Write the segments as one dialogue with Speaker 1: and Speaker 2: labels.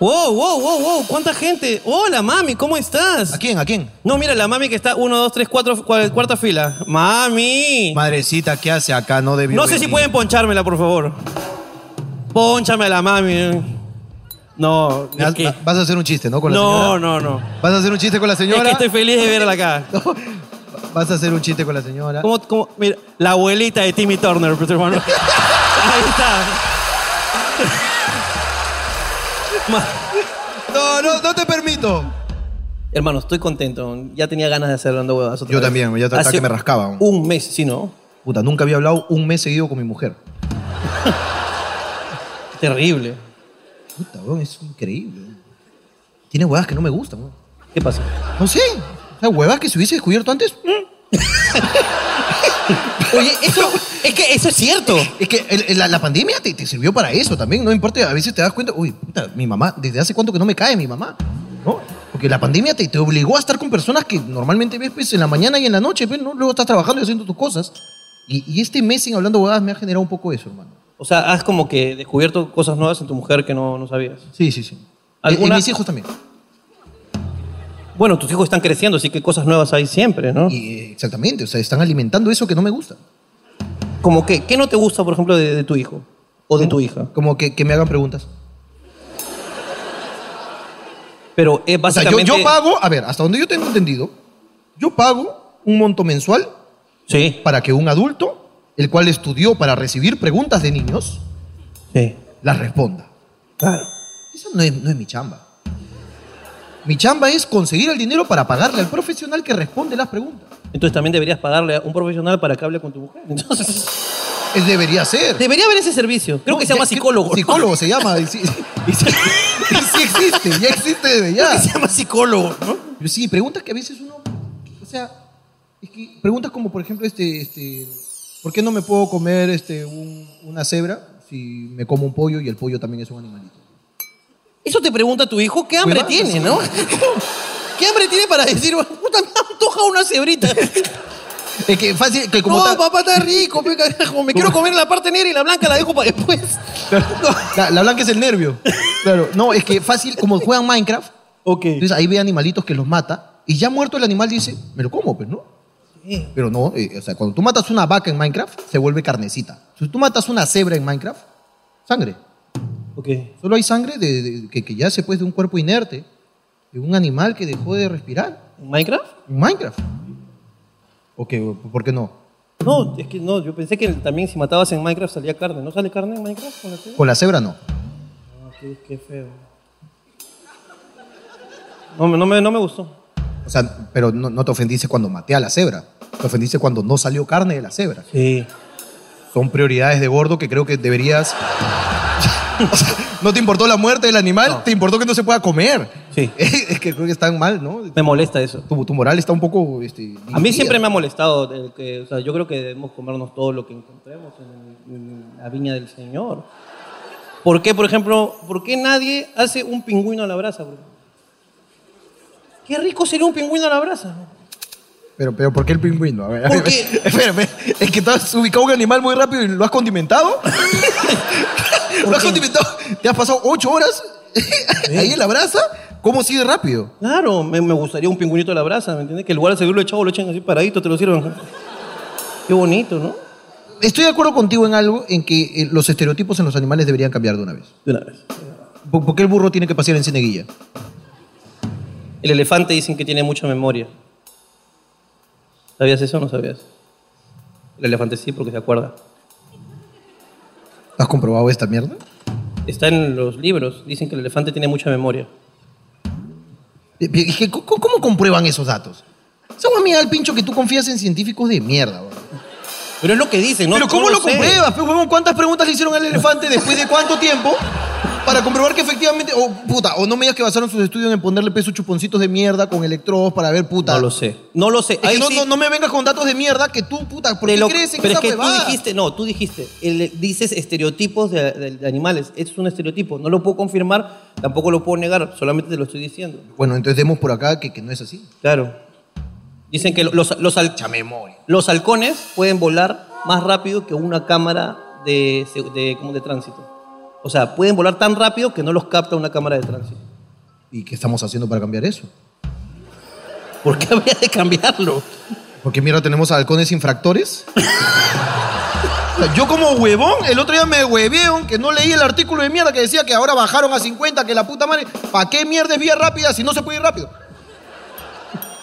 Speaker 1: Wow, wow, wow, wow, cuánta gente. Hola, mami, ¿cómo estás?
Speaker 2: ¿A quién? ¿A quién?
Speaker 1: No, mira, la mami que está 1, 2, 3, 4, cuarta fila. Mami.
Speaker 2: Madrecita, ¿qué hace acá? No debió
Speaker 1: No sé si
Speaker 2: venir.
Speaker 1: pueden ponchármela, por favor. Ponchame a la mami. No,
Speaker 2: Me
Speaker 1: ¿de
Speaker 2: has-
Speaker 1: qué?
Speaker 2: Vas a hacer un chiste, ¿no? Con la
Speaker 1: no,
Speaker 2: señora.
Speaker 1: no, no.
Speaker 2: ¿Vas a hacer un chiste con la
Speaker 1: Es
Speaker 2: señora?
Speaker 1: que estoy feliz de verla acá.
Speaker 2: Vas a hacer un chiste con la señora.
Speaker 1: ¿Cómo, cómo? Mira, la abuelita de Timmy Turner, pues, hermano. Ahí está. Ma-
Speaker 2: No, no, no te permito.
Speaker 1: hermano, estoy contento. Ya tenía ganas de hacer hablando huevas. otra
Speaker 2: Yo
Speaker 1: vez.
Speaker 2: también, ya hasta
Speaker 1: Hace
Speaker 2: que me rascaba.
Speaker 1: Un mes, si no.
Speaker 2: Puta, nunca había hablado un mes seguido con mi mujer.
Speaker 1: Terrible.
Speaker 2: Puta, weón, es increíble. Tiene huevas que no me gustan, weón.
Speaker 1: ¿Qué pasa?
Speaker 2: No sé. O sea, huevas que se hubiese descubierto antes.
Speaker 1: Oye, eso, es que eso es cierto.
Speaker 2: Es que el- el- la, la pandemia te, te sirvió para eso también, no importa, a veces te das cuenta, uy, puta, mi mamá, desde hace cuánto que no me cae mi mamá, ¿no? Porque la pandemia te, te obligó a estar con personas que normalmente ves pues, en la mañana y en la noche, pues, ¿no? Luego estás trabajando y haciendo tus cosas. Y, y este mes sin hablando huevadas me ha generado un poco eso, hermano.
Speaker 1: O sea, has como que descubierto cosas nuevas en tu mujer que no, no sabías.
Speaker 2: Sí, sí, sí. Y- Y,
Speaker 1: ¿Alguna-
Speaker 2: mis hijos también.
Speaker 1: Bueno, tus hijos están creciendo, así que cosas nuevas hay siempre, ¿no?
Speaker 2: Y, eh, exactamente, o sea, están alimentando eso que no me gusta.
Speaker 1: Como que, ¿qué no te gusta, por ejemplo, de, de tu hijo? O de tu hija.
Speaker 2: Como que, que me hagan preguntas.
Speaker 1: Pero es
Speaker 2: O sea, yo,
Speaker 1: básicamente...
Speaker 2: yo pago, a ver, hasta donde yo tengo entendido, yo pago un monto mensual
Speaker 1: Sí,
Speaker 2: para que un adulto, el cual estudió para recibir preguntas de niños,
Speaker 1: sí.
Speaker 2: las responda.
Speaker 1: Claro.
Speaker 2: Esa no es, no es mi chamba. Mi chamba es conseguir el dinero para pagarle al profesional que responde las preguntas.
Speaker 1: Entonces también deberías pagarle a un profesional para que hable con tu mujer. Entonces,
Speaker 2: Es debería ser.
Speaker 1: debería haber ese servicio. Creo
Speaker 2: No,
Speaker 1: que se llama
Speaker 2: ya-
Speaker 1: psicólogo. ¿no?
Speaker 2: Psicólogo se llama. Y sí, y sí- y sí existe, ya existe desde
Speaker 1: Creo que
Speaker 2: ya.
Speaker 1: se llama psicólogo, ¿no?
Speaker 2: Pero sí, preguntas que a veces uno. O sea, es que preguntas como, por ejemplo, este. este ¿Por qué no me puedo comer este, un- una cebra si me como un pollo y el pollo también es un animalito?
Speaker 1: Eso te pregunta tu hijo, ¿qué hambre
Speaker 2: Huevadas.
Speaker 1: tiene, no? ¿Qué hambre tiene para decir, puta, me antoja una cebrita?
Speaker 2: Es que fácil, que como
Speaker 1: No,
Speaker 2: ta-
Speaker 1: papá, está rico, pe, carajo. Me quiero comer la parte negra y la blanca la dejo para después.
Speaker 2: la, la blanca es el nervio. Claro, no, es que fácil, como juegan Minecraft,
Speaker 1: Ok.
Speaker 2: entonces ahí ve animalitos que los mata y ya muerto el animal dice, me lo como, pues, ¿no? Pero no, eh, o sea, cuando tú matas una vaca en Minecraft, se vuelve carnecita. Si tú matas una cebra en Minecraft, sangre.
Speaker 1: Ok.
Speaker 2: Solo hay sangre de, de- que, que ya se pues de un cuerpo inerte, de un animal que dejó de respirar
Speaker 1: ¿Minecraft?
Speaker 2: en Minecraft. Ok, ¿por qué no?
Speaker 1: No, es que no, yo pensé que también si matabas en Minecraft salía carne. ¿No sale carne en Minecraft con la cebra?
Speaker 2: Con la cebra no.
Speaker 1: Ah, qué, qué feo. No, me- no, me, no me gustó.
Speaker 2: O sea, pero no, no te ofendiste cuando maté a la cebra. Te ofendiste cuando no salió carne de la cebra.
Speaker 1: Sí.
Speaker 2: Son prioridades de gordo que creo que deberías. O sea, no te importó la muerte del animal, te importó que no se pueda comer.
Speaker 1: Sí.
Speaker 2: es que creo que están mal, ¿no?
Speaker 1: Me molesta eso.
Speaker 2: Tu, tu moral está un poco. Este,
Speaker 1: A mí siempre me ha molestado. el que, o sea, yo creo que debemos comernos todo lo que encontremos en, en la viña del Señor. ¿Por qué, por ejemplo, por qué nadie hace un pingüino a la brasa? bro? Qué rico sería un pingüino a la brasa.
Speaker 2: Pero, pero ¿por qué el pingüino? A ver, a ver,
Speaker 1: Porque-
Speaker 2: espérame. Es que estás ubicado un animal muy rápido y lo has condimentado. lo has condimentado. Te has pasado ocho horas ahí en la brasa. ¿Cómo sigue rápido?
Speaker 1: Claro, me, me gustaría un pingüinito a la brasa, ¿me entiendes? Que en lugar de servirlo echado, lo echen así paradito, te lo sirven. Qué bonito, ¿no?
Speaker 2: Estoy de acuerdo contigo en algo, en que eh, los estereotipos en los animales deberían cambiar de una vez.
Speaker 1: De una vez.
Speaker 2: ¿Por, por qué el burro tiene que pasear en Cineguilla?
Speaker 1: El elefante dicen que tiene mucha memoria. ¿Sabías eso o no sabías? El elefante sí, porque se acuerda.
Speaker 2: ¿Has comprobado esta mierda?
Speaker 1: Está en los libros. Dicen que el elefante tiene mucha memoria.
Speaker 2: Eh, eh, es que, ¿cómo, cómo comprueban esos datos? Esa guay mía al pincho que tú confías en científicos de mierda, weón.
Speaker 1: Pero es lo que dicen, ¿no?
Speaker 2: Pero ¿cómo
Speaker 1: No
Speaker 2: lo
Speaker 1: sé.
Speaker 2: compruebas? pe, huevón? ¿Cuántas preguntas le hicieron al elefante después de cuánto tiempo? Para comprobar que efectivamente, o puta, o no me digas que basaron sus estudios en ponerle pesos chuponcitos de mierda con electrodos para ver puta.
Speaker 1: No lo sé. No lo sé.
Speaker 2: Es que
Speaker 1: Ahí
Speaker 2: no,
Speaker 1: sí
Speaker 2: no, no me vengas con datos de mierda que tú, puta, ¿por
Speaker 1: te
Speaker 2: qué
Speaker 1: lo-
Speaker 2: crees en
Speaker 1: Pero
Speaker 2: esa
Speaker 1: es que tú
Speaker 2: huevada?
Speaker 1: dijiste, no, tú dijiste, el- dices estereotipos de, de- de animales. Eso es un estereotipo. No lo puedo confirmar, tampoco lo puedo negar. Solamente te lo estoy diciendo.
Speaker 2: Bueno, entonces demos por acá que, que no es así.
Speaker 1: Claro. Dicen que los, los, al-
Speaker 2: Mucha memoria.
Speaker 1: los halcones pueden volar más rápido que una cámara de, se- de, como de tránsito. O sea, pueden volar tan rápido que no los capta una cámara de tránsito.
Speaker 2: ¿Y qué estamos haciendo para cambiar eso?
Speaker 1: ¿Por qué habría de cambiarlo?
Speaker 2: Porque mira, tenemos a halcones infractores. O sea, Yo como huevón, el otro día me hueveón que no leí el artículo de mierda que decía que ahora bajaron a 50, que la puta madre, ¿para qué mierda es vía rápida si no se puede ir rápido?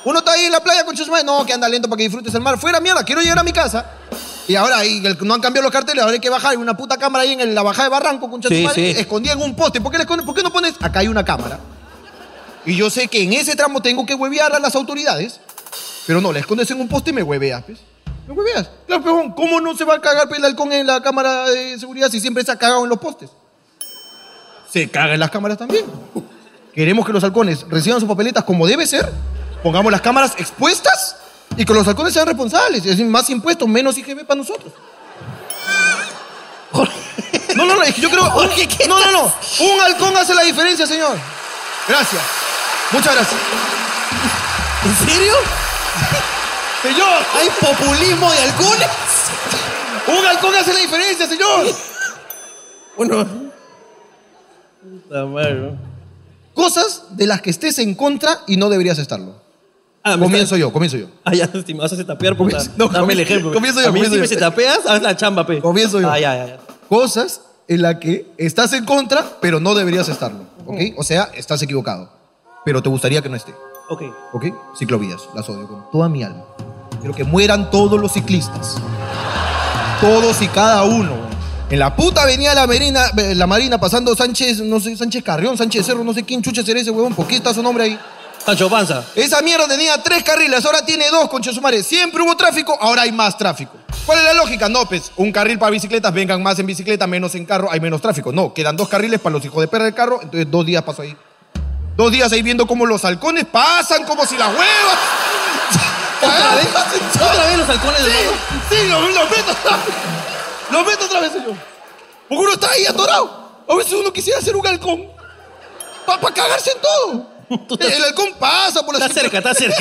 Speaker 2: Uno está ahí en la playa con sus madres, no, que anda lento para que disfrutes el mar. Fuera mierda, quiero llegar a mi casa. Y ahora ahí, el- no han cambiado los carteles, ahora hay que bajar. Hay una puta cámara ahí en el- la bajada de barranco, con
Speaker 1: Sí, sí.
Speaker 2: escondida en un poste. ¿Por qué, la escondes? ¿Por qué no pones? Acá hay una cámara. Y yo sé que en ese tramo tengo que huevear a las autoridades. Pero no, la escondes en un poste y me hueveas, pues. Me hueveas. Claro, pejón, ¿cómo no se va a cagar pues, el halcón en la cámara de seguridad si siempre se ha cagado en los postes? Se caga en las cámaras también. Queremos que los halcones reciban sus papeletas como debe ser. Pongamos las cámaras expuestas y que los halcones sean responsables. Es decir, más impuestos, menos IGB para nosotros. No, no, no, es que yo creo.
Speaker 1: Jorge, ¿qué
Speaker 2: no, no, no. Un halcón hace la diferencia, señor. Gracias. Muchas gracias.
Speaker 1: ¿En serio?
Speaker 2: Señor,
Speaker 1: ¿Hay populismo de halcones?
Speaker 2: un halcón hace la diferencia, señor.
Speaker 1: Bueno. Puta madre, ¿no?
Speaker 2: Cosas de las que estés en contra y no deberías estarlo.
Speaker 1: Ah, me
Speaker 2: Comienzo yo, comienzo yo.
Speaker 1: está- Ah, ya, si me vas a hacer tapear, puta.
Speaker 2: Comienzo- no,
Speaker 1: Dame el
Speaker 2: comienzo-
Speaker 1: ejemplo. pe.
Speaker 2: comienzo yo,
Speaker 1: A mí
Speaker 2: comienzo
Speaker 1: si
Speaker 2: yo.
Speaker 1: me se tapeas, haz la chamba, pe.
Speaker 2: Comienzo yo.
Speaker 1: Ah, ya, ya, ya.
Speaker 2: Cosas en las que estás en contra, pero no deberías estarlo. ¿Ok?
Speaker 1: Oh.
Speaker 2: O sea, estás equivocado. Pero te gustaría que no esté.
Speaker 1: Ok.
Speaker 2: ¿Ok? Ciclovías, las odio con toda mi alma. Quiero que mueran todos los ciclistas. Todos y cada uno. En la puta avenida La Marina, la Marina pasando Sánchez, no sé, Sánchez Carrión, Sánchez Cerro, no sé quién chucha será ese huevón, ¿por qué está su nombre ahí?
Speaker 1: Sancho Panza.
Speaker 2: Esa mierda tenía tres carriles, ahora tiene dos, concha de su madre. Siempre hubo tráfico, ahora hay más tráfico. ¿Cuál es la lógica? No, pues, un carril para bicicletas, vengan más en bicicleta, menos en carro, hay menos tráfico. No, quedan dos carriles para los hijos de perra del carro, entonces dos días paso ahí. Dos días ahí viendo cómo los halcones pasan, como si las huevas.
Speaker 1: ¿Otra vez? ¿Otra vez los halcones
Speaker 2: Sí,
Speaker 1: de Mao?
Speaker 2: sí, los lo meto otra vez. Lo meto otra vez, señor. Porque uno está ahí atorado. A veces uno quisiera hacer un halcón. Para cagarse en todo.
Speaker 1: Tú
Speaker 2: El,
Speaker 1: estás-
Speaker 2: el halcón pasa por la
Speaker 1: Está cerca, está cerca.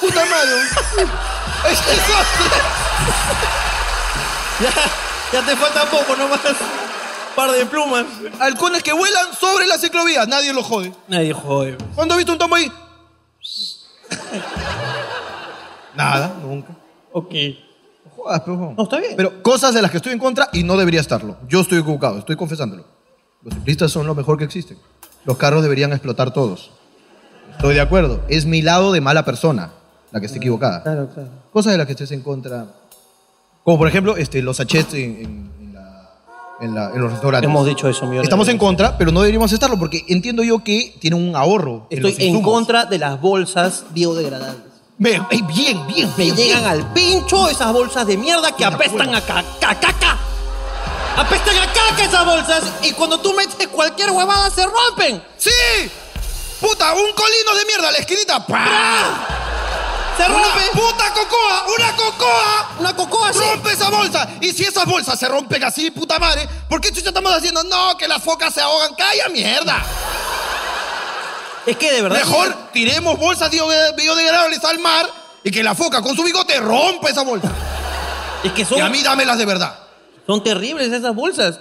Speaker 2: Puta madre. Es que eso-
Speaker 1: ya, ya te falta poco nomás. Par de plumas.
Speaker 2: Halcones que vuelan sobre la ciclovía. Nadie los jode.
Speaker 1: Nadie jode. pe.
Speaker 2: ¿Cuándo has visto un tombo ahí? Nada, nunca.
Speaker 1: Ok.
Speaker 2: No jodas, pero-
Speaker 1: No, está bien.
Speaker 2: Pero cosas de las que estoy en contra y no debería estarlo. Yo estoy equivocado, estoy confesándolo. Los ciclistas son lo mejor que existen. Los carros deberían explotar todos. Estoy de acuerdo. Es mi lado de mala persona la que está equivocada.
Speaker 1: Claro, claro.
Speaker 2: Cosas de las que estés en contra. Como por ejemplo este, los sachets en, en- en la- en la- en los restaurantes.
Speaker 1: Hemos dicho eso millones
Speaker 2: Estamos
Speaker 1: de
Speaker 2: en
Speaker 1: veces.
Speaker 2: contra, pero no deberíamos estarlo porque entiendo yo que tiene un ahorro. en
Speaker 1: Estoy
Speaker 2: los
Speaker 1: en
Speaker 2: insumos.
Speaker 1: contra de las bolsas biodegradables.
Speaker 2: Me- ey,
Speaker 1: Me
Speaker 2: bien, bien, bien, bien.
Speaker 1: llegan al pincho esas bolsas de mierda que apestan a caca, caca. Apestan a caca esas bolsas y cuando tú metes cualquier huevada se rompen.
Speaker 2: ¡Sí! ¡Puta! ¡Un colino de mierda a la esquinita! ¡Pra!
Speaker 1: Se
Speaker 2: ¡Una
Speaker 1: rompe
Speaker 2: puta cocoa! ¡Una cocoa!
Speaker 1: una cocoa así.
Speaker 2: ¡Rompe esa bolsa! Y si esas bolsas se rompen así, puta madre, ¿por qué chucha estamos haciendo? No, que las focas se ahogan. ¡Calla, mierda!
Speaker 1: Es que de verdad.
Speaker 2: Mejor tiremos bolsas biode- biodegradables al mar y que la foca con su bigote rompa esa bolsa.
Speaker 1: Es que son,
Speaker 2: Y a mí dámelas de verdad.
Speaker 1: son terribles esas bolsas.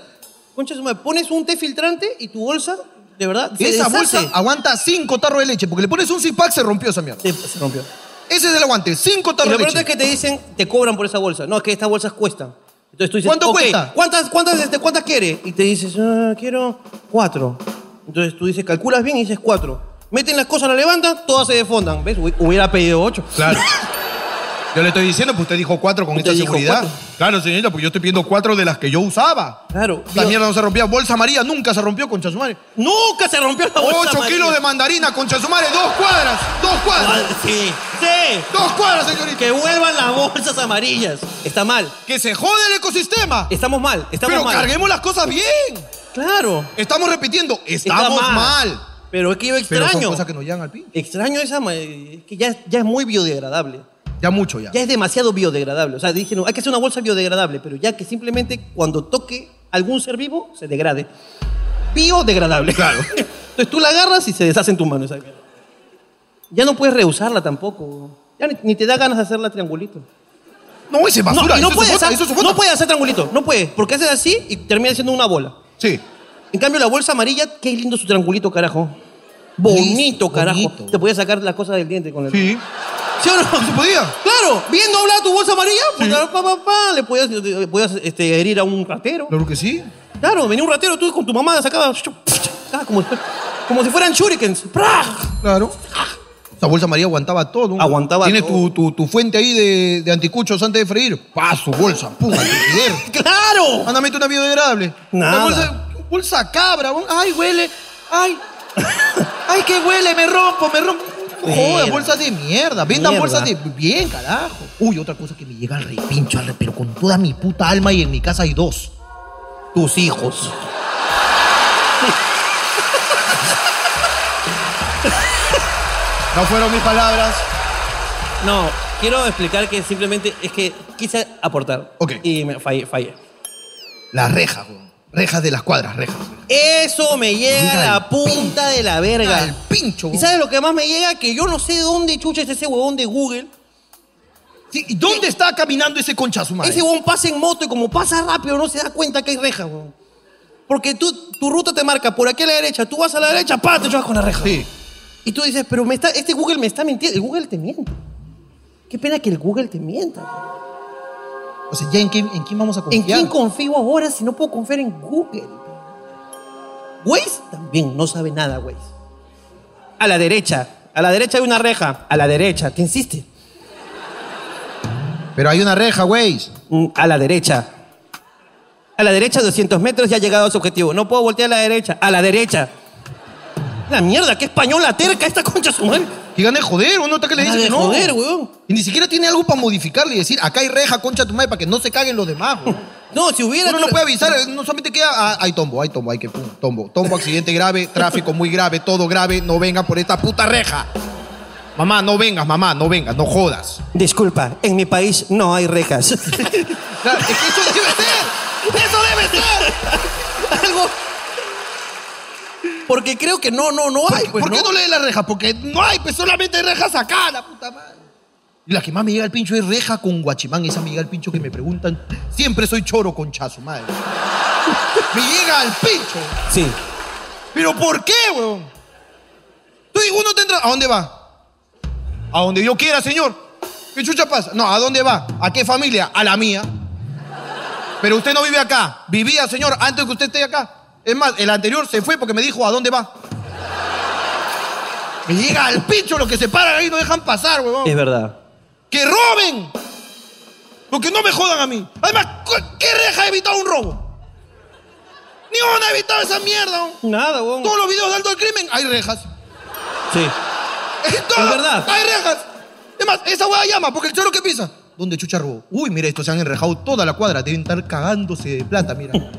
Speaker 1: Concha, su madre, pones un té filtrante y tu bolsa, de verdad, se
Speaker 2: Esa
Speaker 1: deshace.
Speaker 2: bolsa aguanta cinco tarros de leche porque le pones un zip pack, se rompió esa mierda.
Speaker 1: Se, se rompió.
Speaker 2: Ese es el aguante, cinco
Speaker 1: Y
Speaker 2: tarros
Speaker 1: lo
Speaker 2: de
Speaker 1: peor
Speaker 2: leche.
Speaker 1: es que te dicen, te cobran por esa bolsa. No, es que estas bolsas cuestan. Entonces tú dices,
Speaker 2: ¿Cuánto
Speaker 1: "Ok,
Speaker 2: cuesta?
Speaker 1: ¿Cuántas, cuántas, este, cuántas quiere? Y te dices, "Ah, quiero cuatro. Entonces tú dices, calculas bien y dices cuatro. Meten las cosas, la levantan, todas se desfondan. ¿Ves? Hu- Hubiera pedido ocho.
Speaker 2: Claro. Yo le estoy diciendo, pues usted dijo cuatro con
Speaker 1: Usted
Speaker 2: esta
Speaker 1: dijo
Speaker 2: seguridad.
Speaker 1: cuatro.
Speaker 2: Claro, señorita, pues yo estoy pidiendo cuatro de las que yo usaba.
Speaker 1: Claro.
Speaker 2: La
Speaker 1: Dios,
Speaker 2: mierda no se rompía. Bolsa María nunca se rompió, concha su madre.
Speaker 1: Nunca se rompió la bolsa.
Speaker 2: Ocho
Speaker 1: María.
Speaker 2: kilos de mandarina, concha su madre. Dos cuadras, dos
Speaker 1: Ah,
Speaker 2: cuadras.
Speaker 1: Sí, sí.
Speaker 2: Dos cuadras, señorita.
Speaker 1: Que vuelvan las bolsas amarillas. Está mal.
Speaker 2: Que se jode el ecosistema.
Speaker 1: Estamos mal. Estamos
Speaker 2: Pero
Speaker 1: mal.
Speaker 2: carguemos las cosas bien.
Speaker 1: Claro.
Speaker 2: Estamos repitiendo,
Speaker 1: Está
Speaker 2: estamos mal.
Speaker 1: Pero es que yo
Speaker 2: Pero son
Speaker 1: extraño.
Speaker 2: cosas que nos llegan al pin.
Speaker 1: Extraño esa. ma- Es que ya, ya es muy biodegradable.
Speaker 2: Ya mucho ya.
Speaker 1: Ya es demasiado biodegradable. O sea, dije, no, hay que hacer una bolsa biodegradable, pero ya que simplemente cuando toque algún ser vivo, se degrade. Biodegradable.
Speaker 2: Claro.
Speaker 1: Entonces tú la agarras y se deshace en tus manos. Ya no puedes reusarla tampoco. Ya ni, ni te da ganas de hacerla triangulito.
Speaker 2: No, ese es basura.
Speaker 1: no, y no
Speaker 2: eso,
Speaker 1: puede
Speaker 2: es su bota,
Speaker 1: hacer,
Speaker 2: eso es su bota.
Speaker 1: no puede hacer triangulito, no puede, porque haces así y termina siendo una bola.
Speaker 2: Sí.
Speaker 1: En cambio, la bolsa amarilla, qué lindo su triangulito, carajo. Bonito,
Speaker 2: Listo,
Speaker 1: carajo.
Speaker 2: bonito.
Speaker 1: Te podías sacar las cosas del diente con el.
Speaker 2: Sí.
Speaker 1: ¿Sí o no?
Speaker 2: No se podía.
Speaker 1: Claro, viendo hablar tu bolsa amarilla, puta, pa, pa, pa, le podías, le podías, este, herir a un ratero.
Speaker 2: Claro que sí.
Speaker 1: Claro, venía un ratero, tú con tu mamá sacabas sacabas ah, como, como si fueran shurikens. ¡Pra!
Speaker 2: Claro. Esa bolsa María aguantaba todo.
Speaker 1: Aguantaba
Speaker 2: Tiene
Speaker 1: todo.
Speaker 2: Tu, tu, tu fuente ahí de, de anticuchos antes de freír. Pa, su bolsa. Pum, antiquider.
Speaker 1: ¡Claro!
Speaker 2: Anda, mete una biodegradable.
Speaker 1: Nada.
Speaker 2: Una bolsa, bolsa cabra. un- Ay, huele. Ay. Ay, que huele. Me rompo, me rompo. Joder,
Speaker 1: Mierda.
Speaker 2: bolsas de mierda. Vendan
Speaker 1: Mierda.
Speaker 2: bolsas de. Bien, carajo. Uy, otra cosa que me llega al repincho, al re- pero con toda mi puta alma y en mi casa hay dos. Tus hijos. No fueron mis palabras.
Speaker 1: No, quiero explicar que simplemente es que quise aportar.
Speaker 2: Ok.
Speaker 1: Y me fallé, fallé.
Speaker 2: Las rejas, weón. Rejas de las cuadras, rejas.
Speaker 1: Eso me llega
Speaker 2: Llega
Speaker 1: a
Speaker 2: al
Speaker 1: la punta de la verga.
Speaker 2: Al pincho,
Speaker 1: ¿Y
Speaker 2: weón.
Speaker 1: sabes lo que más me llega? Que yo no sé dónde chucha es ese huevón de Google.
Speaker 2: Sí, ¿y ¿Dónde está caminando ese concha su madre?
Speaker 1: Ese huevón pasa en moto y como pasa rápido no se da cuenta que hay rejas, huevón. Porque tú, tu ruta te marca por aquí a la derecha, tú vas a la derecha, pa, te chocas con la reja.
Speaker 2: Sí.
Speaker 1: Y tú dices, pero me está, este Google me está mintiendo. El Google te miente. Qué pena que el Google te mienta. huevón.
Speaker 2: O sea, ¿ya en quién, en quién vamos a
Speaker 1: ¿En
Speaker 2: confiar?
Speaker 1: quién confío ahora si no puedo confiar en Google? Waze también no sabe nada, Waze. A la derecha. A la derecha hay una reja. A la derecha. Te insiste.
Speaker 2: Pero hay una reja, güey.
Speaker 1: Mm, A la derecha. A la derecha, 200 metros, ya ha llegado a su objetivo. No puedo voltear a la derecha. A la derecha. La mierda, qué española terca esta concha su madre.
Speaker 2: Que gane joder, uno está que le
Speaker 1: Gana
Speaker 2: dice
Speaker 1: de
Speaker 2: que no.
Speaker 1: joder, weón.
Speaker 2: Y ni siquiera tiene algo para modificarle y decir, acá hay reja, concha tu madre, para que no se caguen los demás, güey.
Speaker 1: No, si hubiera.
Speaker 2: Uno no puede avisar, no solamente queda, ah, hay tombo, hay tombo, hay que, pum, tombo, tombo, accidente grave, tráfico muy grave, todo grave, no vengan por esta puta reja. Mamá, no vengas, mamá, no vengas, no jodas.
Speaker 1: Disculpa, en mi país no hay rejas.
Speaker 2: Claro, es que eso debe ser, eso debe ser.
Speaker 1: Algo. Porque creo que no, no, no hay.
Speaker 2: ¿Por,
Speaker 1: pues,
Speaker 2: por qué
Speaker 1: ¿no?
Speaker 2: no lees las rejas? Porque no hay, pues solamente hay rejas acá, la puta madre. Y la que más me llega al pincho es reja con guachimán. Esa me llega al pincho que me preguntan. Siempre soy choro con chazo, madre. me llega al pincho.
Speaker 1: Sí.
Speaker 2: ¿Pero por qué, weón? Tú digo, uno te entra. ¿A dónde va? A donde yo quiera, señor. ¿Qué chucha pasa? No, ¿a dónde va? ¿A qué familia? A la mía. Pero usted no vive acá. Vivía, señor, antes que usted esté acá. Es más, el anterior se fue porque me dijo, ¿a dónde va? Me llega al pincho los que se paran ahí y no dejan pasar, weón.
Speaker 1: Es verdad.
Speaker 2: ¡Que roben! Porque no me jodan a mí. Además, ¿cu- ¿qué reja ha evitado un robo? Ni una ha evitado esa mierda, weón.
Speaker 1: Nada, weón.
Speaker 2: Todos los videos de alto del crimen hay rejas.
Speaker 1: Sí.
Speaker 2: En
Speaker 1: Es
Speaker 2: todos
Speaker 1: verdad.
Speaker 2: Hay rejas. Es más, esa hueá llama porque el choro que pisa. ¿Dónde chucha robó? Uy, mira, estos se han enrejado toda la cuadra. Deben estar cagándose de plata, mira.
Speaker 1: Uh.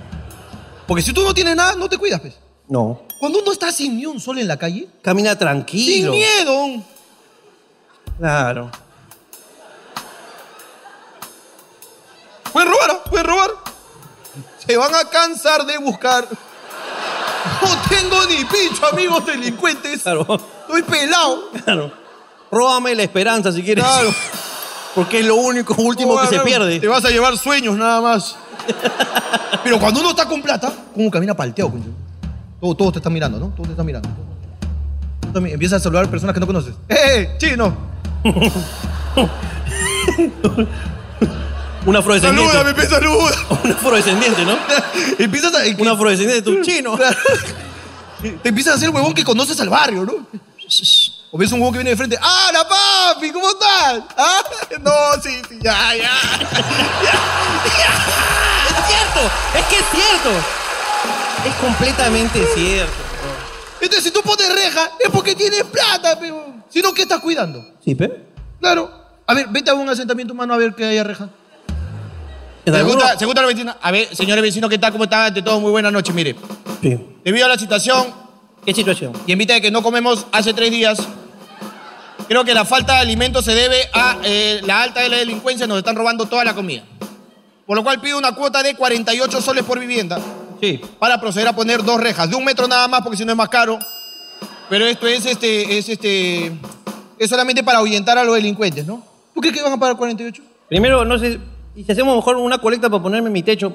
Speaker 2: Porque si tú no tienes nada, no te cuidas, pues.
Speaker 1: No.
Speaker 2: Cuando uno está sin ni un sol en la calle,
Speaker 1: Camina
Speaker 2: sin
Speaker 1: tranquilo.
Speaker 2: miedo.
Speaker 1: Claro.
Speaker 2: Pueden robar, ¿ah? pueden robar. Se van a cansar de buscar. No tengo ni picho, amigos delincuentes.
Speaker 1: Claro.
Speaker 2: Estoy pelado.
Speaker 1: Claro. Róbame la esperanza si quieres.
Speaker 2: Claro.
Speaker 1: Porque es lo único último que se
Speaker 2: Claro, Te
Speaker 1: pierde.
Speaker 2: vas a llevar sueños nada más. Pero cuando uno está con plata, como camina palteado, coño. Todo- Todos te están mirando, ¿no? Todos te están mirando. Tú también empiezas a saludar a personas que no conoces. ¡Eh, eh, chino!
Speaker 1: Un afrodescendiente.
Speaker 2: ¡Salúdame, pe, saluda!
Speaker 1: Un afrodescendiente, ¿no?
Speaker 2: empiezas a...
Speaker 1: Un afrodescendiente, tu chino.
Speaker 2: Te empiezas a hacer el huevón que conoces al barrio, ¿no? O ves un huevón que viene de frente. ¡Ah, la papi! ¿Cómo estás? ¿Ah? No, sí, sí, ya, ya.
Speaker 1: ¡Es cierto! ¡Es que es cierto! Es completamente cierto.
Speaker 2: Entonces, si tú pones reja, es porque tienes plata, pero... Si no, ¿qué estás cuidando?
Speaker 1: ¿Sí, pe?
Speaker 2: Claro. A ver, vete a un asentamiento humano a ver qué hay a reja.
Speaker 1: ¿En alguno?
Speaker 2: Segunda la vecina. A ver, señores vecinos, ¿qué tal? ¿Cómo están? Ante todo, muy buena noche. Mire,
Speaker 1: Sí.
Speaker 2: debido a la situación
Speaker 1: ¿Qué situación?
Speaker 2: y en vista de que no comemos hace tres días, creo que la falta de alimentos se debe a eh, la alta de la delincuencia. Nos están robando toda la comida. Por lo cual pido una cuota de 48 soles por vivienda
Speaker 1: Sí.
Speaker 2: para proceder a poner dos rejas de un metro nada más porque si no es más caro. Pero esto es este, es este, es solamente para ahuyentar a los delincuentes, ¿no? ¿Tú crees que van a pagar 48?
Speaker 1: Primero, no sé, y si hacemos mejor una colecta para ponerme en mi techo.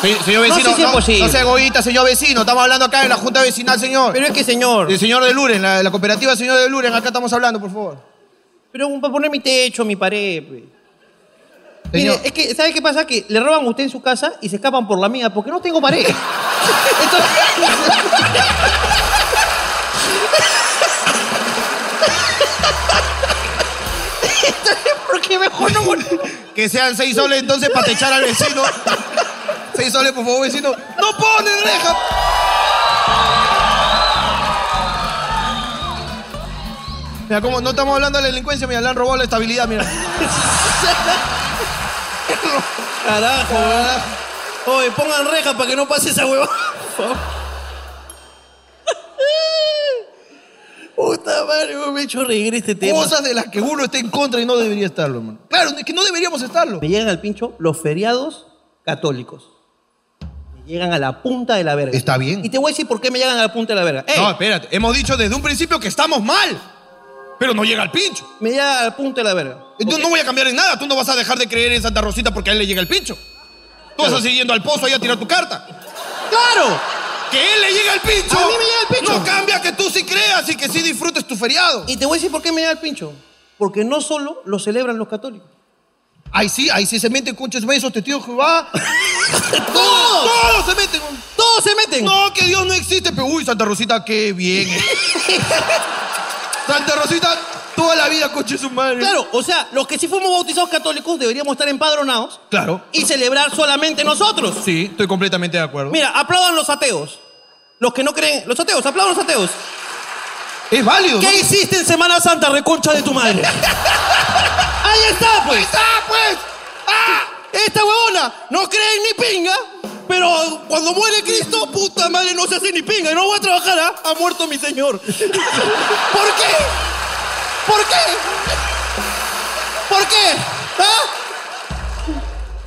Speaker 2: Se- Señor
Speaker 1: No,
Speaker 2: vecino,
Speaker 1: sí, sí,
Speaker 2: no,
Speaker 1: posible.
Speaker 2: no sea egoísta, señor vecino. Estamos hablando acá en la Junta Vecinal, señor.
Speaker 1: Pero es que, señor,
Speaker 2: El señor de Luren, la, la cooperativa señor de Luren, acá estamos hablando, por favor.
Speaker 1: pero para poner mi techo, mi pared. pe.
Speaker 2: Señor,
Speaker 1: Mire, es que, ¿sabe qué pasa? Que le roban a usted en su casa y se escapan por la mía porque no tengo pared. Entonces, Entonces, ¿por qué mejor no poner-
Speaker 2: que sean seis soles entonces para techar al vecino. seis soles, por favor, vecino. ¡No ponen reja! Mira, como no estamos hablando de la delincuencia, mira, le han robado la estabilidad, mira.
Speaker 1: Carajo, ¿verdad? Oye, pongan rejas para que no pase esa huevada. por favor. Puta madre, me he hecho reír este tema.
Speaker 2: Cosas de las que uno está en contra y no debería estarlo, hermano. Claro, es que no deberíamos estarlo.
Speaker 1: Me llegan al pincho los feriados católicos. Me llegan a la punta de la verga.
Speaker 2: Está bien.
Speaker 1: Y te voy a decir por qué me llegan a la punta de la verga. ¡Ey!
Speaker 2: No, espérate. Hemos dicho desde un principio que estamos mal. Pero no llega el pincho.
Speaker 1: Me llegan a la punta de la verga.
Speaker 2: Entonces no voy a cambiar en nada. Tú no vas a dejar de creer en Santa Rosita porque a él le llega el pincho. Tú vas a seguir yendo al pozo ahí a tirar tu carta.
Speaker 1: ¡Claro!
Speaker 2: ¡Que él le llega el pincho!
Speaker 1: A mí me llega el pincho.
Speaker 2: No cambia que tú sí creas y que sí disfrutes tu feriado.
Speaker 1: Y te voy a decir por qué me llega al pincho. Porque no solo lo celebran los católicos.
Speaker 2: Ahí sí, ahí sí se meten conches besos, te tío Jehová.
Speaker 1: ¡Todos!
Speaker 2: ¡Todos se meten!
Speaker 1: ¡Todos se meten!
Speaker 2: No, que Dios no existe. Pero, uy, Santa Rosita, qué bien. eh. Santa Rosita, toda la vida conche su madre.
Speaker 1: Claro, o sea, los que sí fuimos bautizados católicos deberíamos estar empadronados
Speaker 2: Claro.
Speaker 1: y celebrar solamente nosotros.
Speaker 2: Sí, estoy completamente de acuerdo.
Speaker 1: Mira, aplaudan los ateos. Los que no creen. Los ateos, aplaudan los ateos.
Speaker 2: Es válido.
Speaker 1: ¿Qué hiciste en Semana Santa, reconcha de tu madre? ¡Ahí está, pues!
Speaker 2: ¡Ah, pues!
Speaker 1: ¡Ah! Esta huevona no cree en ni pinga, pero cuando muere Cristo, puta madre, no se hace ni pinga y no voy a trabajar, ¿ah? Ha muerto mi señor. ¿Por qué? ¿Por qué? ¿Por qué? ¿Ah?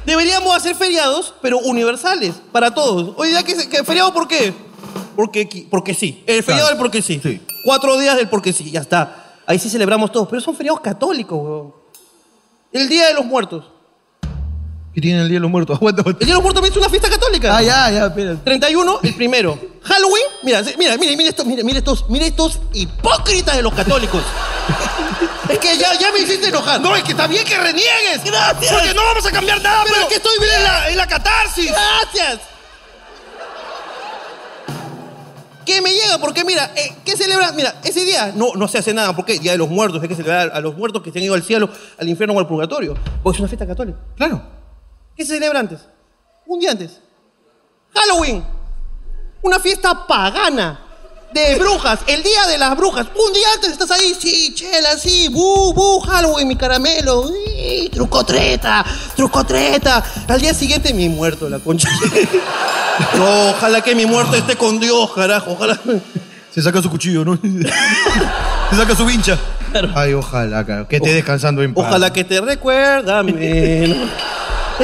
Speaker 1: Deberíamos hacer feriados, pero universales, para todos. Hoy día, ¿qué, se- qué feriado por qué? Porque, qui- porque sí. El feriado
Speaker 2: Claro.
Speaker 1: del porque sí.
Speaker 2: Sí.
Speaker 1: Cuatro días del porque sí, ya está. Ahí sí celebramos todos, pero son feriados católicos, huevón. El Día de los Muertos.
Speaker 2: ¿Qué tiene el Día de los Muertos? Aguanta,
Speaker 1: El Día de los Muertos también es una fiesta católica.
Speaker 2: Ah, ya, ya, espera.
Speaker 1: 31, el primero. Halloween, mira, se- mira, mira, mira estos, mira, mira estos, mira estos hipócritas de los católicos. es que ya, ya me hiciste enojar.
Speaker 2: No, es que está bien que reniegues.
Speaker 1: Gracias.
Speaker 2: Porque no vamos a cambiar nada,
Speaker 1: Pero
Speaker 2: Ah, pero,
Speaker 1: es que estoy bien.
Speaker 2: en la, en la catarsis.
Speaker 1: Gracias. ¿Qué me llega? Porque mira, eh, ¿qué celebran? Mira, ese día no, no se hace nada. ¿Por qué? Día de los muertos. Hay que celebrar a los muertos que se han ido al cielo, al infierno o al purgatorio. Porque es una fiesta católica.
Speaker 2: Claro.
Speaker 1: ¿Qué se celebra antes? Un día antes. Halloween. Una fiesta pagana. De brujas. El día de las brujas. Un día antes estás ahí. Sí, chela, sí. Bu, bu. Halloween, mi caramelo. uy, trucotreta. Trucotreta. Al día siguiente, mi muerto, la concha. No, ojalá que mi muerto esté con Dios, carajo. Ojalá.
Speaker 2: Se saca su cuchillo, ¿no? Se saca su vincha. Ay, ojalá, carajo. Que esté descansando en paz.
Speaker 1: Ojalá que te recuérdame. ¿no?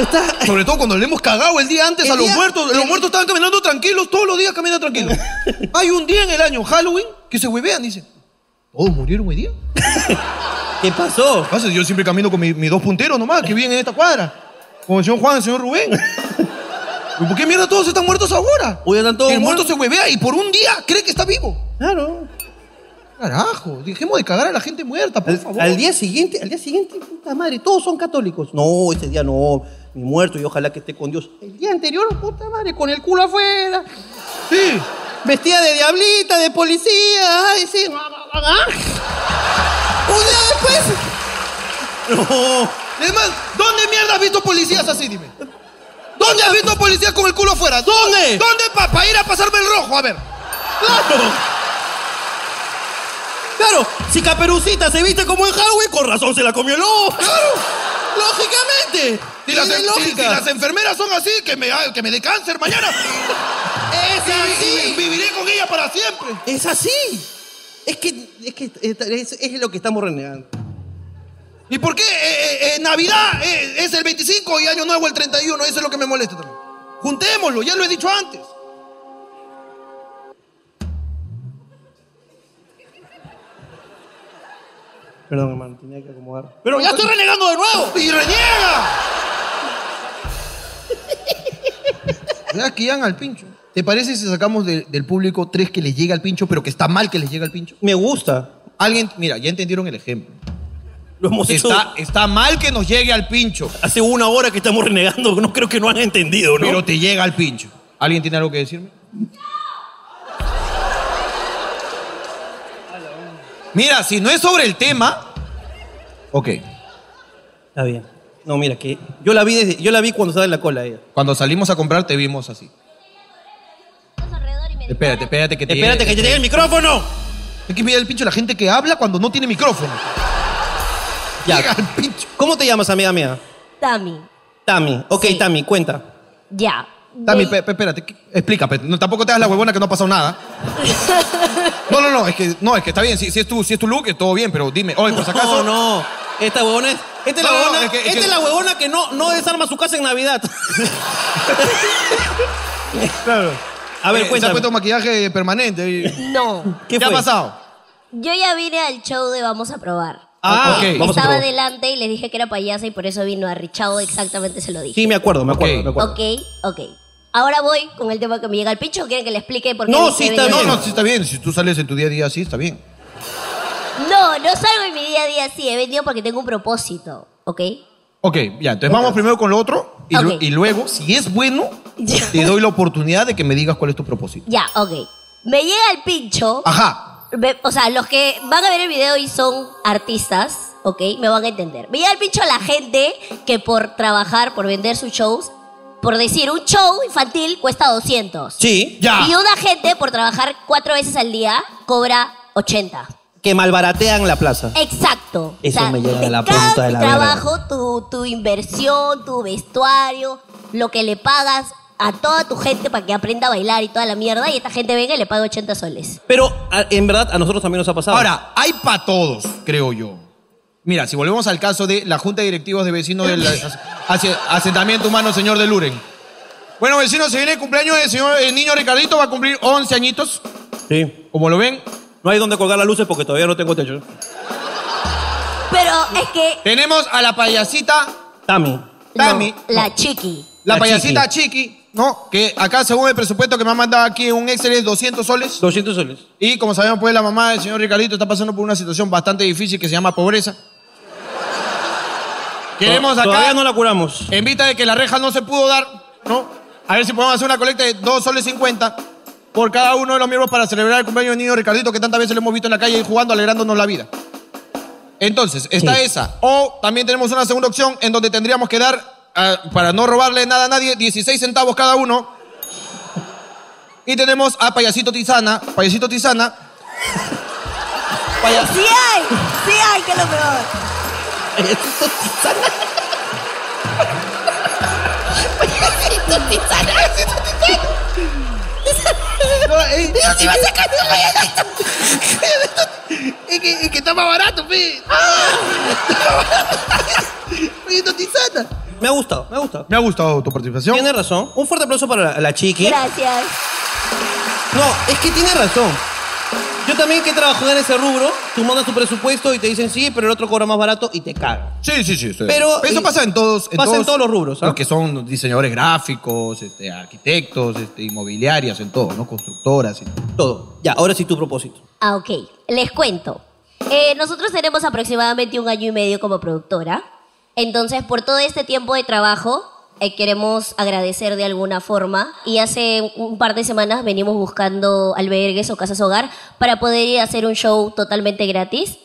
Speaker 1: Está.
Speaker 2: Sobre todo cuando le hemos cagado el día antes
Speaker 1: El
Speaker 2: a los
Speaker 1: día-
Speaker 2: muertos.
Speaker 1: el-
Speaker 2: Los muertos estaban caminando tranquilos, todos los días caminan tranquilos. Hay un día en el año, Halloween, que se huevean, dicen. ¿Todos murieron hoy día?
Speaker 1: ¿Qué pasó?
Speaker 2: Pasa, Yo siempre camino con mi- mis dos punteros nomás, que viven en esta cuadra. Con el señor Juan, el señor Rubén. Pero ¿Por qué mierda todos están muertos ahora?
Speaker 1: Hoy andan todos
Speaker 2: el muerto
Speaker 1: muertos.
Speaker 2: se huevea y por un día cree que está vivo.
Speaker 1: Claro.
Speaker 2: Carajo, dejemos de cagar a la gente muerta, por
Speaker 1: Al,
Speaker 2: favor.
Speaker 1: al día siguiente, al día siguiente, puta madre, todos son católicos. No, ese día no, mi muerto y ojalá que esté con Dios. El día anterior, puta madre, con el culo afuera,
Speaker 2: Sí.
Speaker 1: vestida de diablita, de policía, ay, sí. Ah. Un día después. No.
Speaker 2: Además, ¿dónde mierda has visto policías así, dime? ¿Dónde has visto policías con el culo afuera?
Speaker 1: ¿Dónde?
Speaker 2: ¿Dónde para ir a pasarme el rojo? A ver.
Speaker 1: Claro. Claro, si Caperucita se viste como en Halloween, con razón se la comió el lobo. Claro. Lógicamente.
Speaker 2: Si las,
Speaker 1: Tiene
Speaker 2: si-
Speaker 1: lógica.
Speaker 2: si las enfermeras son así, que me, ah, que me dé cáncer mañana.
Speaker 1: Es así.
Speaker 2: Y viviré con ella para siempre.
Speaker 1: Es así. Es que es, que, es, es lo que estamos renegando.
Speaker 2: ¿Y por qué eh, eh, eh, Navidad eh, es el 25 y Año Nuevo el 31? Eso es lo que me molesta también. Juntémoslo, ya lo he dicho antes.
Speaker 1: Perdón, hermano, tenía que acomodar.
Speaker 2: Pero ya estoy renegando de nuevo. ¡Y reniega! Ya que llegan al pincho. ¿Te parece si sacamos de- del público tres que les llega al pincho, pero que está mal que les llega al pincho?
Speaker 1: Me gusta.
Speaker 2: Alguien, mira, ya entendieron el ejemplo.
Speaker 1: Lo
Speaker 2: Pues
Speaker 1: hemos hecho
Speaker 2: Está, está mal que nos llegue al pincho,
Speaker 1: hace una hora que estamos renegando. No creo que no han entendido, ¿no?
Speaker 2: pero te llega al pincho. ¿Alguien tiene algo que decirme? Mira, si no es sobre el tema. Ok.
Speaker 1: Está bien. No, mira, que yo la vi, desde- yo la vi cuando estaba en la cola ella.
Speaker 2: Cuando salimos a comprar te vimos así.
Speaker 3: alrededor y me
Speaker 2: Espérate, espérate que te llegue.
Speaker 1: Espérate que te llegue el micrófono.
Speaker 2: Es que mira el pincho la gente que habla cuando no tiene micrófono. Llega
Speaker 1: Ya.
Speaker 2: al pincho.
Speaker 1: ¿Cómo te llamas, amiga mía?
Speaker 3: Tami,
Speaker 1: Tami. Ok,
Speaker 3: Sí.
Speaker 1: Tami, cuenta.
Speaker 3: ya.
Speaker 2: Tami,
Speaker 3: Ve-
Speaker 2: pe- pe- espérate, ¿qué- explica, pe- no, tampoco te hagas la huevona que no ha pasado nada. No, no, no, es que, no, es que está bien, si, si es, tu, si es tu look, es todo bien, pero dime, oye, por si acaso,
Speaker 1: No, no. Esta huevona es. Esta es la
Speaker 2: No, no,
Speaker 1: huevona.
Speaker 2: es que- es
Speaker 1: esta
Speaker 2: que-
Speaker 1: es la huevona que no, no desarma su casa en Navidad. claro. A ver,
Speaker 2: eh, se ha
Speaker 1: cuéntame.
Speaker 2: puesto maquillaje permanente. y-
Speaker 3: No,
Speaker 1: ¿Qué
Speaker 2: ¿Qué,
Speaker 1: fue?
Speaker 2: ha pasado?
Speaker 3: yo ya vine al show de Vamos a Probar.
Speaker 1: Ah,
Speaker 2: Ok.
Speaker 1: vamos a
Speaker 3: Estaba
Speaker 1: probar.
Speaker 3: delante y les dije que era payasa y por eso vino a Richao, exactamente se lo dije.
Speaker 1: Sí, me acuerdo, me acuerdo,
Speaker 2: Ok.
Speaker 1: me acuerdo.
Speaker 3: ok, ok. Ahora voy con el tema que me llega al pincho. ¿Quieren que le explique por qué?
Speaker 1: No,
Speaker 3: dije
Speaker 1: sí, está
Speaker 3: venir?
Speaker 2: No,
Speaker 1: bien.
Speaker 2: no, sí está bien, si tú sales en tu día a día así, está bien.
Speaker 3: No, no salgo en mi día a día así. He venido porque tengo un propósito, ¿ok?
Speaker 2: Ok, ya, entonces vamos primero con lo otro y, lu-
Speaker 3: Ok.
Speaker 2: y luego, si es bueno,
Speaker 3: Ya.
Speaker 2: te doy la oportunidad de que me digas cuál es tu propósito.
Speaker 3: Ya, ok. Me llega al pincho.
Speaker 2: Ajá,
Speaker 3: Ve- O sea, los que van a ver el video y son artistas, ¿ok? Me van a entender. Me llega el pincho a la gente que por trabajar, por vender sus shows, por decir, un show infantil cuesta 200.
Speaker 1: Sí.
Speaker 2: ya.
Speaker 3: Y una gente por trabajar cuatro veces al día cobra 80.
Speaker 1: Que malbaratean la plaza.
Speaker 3: Exacto.
Speaker 1: Eso me llega a la
Speaker 3: cada
Speaker 1: punta de la
Speaker 3: trabajo, tu, tu inversión, tu vestuario, lo que le pagas a toda tu gente para que aprenda a bailar y toda la mierda, y esta gente venga y le paga 80 soles.
Speaker 1: Pero a- en verdad a nosotros también nos ha pasado.
Speaker 2: Ahora, hay para todos, creo yo. Mira, si volvemos al caso de la Junta de Directivos de Vecinos del as- asie- Asentamiento Humano, señor de Luren. Bueno, vecinos, se viene el cumpleaños del señor, el niño Ricardito, va a cumplir 11 añitos.
Speaker 1: Sí.
Speaker 2: Como lo ven,
Speaker 1: No hay donde colgar las luces porque todavía no tengo techo.
Speaker 3: Pero es que...
Speaker 2: tenemos a la payasita,
Speaker 1: Tami.
Speaker 3: no,
Speaker 2: Tami.
Speaker 3: la chiqui.
Speaker 2: la,
Speaker 1: La
Speaker 2: payasita Chiqui. ¿no? Que acá, según el presupuesto que me ha mandado aquí, un Excel es 200 soles.
Speaker 1: 200 soles.
Speaker 2: Y como sabemos, pues la mamá del señor Ricardito está pasando por una situación bastante difícil que se llama pobreza. Queremos
Speaker 1: To-
Speaker 2: acá.
Speaker 1: Todavía no la curamos.
Speaker 2: En vista de que la reja no se pudo dar, ¿no? A ver si podemos hacer una colecta de 2 soles 50 por cada uno de los miembros para celebrar el cumpleaños del niño Ricardito, que tantas veces lo hemos visto en la calle jugando, alegrándonos la vida. Entonces, está
Speaker 1: Sí.
Speaker 2: esa. O también tenemos una segunda opción en donde tendríamos que dar, ah, para no robarle nada a nadie, 16 centavos cada uno. Y tenemos a Payasito Tizana. Payasito Tizana. Paya-
Speaker 3: Sí hay, sí hay, que es lo peor.
Speaker 2: No, eh, es, que, es que está más barato, pe.
Speaker 1: Me ha gustado, me ha gustado.
Speaker 2: Me ha gustado tu participación.
Speaker 1: Tiene razón. Un fuerte aplauso para la, la chiqui.
Speaker 3: Gracias.
Speaker 1: No, es que tiene razón. Yo también que trabajo en ese rubro, tú mandas tu presupuesto y te dicen sí, pero el otro cobra más barato y te cagan.
Speaker 2: Sí, sí, sí. sí.
Speaker 1: Pero,
Speaker 2: eso
Speaker 1: eh,
Speaker 2: pasa en todos,
Speaker 1: pasa en todos los rubros, ¿ah?
Speaker 2: Los que son diseñadores gráficos, este, arquitectos, este, inmobiliarias, en todo, ¿no? Constructoras. y-
Speaker 1: Todo. Ya, ahora sí tu propósito.
Speaker 3: Ah, ok. Les cuento. Eh, nosotros tenemos aproximadamente un año y medio como productora. Entonces, por todo este tiempo de trabajo, eh, queremos agradecer de alguna forma. Y hace un par de semanas venimos buscando albergues o casas hogar para poder ir a hacer un show totalmente gratis,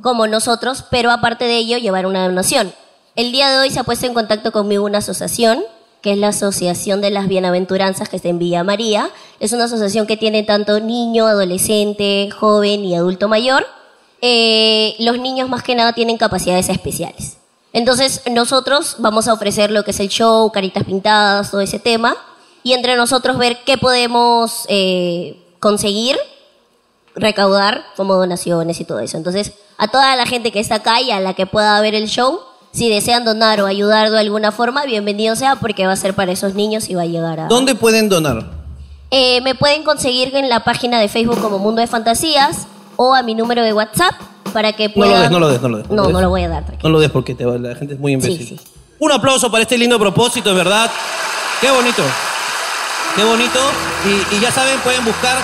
Speaker 3: como nosotros, pero aparte de ello, llevar una donación. El día de hoy se ha puesto en contacto conmigo una asociación, que es la Asociación de las Bienaventuranzas que está en Villa María. Es una asociación que tiene tanto niño, adolescente, joven y adulto mayor. Eh, los niños más que nada tienen capacidades especiales. Entonces nosotros vamos a ofrecer lo que es el show, caritas pintadas, todo ese tema, y entre nosotros ver qué podemos eh, conseguir recaudar como donaciones y todo eso. Entonces, a toda la gente que está acá y a la que pueda ver el show, si desean donar o ayudar de alguna forma, bienvenido sea porque va a ser para esos niños y va a llegar a...
Speaker 1: ¿Dónde pueden donar?
Speaker 3: Eh, me pueden conseguir en la página de Facebook como Mundo de Fantasías o a mi número de WhatsApp para que
Speaker 1: No
Speaker 3: pueda...
Speaker 1: lo des, no lo des, no lo des.
Speaker 3: No,
Speaker 1: des.
Speaker 3: no lo voy a dar, tranquilo.
Speaker 1: No lo des porque te va- la gente es muy imbécil.
Speaker 3: Sí, sí.
Speaker 1: Un aplauso para este lindo propósito, es verdad. Qué bonito. Qué bonito. Y, y ya saben, pueden buscar.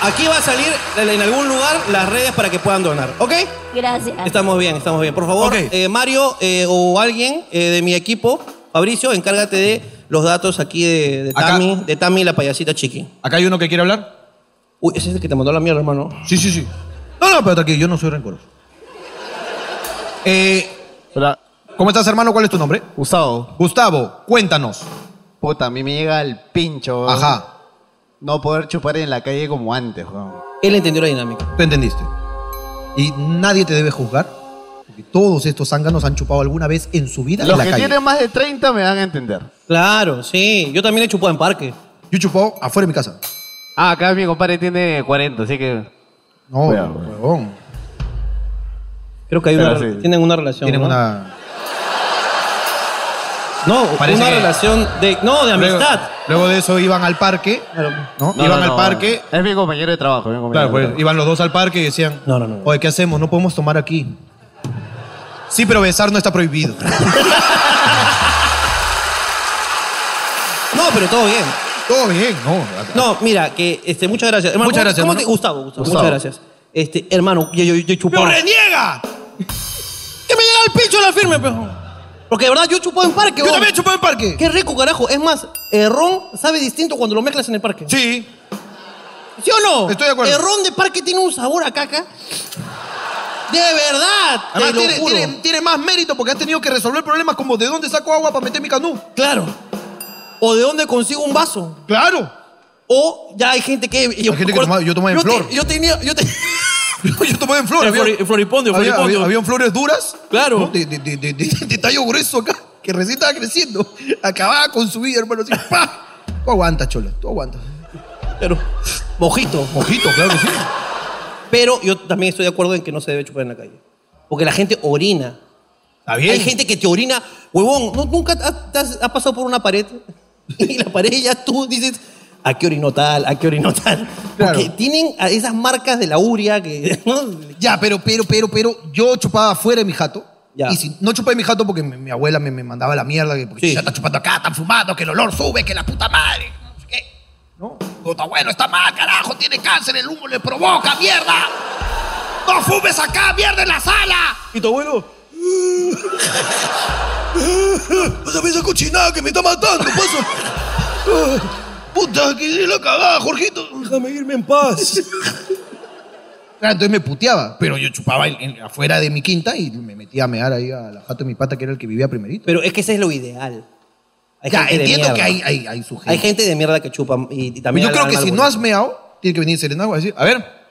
Speaker 1: Aquí va a salir en algún lugar las redes para que puedan donar, ¿ok?
Speaker 3: Gracias.
Speaker 1: Estamos bien, estamos bien. Por favor,
Speaker 2: Ok.
Speaker 1: eh, Mario eh, o alguien eh, de mi equipo, Fabricio, encárgate de los datos aquí de, de
Speaker 2: Acá.
Speaker 1: Tami, de Tami, la payasita chiqui.
Speaker 2: ¿Acá hay uno que quiere hablar?
Speaker 1: Uy, ese es el que te mandó la mierda, hermano.
Speaker 2: Sí, sí, sí. No, no, pero tranquilo, yo no soy rencoroso. Eh,
Speaker 4: Hola,
Speaker 2: ¿Cómo estás, hermano? ¿Cuál es tu nombre?
Speaker 4: Gustavo.
Speaker 2: Gustavo, cuéntanos.
Speaker 4: Puta, a mí me llega el pincho. weón.
Speaker 2: Ajá,
Speaker 4: No poder chupar en la calle como antes, weón.
Speaker 1: Él entendió la dinámica.
Speaker 2: tú entendiste. Y nadie te debe juzgar, porque todos estos zánganos han chupado alguna vez en su vida
Speaker 4: Los
Speaker 2: en la
Speaker 4: que
Speaker 2: calle.
Speaker 4: tienen más de 30 me van a entender.
Speaker 1: Claro, sí. Yo también he chupado en parque.
Speaker 2: Yo he chupado afuera de mi casa.
Speaker 4: Ah, acá mi compadre tiene 40, así que.
Speaker 2: No,
Speaker 4: Cuidado,
Speaker 2: huevón.
Speaker 1: Creo que hay
Speaker 4: Pero
Speaker 1: una,
Speaker 4: sí.
Speaker 1: tienen una relación.
Speaker 2: Tienen
Speaker 1: ¿no?
Speaker 2: una...
Speaker 1: No,
Speaker 2: Parece
Speaker 1: una
Speaker 2: que-
Speaker 1: relación de. No, de
Speaker 2: Luego,
Speaker 1: amistad.
Speaker 2: luego de eso iban al parque, ¿no?
Speaker 4: No,
Speaker 2: iban
Speaker 4: no,
Speaker 2: al
Speaker 4: no,
Speaker 2: parque.
Speaker 4: Es mi compañero de trabajo. mi compañero
Speaker 2: Claro,
Speaker 4: de
Speaker 2: pues
Speaker 4: trabajo.
Speaker 2: iban los dos al parque y decían,
Speaker 1: No, no, no.
Speaker 2: oye, ¿qué hacemos? No podemos tomar aquí. Sí, pero besar no está prohibido.
Speaker 1: No, pero todo bien.
Speaker 2: Todo bien, no.
Speaker 1: No, mira, que este, muchas gracias. Hermano,
Speaker 2: Muchas
Speaker 1: ¿cómo-
Speaker 2: gracias,
Speaker 1: ¿cómo
Speaker 2: ¿no?
Speaker 1: te- Gustavo, Gustavo,
Speaker 4: Gustavo.
Speaker 1: muchas gracias. Este, hermano, yo, yo, yo he
Speaker 2: ¡Pero
Speaker 1: chupado.
Speaker 2: reniega!
Speaker 1: ¡Que me llega el pincho la firme, pejo! Porque de verdad yo he chupado en parque,
Speaker 2: Yo
Speaker 1: weón.
Speaker 2: también he chupado en parque.
Speaker 1: Qué rico, carajo. Es más, el ron sabe distinto cuando lo mezclas en el parque.
Speaker 2: Sí.
Speaker 1: ¿Sí o no?
Speaker 2: Estoy de acuerdo.
Speaker 1: El ron de parque tiene un sabor a caca. De verdad,
Speaker 2: Además,
Speaker 1: te Ah, lo
Speaker 2: tiene,
Speaker 1: juro.
Speaker 2: tiene- tiene más mérito porque has tenido que resolver problemas como de dónde saco agua para meter mi canú.
Speaker 1: Claro. O de dónde consigo un vaso.
Speaker 2: Claro.
Speaker 1: O ya hay gente que. Yo,
Speaker 2: Hay gente que toma- yo tomaba en
Speaker 1: te-
Speaker 2: flor.
Speaker 1: yo tenía. Yo te-
Speaker 2: Yo tomé en flor.
Speaker 1: En
Speaker 2: había-
Speaker 1: Flori- en Floripondio,
Speaker 2: había-
Speaker 1: Floripondio.
Speaker 2: había- habían flores duras.
Speaker 1: Claro.
Speaker 2: ¿no? De, de- de- de- de- de tallo grueso acá, que recién estaba creciendo. Acababa con su vida, hermano. Así, ¡pa! Tú aguantas, chola. Tú aguantas.
Speaker 1: Pero. Mojito.
Speaker 2: Mojito, claro que sí.
Speaker 1: Pero yo también estoy de acuerdo en que no se debe chupar en la calle. Porque la gente orina.
Speaker 2: Está bien.
Speaker 1: Hay gente que te orina. Huevón, ¿no- ¿nunca has, te has- has pasado por una pared? Y la pared ya tú dices, ¿a qué orinó tal? ¿A qué orinó tal?
Speaker 2: Claro.
Speaker 1: Porque tienen a esas marcas de la uria que... ¿no?
Speaker 2: Ya, pero, pero, pero, pero, yo chupaba fuera de mi jato.
Speaker 1: Ya.
Speaker 2: Y si, no chupé en mi jato porque mi, mi abuela me, me mandaba la mierda, que porque
Speaker 1: Sí.
Speaker 2: ya está chupando acá, están fumando, que el olor sube, que la puta madre. No sé qué. No, No, está bueno, está mal, carajo, tiene cáncer, el humo le provoca, mierda. No fumes acá, mierda, en la sala.
Speaker 1: ¿Y tu abuelo?
Speaker 2: Vas a ver esa cochinada que me está matando, paso. Ah, Puta, que la cagada, Jorgito.
Speaker 1: Déjame irme en paz.
Speaker 2: Claro, Ah, entonces me puteaba, pero yo chupaba en- en- afuera de mi quinta y me metía a mear ahí a la jato de mi pata, que era el que vivía primerito.
Speaker 1: Pero es que ese es lo ideal. Hay
Speaker 2: Ya,
Speaker 1: gente de
Speaker 2: entiendo
Speaker 1: mierda.
Speaker 2: que hay, hay, hay su gente.
Speaker 1: Hay gente de mierda que chupa y, y también...
Speaker 2: yo creo
Speaker 1: al-
Speaker 2: que
Speaker 1: al
Speaker 2: si
Speaker 1: mal
Speaker 2: no has
Speaker 1: gusto.
Speaker 2: meado, tiene que venir Serenagua a decir, a ver.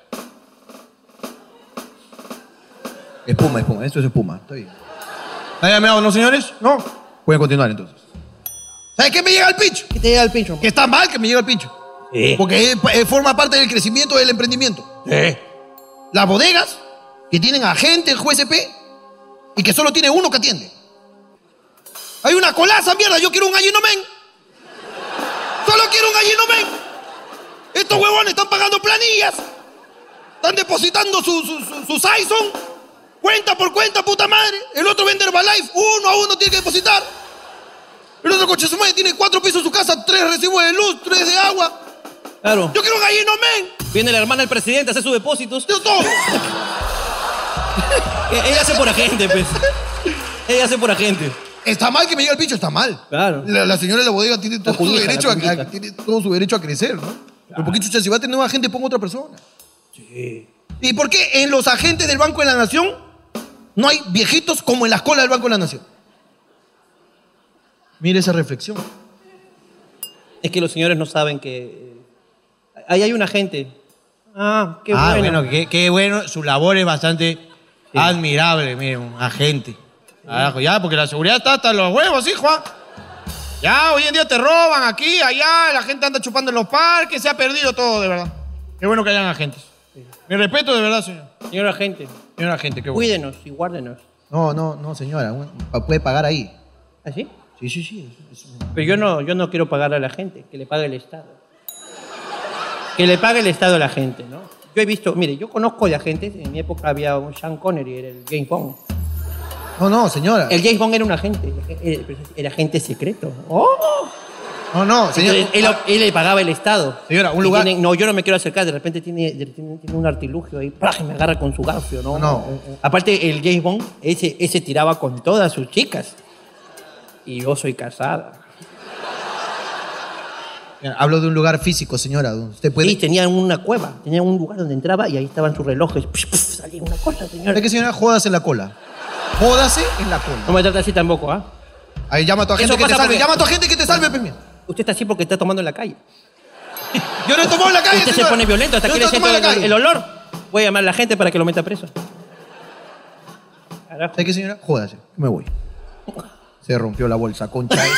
Speaker 2: Espuma, espuma, esto es espuma, está bien. ¿Nadie ha meado, no, señores? No. Pueden continuar entonces. ¿Sabes qué me llega el pincho?
Speaker 1: Que te llega el pincho.
Speaker 2: Que está mal que me llega el pincho.
Speaker 1: Sí.
Speaker 2: Porque es- eh, forma parte del crecimiento del emprendimiento. Las bodegas que tienen agentes, juez-p E y que solo tiene uno que atiende. Hay una colaza, mierda, yo quiero un gallinomen. Solo quiero un gallinomen. Estos huevones están pagando planillas. Están depositando su, su, su- su Saison. Cuenta por cuenta, puta madre. El otro vende Herbalife. Uno a uno tiene que depositar. El otro coche su madre tiene cuatro pisos en su casa, tres recibos de luz, tres de agua.
Speaker 1: Claro.
Speaker 2: Yo quiero un gallinomen.
Speaker 1: Viene la hermana del presidente, hace sus depósitos.
Speaker 2: Yo todo.
Speaker 1: E- Ella hace por agente, pues. Ella hace por agente.
Speaker 2: Está mal que me diga el pincho, está mal.
Speaker 1: Claro.
Speaker 2: La, la señora de la bodega tiene todo,
Speaker 1: cunija,
Speaker 2: su
Speaker 1: la
Speaker 2: derecho a,
Speaker 1: cunija.
Speaker 2: a- tiene todo su derecho a crecer, ¿no? Pero ¿Por qué chucha, si va a tener nueva gente, pongo otra persona? ¿Y por qué en los agentes del Banco de la Nación no hay viejitos como en las colas del Banco de la Nación? Mire esa reflexión.
Speaker 1: Es que los señores no saben que. eh, Ahí hay una gente. Ah, qué
Speaker 5: ah,
Speaker 1: bueno.
Speaker 5: bueno, qué, qué bueno. Su labor es bastante admirable, mire, un agente. Carajo, ya, porque la seguridad está hasta los huevos, sí, Juan. Ya, hoy en día te roban aquí, allá, la gente anda chupando en los parques, se ha perdido todo, de verdad. Qué bueno que hayan agentes. Mi respeto, de verdad, señor.
Speaker 1: Señor agente,
Speaker 5: Señor agente, qué bueno.
Speaker 1: cuídenos y guárdenos.
Speaker 2: No, no, no, señora. un- pa- Puede pagar ahí.
Speaker 1: ¿Así?
Speaker 2: Sí, sí, sí. es- es-
Speaker 1: ¿Ah, Pero yo no, yo no quiero pagar a la gente, que le pague el Estado. Que le pague el Estado a la gente, ¿no? Yo he visto, mire, yo conozco de agentes, en mi época había un Sean Connery, era el James Bond.
Speaker 2: No, no, señora.
Speaker 1: El James Bond era un agente, el, el agente secreto. ¡Oh!
Speaker 2: No, no, señora.
Speaker 1: Entonces, él, él le pagaba el Estado.
Speaker 2: ah. Señora, un
Speaker 1: Y
Speaker 2: lugar-
Speaker 1: tienen- no, yo no me quiero acercar, de repente tiene, de- tiene, tiene un artilugio ahí, ¡praj! y me agarra con su garfio, ¿no?
Speaker 2: No.
Speaker 1: Eh, eh, Aparte, el James Bond, ese, ese tiraba con todas sus chicas. Y yo soy casada.
Speaker 2: Mira, Hablo de un lugar físico, señora. donde Usted puede.
Speaker 1: Sí, tenía una cueva, tenía un lugar donde entraba y ahí estaban sus relojes. Psh, psh, salía una cosa, señor.
Speaker 2: ¿Sabe qué, señora? Jódase en la cola. Jódase en la
Speaker 1: No
Speaker 2: cola.
Speaker 1: me trata así tampoco, ¿ah?
Speaker 2: Ahí llama a tu
Speaker 1: Eso
Speaker 2: gente que te
Speaker 1: pasa
Speaker 2: salve.
Speaker 1: porque-
Speaker 2: Llama a tu gente que te salve, pe, mía.
Speaker 1: Usted está así porque está tomando en la calle.
Speaker 2: Yo no he tomado en la calle,
Speaker 1: Usted Este se
Speaker 2: señora.
Speaker 1: pone violento, hasta
Speaker 2: Yo
Speaker 1: aquí
Speaker 2: no
Speaker 1: le
Speaker 2: he
Speaker 1: siento
Speaker 2: tomado en la
Speaker 1: el,
Speaker 2: calle.
Speaker 1: el olor. Voy a llamar a la gente para que lo meta preso. Carajo.
Speaker 2: ¿Sabe qué, señora? Jódase. Me voy. Se rompió la bolsa, concha.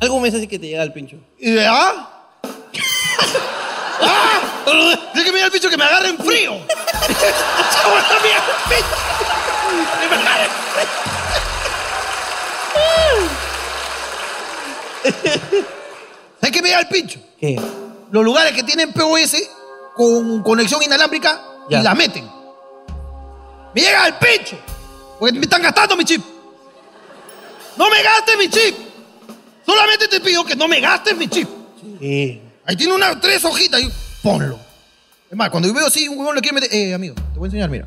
Speaker 1: Algo me hace que te llega al pincho.
Speaker 2: ¿Y ah? ¡Ah! Dice que mira el bicho que me agarre en frío. ¿Sabes qué me da el pincho?
Speaker 1: ¿Qué?
Speaker 2: Los lugares que tienen POS con conexión inalámbrica
Speaker 1: Ya.
Speaker 2: y la meten. Me llega el pincho. Porque me están gastando mi chip. No me gastes mi chip. Solamente te pido que no me gastes mi chip.
Speaker 1: ¿Qué?
Speaker 2: Ahí tiene unas tres hojitas. y ponlo. Es más, cuando yo veo así, un huevón le quiere meter. Eh, amigo, te voy a enseñar, mira.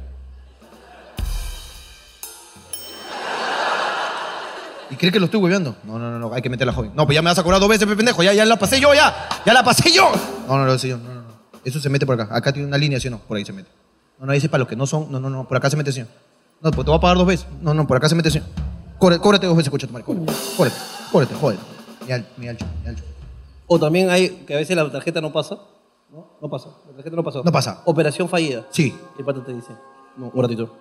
Speaker 2: ¿Y crees que lo estoy hueveando? No, no, no, no, hay que meterla joven. No, pues ya me vas a cobrar dos veces, pe, pendejo. Ya, ya la pasé yo, ya. Ya la pasé yo. No, no, no, sí, yo, no, no, no. Eso se mete por acá. Acá tiene una línea, sí o no. Por ahí se mete. No, no, dice para los que no son. No, no, no. Por acá se mete, sí. No, pues te voy a pagar dos veces. No, no, por acá se mete, sí. Cóbrate, cóbrate dos veces, coche, tu madre. Cóbrate, cóbrate, cóbrate, joder. Mira, el- mira, el chon, mira, el chon.
Speaker 1: O también hay que a veces la tarjeta no pasa. No, no pasa. La tarjeta no pasó.
Speaker 2: No pasa.
Speaker 1: Operación fallida.
Speaker 2: Sí.
Speaker 1: El pato te dice. No, un ratito.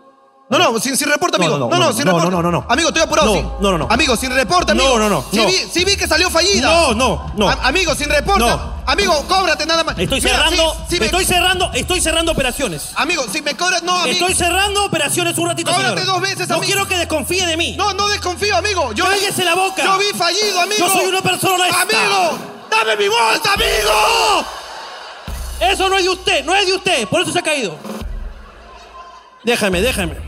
Speaker 2: No, no, sin, sin reporte,
Speaker 1: No,
Speaker 2: amigo. No, no, sin
Speaker 1: no,
Speaker 2: reporte.
Speaker 1: no, no, no, no.
Speaker 2: Amigo, estoy apurado.
Speaker 1: No,
Speaker 2: sí.
Speaker 1: no, no, no.
Speaker 2: Amigo, sin reporte, amigo.
Speaker 1: No, no, no,
Speaker 2: Sí,
Speaker 1: no.
Speaker 2: Vi, sí vi que salió fallida.
Speaker 6: No, no, no.
Speaker 2: A- amigo, sin reporte.
Speaker 6: No.
Speaker 2: Amigo, cóbrate nada más.
Speaker 6: Estoy
Speaker 2: Mira,
Speaker 6: cerrando,
Speaker 2: sí, sí me-
Speaker 6: estoy cerrando, estoy cerrando operaciones.
Speaker 2: Amigo, si me cobras, no, amigo.
Speaker 6: Estoy cerrando operaciones un ratito,
Speaker 2: Cóbrate
Speaker 6: señor.
Speaker 2: dos veces,
Speaker 6: no
Speaker 2: amigo.
Speaker 6: quiero que desconfíe de mí.
Speaker 2: No, no desconfío, amigo. Yo
Speaker 6: Cállese la boca.
Speaker 2: Yo vi fallido, amigo.
Speaker 6: Yo soy una persona honesta.
Speaker 2: Amigo, dame mi bolsa, amigo.
Speaker 6: Eso no es de usted, no es de usted. Por eso se ha caído. Déjame, déjame.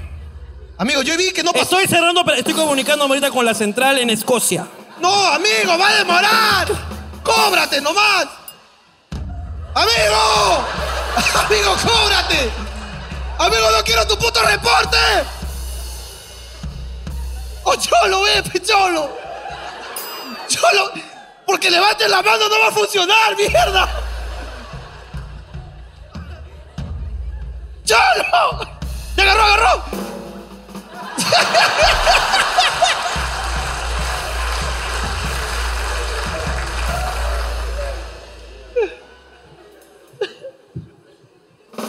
Speaker 2: Amigo, yo vi que no pasó.
Speaker 6: Estoy cerrando, opera- estoy comunicándome ahorita con la central en Escocia.
Speaker 2: No, amigo, va a demorar. Cóbrate nomás. Amigo. Amigo, cóbrate. Amigo, no quiero tu puto reporte. Oh, cholo, ve, pe, cholo. Cholo, porque levantes la mano no va a funcionar, mierda. Cholo. Te agarró, agarró.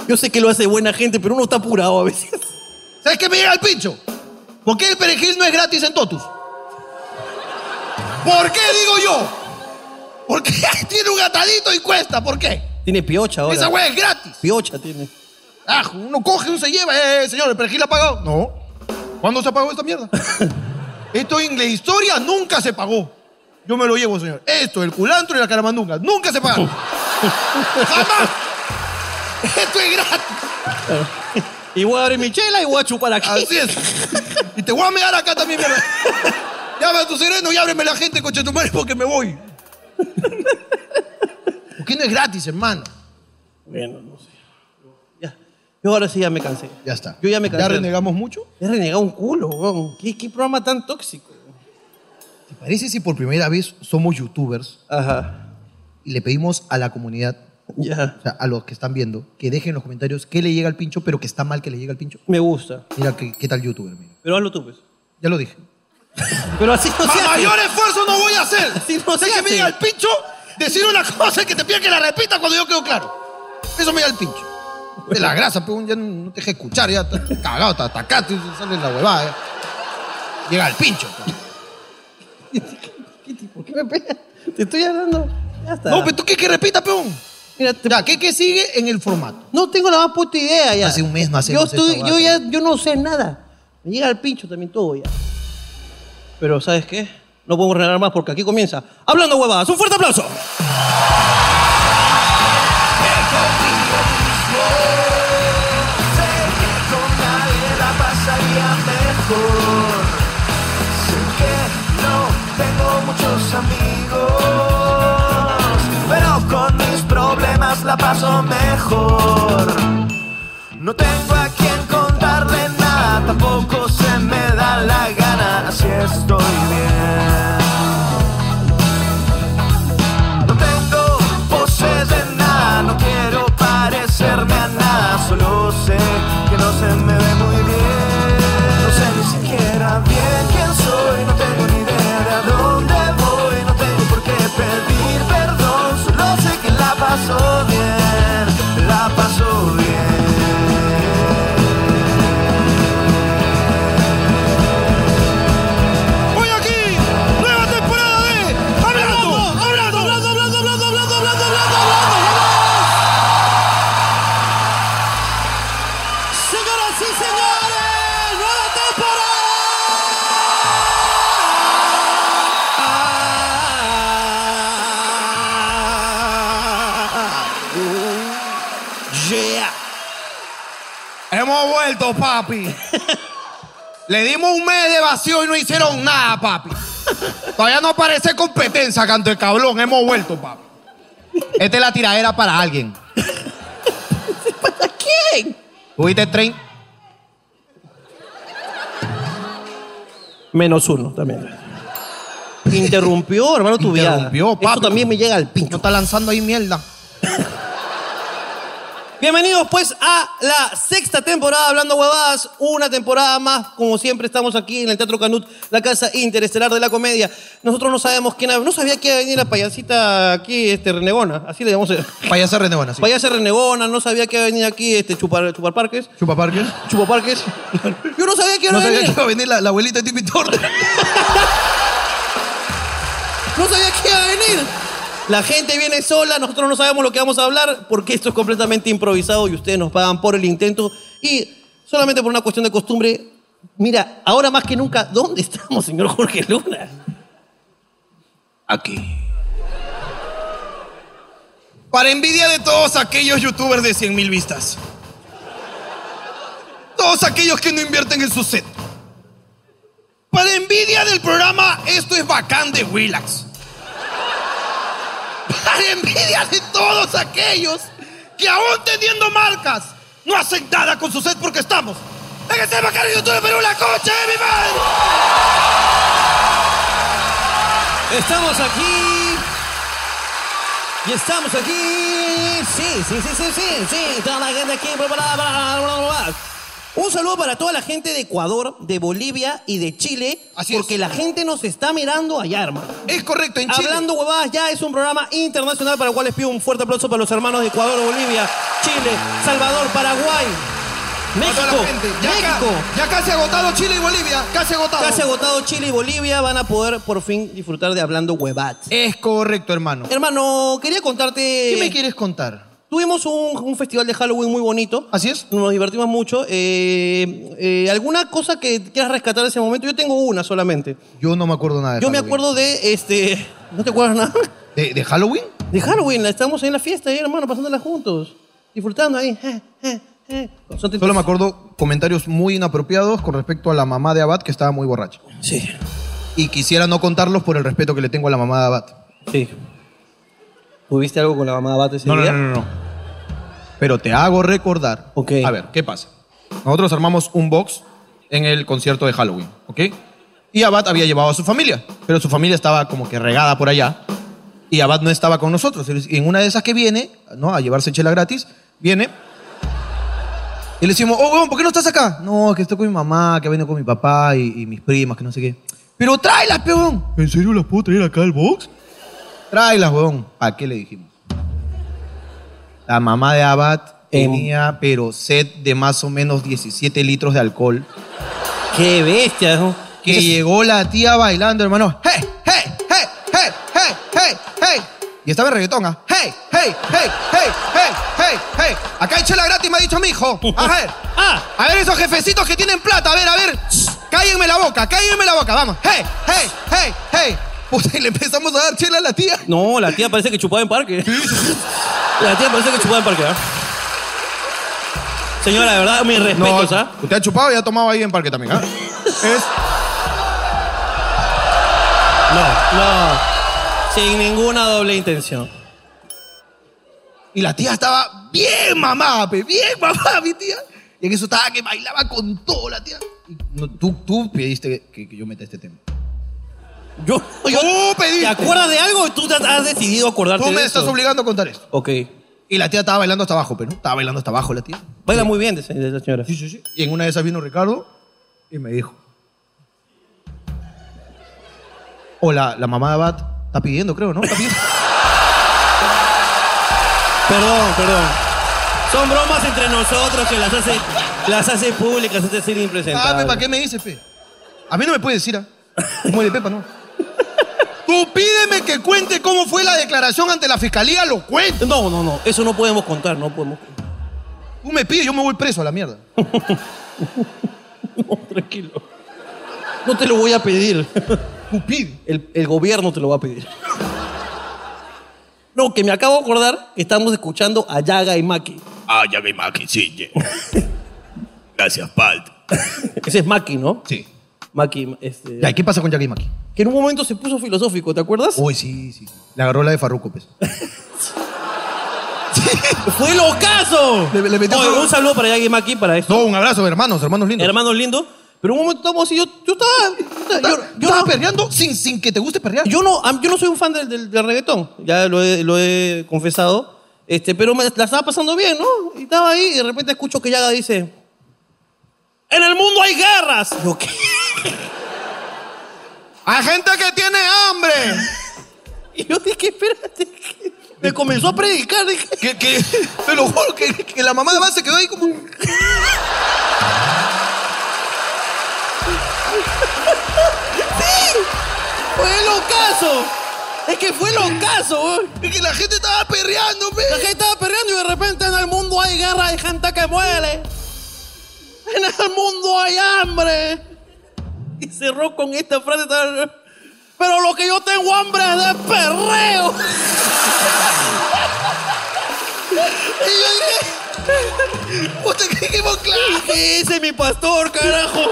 Speaker 1: Yo sé que lo hace buena gente, pero uno está apurado a veces.
Speaker 2: ¿Sabes qué me llega el pincho? ¿Por qué el perejil no es gratis en Totus? ¿Por qué digo yo? ¿Por qué tiene un gatadito y cuesta? ¿Por qué?
Speaker 1: Tiene piocha ahora.
Speaker 2: Esa weá es gratis.
Speaker 1: Piocha tiene.
Speaker 2: Ajo, uno coge, uno se lleva. Eh, señor, el perejil ha pagado. No. ¿Cuándo se ha pagado esta mierda? Esto en la historia nunca se pagó. Yo me lo llevo, señor. Esto, el culantro y la caramandunga, nunca se pagaron. ¡Jamás! Esto es gratis.
Speaker 1: Y voy a abrir mi chela y voy a chupar aquí.
Speaker 2: Así es. Y te voy a mear acá también, mierda. Llama a tu sereno y ábreme la gente, coche tu madre, porque me voy. Porque no es gratis, hermano.
Speaker 1: Bueno, no sé. Ya. Yo ahora sí ya me cansé.
Speaker 2: Ya está.
Speaker 1: Yo ya me cansé.
Speaker 2: ¿Ya renegamos mucho?
Speaker 1: He renegado un culo, weón. ¿Qué, qué programa tan tóxico?
Speaker 2: ¿Te parece si por primera vez somos youtubers
Speaker 1: Ajá.
Speaker 2: y le pedimos a la comunidad,
Speaker 1: Ya.
Speaker 2: o sea, a los que están viendo, que dejen en los comentarios qué le llega al pincho, pero que está mal que le llega al pincho?
Speaker 1: Me gusta.
Speaker 2: Mira qué, qué tal youtuber, mira.
Speaker 1: Pero hazlo tú, pues.
Speaker 2: Ya lo dije.
Speaker 1: Pero así no se
Speaker 2: A
Speaker 1: hace.
Speaker 2: mayor esfuerzo no voy a hacer.
Speaker 1: Así no
Speaker 2: Sé
Speaker 1: se
Speaker 2: que me
Speaker 1: hace.
Speaker 2: diga el pincho decir una cosa y que te pida que la repita cuando yo quedo claro. Eso me da el pincho. De la grasa, peón, ya no te deja escuchar, ya estás cagado, te atacaste, sale la huevada. ya. Llega el pincho. pe.
Speaker 1: ¿Por qué me pegas? Te estoy hablando. Ya está.
Speaker 2: No, pero tú quieres que repita, peón.
Speaker 1: Mira, te-
Speaker 2: Ya, ¿qué, qué sigue en el formato?
Speaker 1: no tengo la más puta idea ya.
Speaker 2: Hace un mes no
Speaker 1: yo,
Speaker 2: hacemos
Speaker 1: estoy-
Speaker 2: esta
Speaker 1: yo
Speaker 2: hueá.
Speaker 1: ya yo no sé nada. Me llega al pincho también todo ya. Pero ¿sabes qué? No podemos regalar más porque aquí comienza. Hablando huevadas, un fuerte aplauso.
Speaker 7: no tengo muchos amigos, pero con mis problemas la paso mejor. No tengo a quien contarle nada, tampoco se me da la gana, así estoy bien. No tengo poses de nada, no quiero parecerme a nada, solo sé que no se me ve muy bien. No sé ni siquiera bien quién soy, no tengo ni idea de a dónde voy, no tengo por qué pedir perdón, solo sé que la paso bien, la paso bien.
Speaker 5: Hoy aquí, nueva temporada de Hablando, hablando, hablando, hablando, hablando, hablando, hablando, hablando,
Speaker 8: Señoras y señores, nueva temporada. Yeah.
Speaker 5: Hemos vuelto, papi. Le dimos un mes de vacío y no hicieron nada, papi. Todavía no aparece competencia, canto el cabrón. Hemos vuelto, papi. Esta es la tiradera para alguien. ¿Para quién? ¿Tuviste el tren?
Speaker 1: Menos uno también. Interrumpió, hermano, tu vida.
Speaker 2: Interrumpió,
Speaker 1: Esto
Speaker 2: papi.
Speaker 1: también me llega al
Speaker 2: No
Speaker 1: pincho.
Speaker 2: está lanzando ahí mierda.
Speaker 1: Bienvenidos pues a la sexta temporada Hablando Huevadas, una temporada más, como siempre estamos aquí en el Teatro Canut, la casa interestelar de la comedia. Nosotros no sabemos quién, ha- no sabía que iba a venir la payasita aquí, este, renegona, así le llamamos. eh,
Speaker 2: Payasa Renegona, sí.
Speaker 1: Payasa renegona, no sabía que iba a venir aquí, este, chupar, chupar parques,
Speaker 2: Chupa Parker.
Speaker 1: chupa parques. Yo no sabía que iba
Speaker 2: No
Speaker 1: a
Speaker 2: sabía
Speaker 1: venir,
Speaker 2: que iba a venir la, la abuelita de Timmy Turner.
Speaker 1: no sabía que iba a venir. La gente viene sola, nosotros no sabemos lo que vamos a hablar porque esto es completamente improvisado y ustedes nos pagan por el intento y solamente por una cuestión de costumbre. Mira, ahora más que nunca, ¿dónde estamos, señor Jorge Luna?
Speaker 2: Aquí.
Speaker 5: Para envidia de todos aquellos youtubers de 100.000 vistas. Todos aquellos que no invierten en su set. Para envidia del programa Esto es Bacán de Willax. Para envidia de todos aquellos que aún teniendo marcas no hacen nada con su set porque estamos. En este Bacán de YouTube de Perú, la coche de mi madre.
Speaker 1: Estamos aquí. Y estamos aquí. Sí, sí, sí, sí, sí, sí. Toda la gente aquí. bla, bla, bla, bla, bla, bla. Un saludo para toda la gente de Ecuador, de Bolivia y de Chile.
Speaker 2: Así
Speaker 1: porque
Speaker 2: es.
Speaker 1: la gente nos está mirando allá, hermano.
Speaker 2: Es correcto, en Chile.
Speaker 1: Hablando huevadas ya es un programa internacional para el cual les pido un fuerte aplauso para los hermanos de Ecuador, Bolivia, Chile, Salvador, Paraguay,
Speaker 2: A toda
Speaker 1: México,
Speaker 2: la gente. Ya, ca-
Speaker 1: México.
Speaker 2: ya casi agotado Chile y Bolivia. Casi agotado.
Speaker 1: Casi agotado Chile y Bolivia van a poder por fin disfrutar de Hablando Huevadas.
Speaker 2: Es correcto, hermano.
Speaker 1: Hermano, quería contarte.
Speaker 2: ¿Qué me quieres contar?
Speaker 1: Tuvimos un, un festival de Halloween muy bonito.
Speaker 2: Así es.
Speaker 1: Nos divertimos mucho. Eh, eh, ¿Alguna cosa que quieras rescatar de ese momento? Yo tengo una solamente.
Speaker 2: Yo no me acuerdo nada de
Speaker 1: Yo me
Speaker 2: Halloween.
Speaker 1: acuerdo de este. ¿No te acuerdas nada?
Speaker 2: ¿De, de Halloween?
Speaker 1: De Halloween. Estamos ahí en la fiesta, ahí, hermano, pasándola juntos. Disfrutando ahí. Eh, eh, eh. Son-
Speaker 2: Solo me acuerdo comentarios muy inapropiados con respecto a la mamá de Abad que estaba muy borracha.
Speaker 1: Sí.
Speaker 2: Y quisiera no contarlos por el respeto que le tengo a la mamá de Abad.
Speaker 1: Sí. ¿Tuviste algo con la mamá de Bate ese día?
Speaker 2: Pero te hago recordar.
Speaker 1: Ok.
Speaker 2: A ver, ¿qué pasa? Nosotros armamos un box en el concierto de Halloween, ¿ok? Y Abad había llevado a su familia, pero su familia estaba como que regada por allá. Y Abad no estaba con nosotros. Y en una de esas que viene, ¿no? A llevarse chela gratis, viene. Y le decimos, oh, weón, ¿por qué no estás acá? No, que estoy con mi mamá, que venido con mi papá y, y mis primas, que no sé qué. Pero tráelas, peón. ¿En serio las puedo traer acá al box? Tráelas, weón. ¿A qué le dijimos? La mamá de Abad
Speaker 1: Em.
Speaker 2: tenía, pero set de más o menos 17 litros de alcohol.
Speaker 1: ¡Qué bestia! ¿no?
Speaker 2: Que llegó la tía bailando, hermano. ¡Hey, hey, hey, hey, hey, hey, hey! Y estaba en reggaetón, ¿ah? ¡Hey! ¡Hey! ¡Hey! ¡Hey! ¡Hey! ¡Hey! ¡Hey! Acá hay chela gratis, me ha dicho mi hijo. A ver.
Speaker 1: Ah.
Speaker 2: A ver esos jefecitos que tienen plata. A ver, a ver. Cállenme la boca, cállenme la boca. Vamos. ¡Hey! ¡Hey! ¡Hey! ¡Hey! Puta, y le empezamos a dar chela a la tía.
Speaker 1: No, la tía parece que chupaba en parque. La tía parece que chupaba en parque, ¿ah? Señora, de verdad, mis respetos, ¿ah?
Speaker 2: Usted ha chupado y ha tomado ahí en parque también, ¿ah? es...
Speaker 1: Sin ninguna doble intención.
Speaker 2: Y la tía estaba bien mamá, pe, bien mamá, mi tía. Y en eso estaba que bailaba con todo la tía. Y no, tú, tú pediste que, que yo meta este tema.
Speaker 1: Yo, Pues yo-
Speaker 2: Tú pediste.
Speaker 1: ¿Te acuerdas de algo? Tú te has decidido acordarte
Speaker 2: Tú
Speaker 1: de
Speaker 2: me
Speaker 1: eso.
Speaker 2: estás obligando a contar esto.
Speaker 1: Ok.
Speaker 2: Y la tía estaba bailando hasta abajo, pero no estaba bailando hasta abajo la tía.
Speaker 1: Baila muy bien de esa de esa señora.
Speaker 2: Sí, sí, sí. Y en una de esas vino Ricardo y me dijo: Hola, la mamá de Abad está pidiendo, creo, ¿no? Está pidiendo. "Ah,
Speaker 1: Perdón, perdón. Son bromas entre nosotros que las hace, las hace públicas, es decir,
Speaker 2: Ah,
Speaker 1: impresentables.
Speaker 2: Pepa, ¿qué me dices, Pe? A mí no me puede decir, ¿ah? Muere Pepa, no. Tú pídeme que cuente cómo fue la declaración ante la fiscalía, lo cuento.
Speaker 1: No, no, no. Eso no podemos contar, no podemos.
Speaker 2: Tú me pides, yo me voy preso a la mierda.
Speaker 1: No, tranquilo. No te lo voy a pedir.
Speaker 2: Tú pides.
Speaker 1: El, el gobierno te lo va a pedir. No, que me acabo de acordar que estamos escuchando a Yaga y Maki.
Speaker 5: Ah, ya me maquicille. Gracias, Palt.
Speaker 1: Ese es Maki, ¿no?
Speaker 2: Sí.
Speaker 1: Maki, este.
Speaker 2: Ya, ¿y qué pasa con Jackie Maki?
Speaker 1: Que en un momento se puso filosófico, ¿te acuerdas?
Speaker 2: Uy, sí, sí. Le agarró la de Farruko, pues.
Speaker 1: ¡Fue el ocaso!
Speaker 2: Le- le metió
Speaker 1: Oye,
Speaker 2: fuego.
Speaker 1: un saludo para Yaga y Maki para esto.
Speaker 2: No, un abrazo, hermanos, hermanos lindos.
Speaker 1: Hermanos lindos. Pero en un momento estamos así, yo, yo estaba.
Speaker 2: Yo,
Speaker 1: Yo, yo
Speaker 2: estaba
Speaker 1: no-
Speaker 2: perreando sin, sin que te guste perrear.
Speaker 1: yo no, am- yo no soy un fan del, del- del reggaetón, ya lo he, lo he confesado, este, pero me la estaba pasando bien, ¿no? Y estaba ahí y de repente escucho que Yaga dice, ¡En el mundo hay guerras! Yo, ¿qué?
Speaker 2: ¡Hay gente que tiene hambre!
Speaker 1: Y yo dije, espérate, ¿qué?". me comenzó a predicar, dije,
Speaker 2: que, que, te lo juro, que, que la mamá de Abad se quedó ahí como...
Speaker 1: ¡fue el ocaso! Es que fue el ocaso, ¿eh?
Speaker 2: Es que la gente estaba perreando, pe.
Speaker 1: La gente estaba perdiendo y de repente en el mundo hay guerra, hay gente que muere. En el mundo hay hambre. Y cerró con esta frase. tan- Pero lo que yo tengo hambre es de perreo.
Speaker 2: Puta, que quedó claro.
Speaker 1: ¿Qué dice mi pastor, carajo?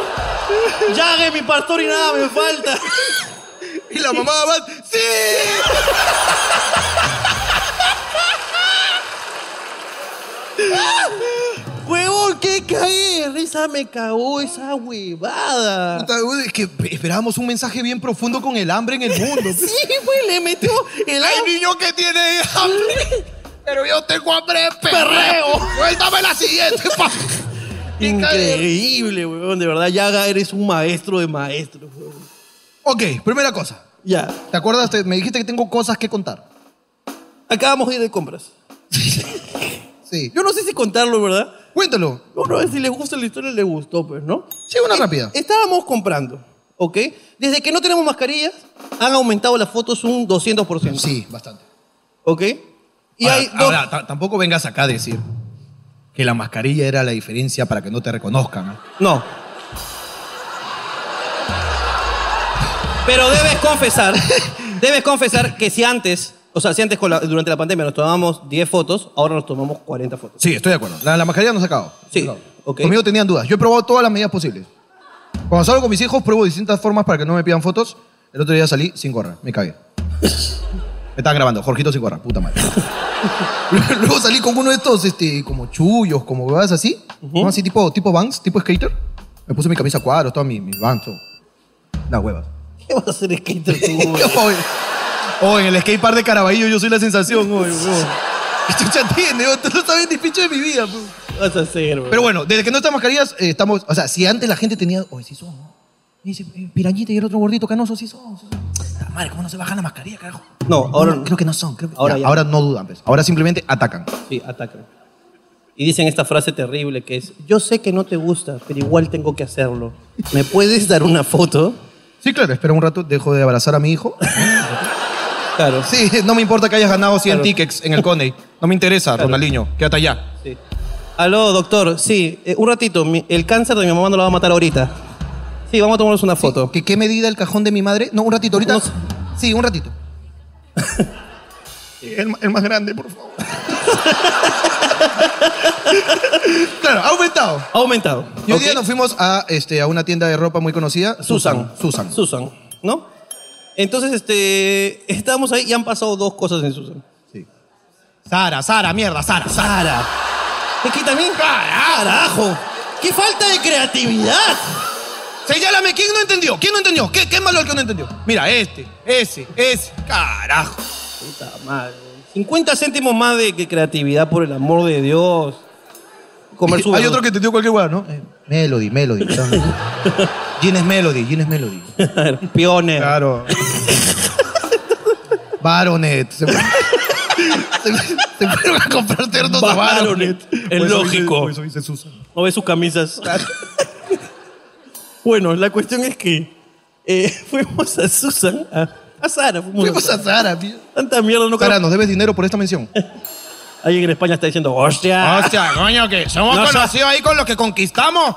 Speaker 1: Llague mi pastor y nada me falta.
Speaker 2: Y la mamá de Abad, ¡sí!
Speaker 1: Huevón, qué caí. Risa me cagó esa huevada.
Speaker 2: Puta, güey, Es que esperábamos un mensaje bien profundo con el hambre en el mundo.
Speaker 1: Sí, pues le metió el
Speaker 2: Hay
Speaker 1: hambre.
Speaker 2: niño que tiene hambre, pero yo tengo hambre de
Speaker 1: Perreo.
Speaker 2: Cuéntame la siguiente, pa. Y cae-
Speaker 1: Increíble, huevón. De verdad, Yaga, eres un maestro de maestros, huevón.
Speaker 2: Ok, primera cosa.
Speaker 1: Ya.
Speaker 2: ¿Te acuerdas? Te- me dijiste que tengo cosas que contar.
Speaker 1: Acabamos de ir de compras.
Speaker 2: Sí.
Speaker 1: Yo no sé si contarlo, ¿verdad?
Speaker 2: Cuéntalo.
Speaker 1: Uno si les gusta la historia, les gustó, pues, ¿no?
Speaker 2: Sí, una rápida.
Speaker 1: Estábamos comprando, ¿ok? Desde que no tenemos mascarillas, han aumentado las fotos un 200%.
Speaker 2: Sí, bastante.
Speaker 1: ¿Ok? Y
Speaker 2: ahora,
Speaker 1: hay dos...
Speaker 2: ahora, ta- tampoco vengas acá a decir que la mascarilla era la diferencia para que no te reconozcan. ¿ah?
Speaker 1: No. Pero debes confesar, debes confesar que si antes, o sea, si antes con la- durante la pandemia nos tomábamos 10 fotos, ahora nos tomamos 40 fotos.
Speaker 2: Sí, estoy de acuerdo. La, la mascarilla no se acabó.
Speaker 1: Sí,
Speaker 2: No.
Speaker 1: ok.
Speaker 2: Conmigo tenían dudas. Yo he probado todas las medidas posibles. Cuando salgo con mis hijos, pruebo distintas formas para que no me pidan fotos. El otro día salí sin gorra. Me cagué. Me estaban grabando. Jorgito sin gorra. Puta madre. Luego salí con uno de estos, este, como chullos, como huevadas así. ¿no? Así tipo, tipo Vans, tipo skater. Me puse mi camisa a cuadros, todas mis, mis Vans, todo. Las huevas.
Speaker 1: ¿Qué vas a hacer skater tú, güey?
Speaker 2: Oye, oh, en el skatepark de Caraballo yo soy la sensación, oye, weón. Chucha, entiende, weón, tú no sabes ni pinche de mi vida, pues. weón.
Speaker 1: ¿Qué vas a hacer, güey?
Speaker 2: Pero bueno, desde que no estamos mascarillas, eh, estamos. O sea, si antes la gente tenía. Oye, sí son, ¿no? Me dice, eh, pirañita y el otro gordito canoso, sí son. sí son. Puta Madre, ¿cómo no se bajan la mascarilla, carajo?
Speaker 1: No, ahora no.
Speaker 2: Creo que no son. Creo que...
Speaker 1: Ahora
Speaker 2: Ya,
Speaker 1: ya.
Speaker 2: ahora no dudan, pues. Ahora simplemente atacan.
Speaker 1: Sí, atacan. Y dicen esta frase terrible que es, yo sé que no te gusta, pero igual tengo que hacerlo. ¿Me puedes dar una foto?
Speaker 2: Sí, claro, espera un rato, dejo de abrazar a mi hijo.
Speaker 1: Claro.
Speaker 2: Sí, no me importa que hayas ganado 100
Speaker 1: Claro.
Speaker 2: tickets en el Coney. No me interesa, Ronaldinho. Quédate allá.
Speaker 1: Sí. Aló, doctor. Sí, eh, un ratito. Mi- el cáncer de mi mamá no la va a matar ahorita. Sí, vamos a tomarnos una foto.
Speaker 2: ¿Qué, ¿Qué medida el cajón de mi madre? No, un ratito, ahorita.
Speaker 1: No sé.
Speaker 2: Sí, un ratito.
Speaker 9: El, el más grande, por favor.
Speaker 2: Claro, ha aumentado.
Speaker 1: Ha aumentado.
Speaker 2: Y hoy
Speaker 1: Ok.
Speaker 2: día nos fuimos a, este, a una tienda de ropa muy conocida.
Speaker 1: Susan.
Speaker 2: Susan.
Speaker 1: Susan, ¿no? Entonces, este, estábamos ahí y han pasado dos cosas en Susan.
Speaker 5: Sara, Sara, mierda, Sara, Sara.
Speaker 1: ¡Para! ¿Te quita a mí?
Speaker 5: ¡Carajo!
Speaker 6: ¡Qué falta de creatividad!
Speaker 5: Señálame, ¿quién no entendió? ¿Quién no entendió? ¿Qué, qué malo el que no entendió? Mira, este, ese, ese. Carajo.
Speaker 1: Puta madre. 50 céntimos más de que creatividad, por el amor de Dios. Comer su
Speaker 2: Hay
Speaker 1: verdura.
Speaker 2: otro que te dio cualquier lugar, ¿no? Eh, Melody, Melody. Gin es Melody, Gin es Melody.
Speaker 1: Piones.
Speaker 2: Claro. Baronet. Se, se- se fueron a comprar ternos a Baronet.
Speaker 1: Es lógico.
Speaker 9: Eso dice Susan.
Speaker 1: No ve sus camisas. bueno, la cuestión es que eh, fuimos a Susan, a, a Sara. Fuimos,
Speaker 2: Fuimos a Sara, tío.
Speaker 1: Tanta mierda no
Speaker 2: Sara, nos debes dinero por esta mención.
Speaker 1: Alguien en España está diciendo,
Speaker 2: Ah,
Speaker 1: hostia.
Speaker 5: Hostia, coño, que somos
Speaker 1: No,
Speaker 5: conocidos ahí con los que conquistamos.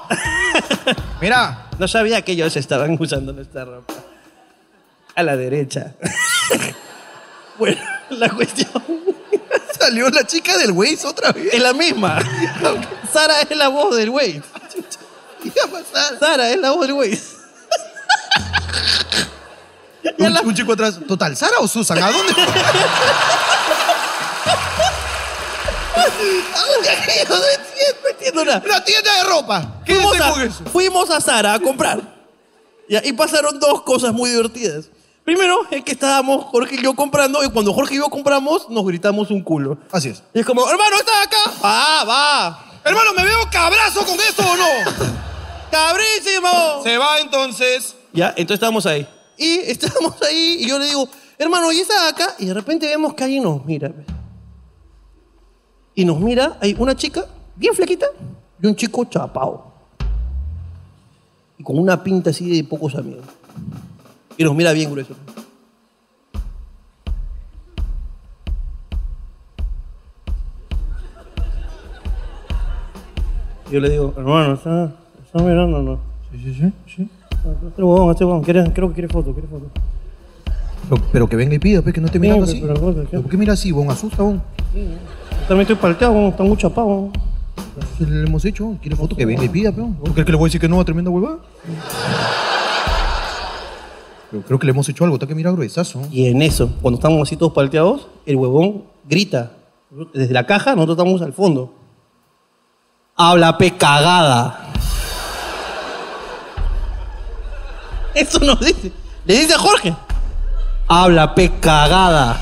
Speaker 5: Mira,
Speaker 1: No sabía que ellos estaban usando nuestra ropa. A la derecha. bueno, la cuestión
Speaker 2: Salió la chica del Waze otra vez.
Speaker 1: es la misma. Sara es la voz del güey.
Speaker 2: ¿Qué va a pasar?
Speaker 1: Sara es la voz del güey.
Speaker 2: Un, un chico atrás. Total, ¿Sara o Susan? ¿A dónde? ¿A dónde han ido? No entiendo, no entiendo nada. Una tienda de ropa. ¿Qué
Speaker 6: Fuimos
Speaker 2: es
Speaker 6: a,
Speaker 2: con eso?
Speaker 6: fuimos a Sara a comprar. Y ahí pasaron dos cosas muy divertidas. Primero, es que estábamos Jorge y yo comprando, y cuando Jorge y yo compramos, nos gritamos un culo.
Speaker 2: Así es.
Speaker 6: Y es como, hermano, ¿estás acá? Va, va.
Speaker 5: hermano, ¿me veo cabrazo con esto o no?
Speaker 6: ¡Cabrísimo!
Speaker 5: Se va entonces.
Speaker 1: Ya, entonces estábamos ahí.
Speaker 6: Y estábamos ahí, y yo le digo, hermano, ¿y estás acá?
Speaker 1: Y de repente vemos que alguien nos mira. Y nos mira, hay una chica bien flaquita y un chico chapao. Y con una pinta así de pocos amigos. Y nos mira bien grueso. Yo le digo, hermano, ¿estás está mirando o no? Sí, sí, sí. sí. Este huevón, este huevón, quiere- creo que quiere foto, quiere foto.
Speaker 2: Pero, pero que venga y pida, pues que no esté mirando
Speaker 1: Sí,
Speaker 2: así.
Speaker 1: pero cosa, ¿qué?
Speaker 2: ¿Pero ¿Por qué mira así? Bon, asusta, bon.
Speaker 1: También estoy palteado, huevón, está muy chapado. huevón.
Speaker 2: Se Pues le hemos hecho, bon. quiere foto que venga y pida, peón. ¿Tú crees que le voy a decir que no a tremenda huevada? Pero creo que le hemos hecho algo, está que mira gruesazo.
Speaker 1: Y en eso, cuando estamos así todos palteados, el huevón grita. Desde la caja, nosotros estamos al fondo. Habla pe cagada. Eso nos dice. Le dice a Jorge. Habla pe cagada.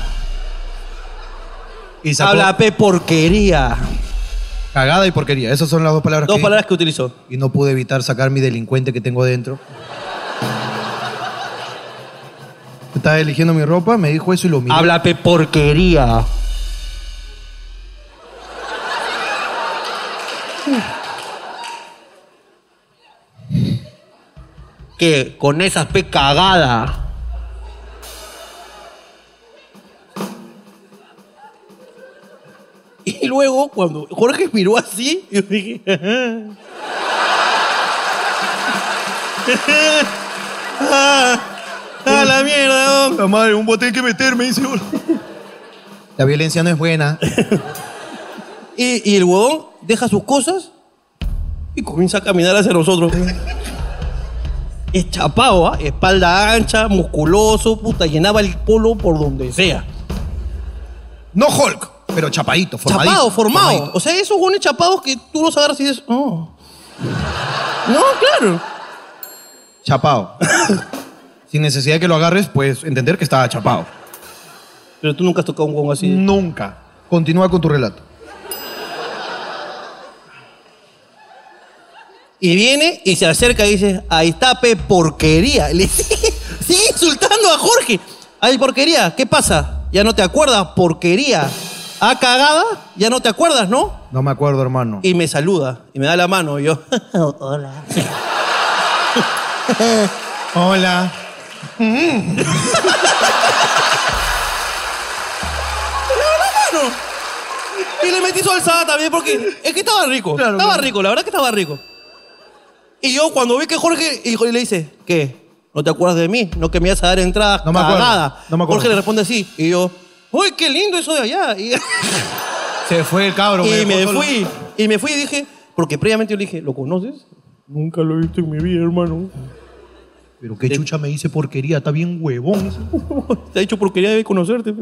Speaker 2: Y sacó
Speaker 1: Habla pe porquería.
Speaker 2: cagada y porquería. Esas son las dos palabras
Speaker 1: Dos
Speaker 2: que...
Speaker 1: palabras que utilizó.
Speaker 2: Y no pude evitar sacar mi delincuente que tengo dentro. Estaba eligiendo mi ropa, me dijo eso y lo miré.
Speaker 1: Habla pe porquería. Que con esas pe cagada.
Speaker 6: Y luego, cuando Jorge miró así, yo dije, "Ajá". ¡Ah, la mierda! hombre.
Speaker 9: La madre, un bote hay que meterme, dice.
Speaker 2: La violencia no es buena.
Speaker 6: Y, y el huevón deja sus cosas
Speaker 1: Y comienza a caminar hacia nosotros. Es chapado, ¿ah? espalda ancha, musculoso, puta, llenaba el polo por donde sea.
Speaker 2: No Hulk, pero chapadito, formadito.
Speaker 1: Chapado, formado.
Speaker 2: formadito.
Speaker 1: O sea, esos gones chapados que tú los agarras y dices, oh. No, claro.
Speaker 2: Chapado. Sin necesidad de que lo agarres, puedes entender que estaba chapado.
Speaker 1: Pero tú nunca has tocado un gong así.
Speaker 2: Nunca. Continúa con tu relato.
Speaker 1: Y viene y se acerca y dice, ahí está, pe, porquería. Le sigue, sigue insultando a Jorge. Ay, porquería, ¿qué pasa? Ya no te acuerdas, porquería. Ah, cagada, ya no te acuerdas, ¿no?
Speaker 2: No me acuerdo, hermano.
Speaker 1: Y me saluda y me da la mano. Y yo, hola.
Speaker 2: Hola.
Speaker 1: Y le metí salsa también porque es que estaba rico.
Speaker 2: Claro,
Speaker 1: estaba
Speaker 2: claro.
Speaker 1: rico, la verdad que estaba rico. Y yo cuando vi que Jorge y Jorge le dice, ¿qué? ¿No te acuerdas de mí? ¿No que me ibas a dar entradas?
Speaker 2: No me acuerdo,
Speaker 1: cagadas?".
Speaker 2: no me acuerdo.
Speaker 1: Jorge le responde así y yo, ¡Uy, qué lindo eso de allá! Y,
Speaker 10: Se fue el cabro.
Speaker 1: y me
Speaker 10: dejó solo.
Speaker 1: fui, y me fui y dije, porque previamente yo le dije, ¿lo conoces? Nunca lo he visto en mi vida, hermano.
Speaker 2: Pero qué chucha me dice porquería, está bien huevón.
Speaker 1: Te ha dicho porquería de conocerte.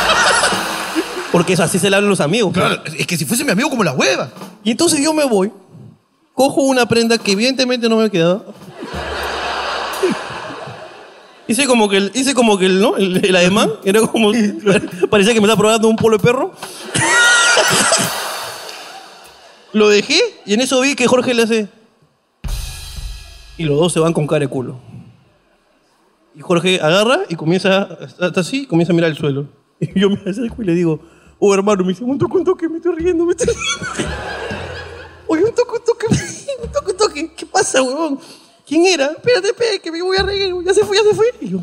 Speaker 1: porque eso así se le hablan los amigos.
Speaker 2: Claro, es que si fuese mi amigo como la hueva.
Speaker 1: Y entonces yo me voy, cojo una prenda que evidentemente no me quedaba. Hice como que el, hice como que el, ¿no? el, el ademán, era como, parecía que me estaba probando un polo de perro. Lo dejé y en eso vi que Jorge le hace... Y los dos se van con cara de culo. Y Jorge agarra y comienza, hasta así, comienza a mirar el suelo. Y yo me acerco y le digo, oh hermano, me dice, un toque, un toque, me estoy riendo, me estoy riendo. Oye, un toque, un toque, un toque, un toque. ¿Qué pasa, huevón? ¿Quién era? Espérate, espérate, que me voy a reír. Ya se fue, ya se fue. Y yo,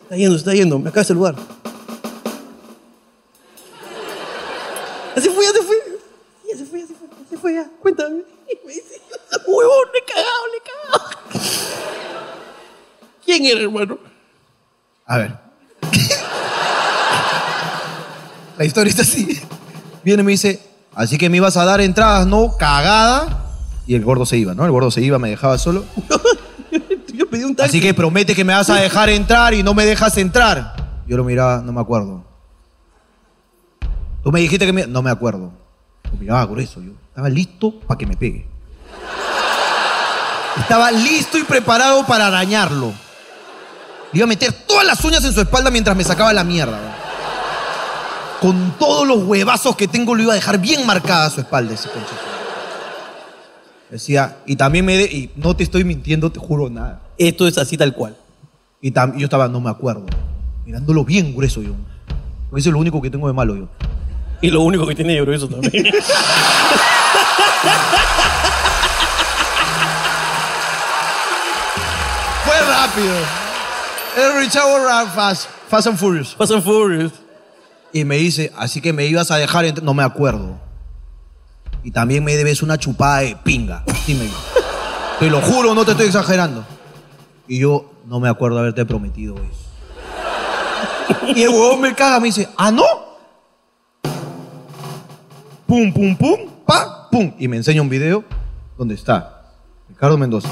Speaker 1: está yendo, está yendo, me acaba de saludar. Ya se fue, ya se fue. Ya se fue, ya se fue, ya se fue, ya. Cuéntame. Y me dice, huevón, le he cagado, le he cagado. ¿Quién era, hermano?
Speaker 2: A ver. la historia está así. Viene y me dice, así que me ibas a dar entradas, ¿no? Cagada. Y el gordo se iba, ¿no? El gordo se iba, me dejaba solo.
Speaker 1: Yo pedí un taxi.
Speaker 2: Así que promete que me vas a dejar entrar y no me dejas entrar. Yo lo miraba, no me acuerdo. Tú me dijiste que me... No me acuerdo. Lo miraba grueso yo. Estaba listo para que me pegue. Estaba listo y preparado para arañarlo. Le iba a meter todas las uñas en su espalda mientras me sacaba la mierda. weón. Con todos los huevazos que tengo, lo iba a dejar bien marcada su espalda, ese concha. Decía, y también me... de- y no te estoy mintiendo, te juro nada.
Speaker 1: Esto es así tal cual.
Speaker 2: Y tam- yo estaba, no me acuerdo, mirándolo bien grueso yo. Porque eso es lo único que tengo de malo yo.
Speaker 1: Y lo único que tiene de grueso también.
Speaker 2: Fue rápido. El Richard Ra- Fast, Fast and Furious.
Speaker 1: Fast and Furious.
Speaker 2: Y me dice, así que me ibas a dejar entrar. No me acuerdo. Y también me debes una chupada de pinga. Dime. Te lo juro, no te estoy exagerando. Y yo, no me acuerdo haberte prometido eso. Y el huevón me caga, me dice, ¿ah, no? Pum, pum, pum, pa, pum. Y me enseña un video donde está Ricardo Mendoza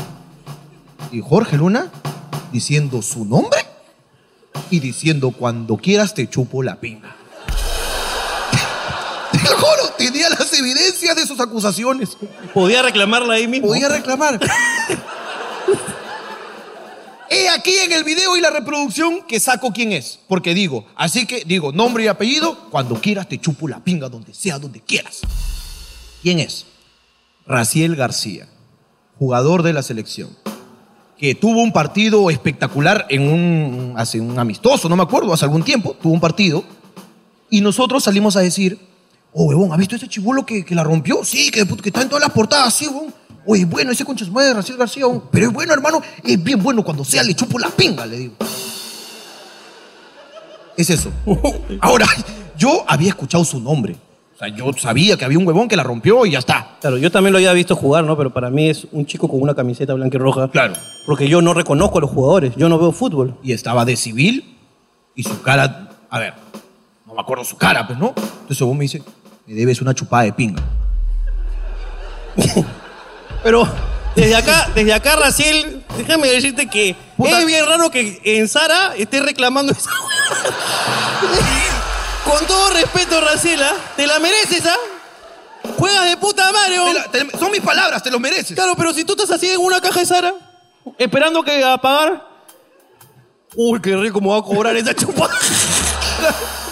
Speaker 2: y Jorge Luna diciendo su nombre y diciendo cuando quieras te chupo la pinga. te lo juro, tenía las evidencias de sus acusaciones.
Speaker 1: Podía reclamarla ahí mismo.
Speaker 2: Podía reclamar. He aquí en el video y la reproducción que saco quién es. Porque digo, así que digo, nombre y apellido, cuando quieras te chupo la pinga, donde sea, donde quieras. ¿Quién es? Raciel García, jugador de la selección, que tuvo un partido espectacular en un, hace un amistoso, no me acuerdo, hace algún tiempo, tuvo un partido, y nosotros salimos a decir, oh, huevón, ¿has visto ese chibolo que, que la rompió? Sí, que, de puta- que está en todas las portadas, sí, huevón. Oye, bueno, ese concha de su madre, Raciel García, huevón. pero es bueno, hermano, es bien bueno, cuando sea le chupo la pinga, le digo. Es eso. Ahora, yo había escuchado su nombre. O sea, yo sabía que había un huevón que la rompió y ya está.
Speaker 1: Claro, yo también lo había visto jugar, ¿no? Pero para mí es un chico con una camiseta blanca y roja.
Speaker 2: Claro.
Speaker 1: Porque yo no reconozco a los jugadores. Yo no veo fútbol.
Speaker 2: y estaba de civil y su cara, a ver, no me acuerdo su cara, pues no. Entonces vos me dice, me debes una chupada de pinga.
Speaker 1: Pero desde acá, desde acá, Raciel, déjame decirte que
Speaker 2: Puta.
Speaker 1: es bien raro que en Sara esté reclamando esa Con todo respeto, Raciel, ¿ah? Te la mereces, ¿ah? Juegas de puta madre,
Speaker 2: Te
Speaker 1: ¿o?
Speaker 2: la- te- son mis palabras, te lo mereces.
Speaker 1: Claro, pero si tú estás así en una caja de Sara, esperando que a pagar. Uy, qué rico me va a cobrar eh. esa chupada.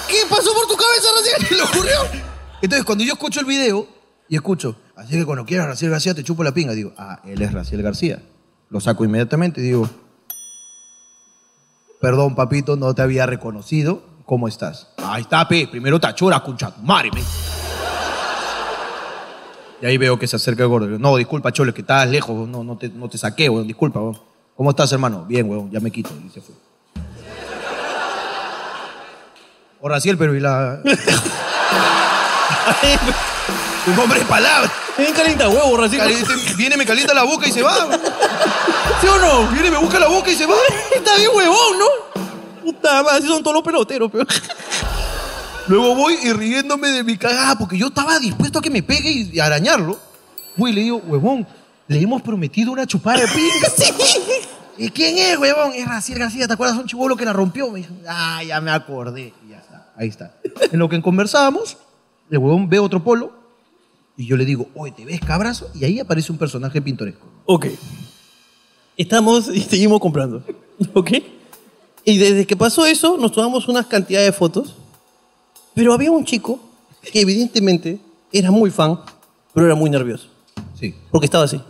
Speaker 2: ¿Qué pasó por tu cabeza, Raciel? ¿Qué le ocurrió? Entonces, cuando yo escucho el video y escucho, así que cuando quieras Raciel García te chupo la pinga, digo, ah, él es Raciel García. Lo saco inmediatamente y digo, perdón, papito, no te había reconocido. ¿Cómo estás? Ahí está, pe. Primero tachura, concha tu madre, pe. Y ahí veo que se acerca el gordo. Le digo, No, disculpa, chole, que estás lejos. No, no, te, no te saqué, weón. Disculpa, weón. ¿Cómo estás, hermano? Bien, weón. Ya me quito. Y se fue. O Raciel, pero y la. Un hombre de palabras.
Speaker 1: Bien calienta huevo, recién.
Speaker 2: Caliente- Viene, me calienta la boca y se va. ¿Sí o no? Viene, me busca la boca y se va.
Speaker 6: Está bien huevón, ¿no? Puta madre, así son todos los peloteros, pero...
Speaker 2: Luego voy y riéndome de mi cagada, porque yo estaba dispuesto a que me pegue y y arañarlo. Voy y le digo, huevón, le hemos prometido una chupada de pinga. ¿Y quién es, huevón? Es Raciel García, ¿te acuerdas? Un chivolo que la rompió. Me dijo, ah, ya me acordé. Y ya está, ahí está. En lo que conversábamos, el huevón ve otro polo y yo le digo, oye, ¿te ves cabrazo? Y ahí aparece un personaje pintoresco.
Speaker 1: Ok. Estamos y seguimos comprando. ¿Ok? Y desde que pasó eso, nos tomamos unas cantidades de fotos. Pero había un chico que evidentemente era muy fan, pero era muy nervioso.
Speaker 2: Sí.
Speaker 1: Porque estaba así.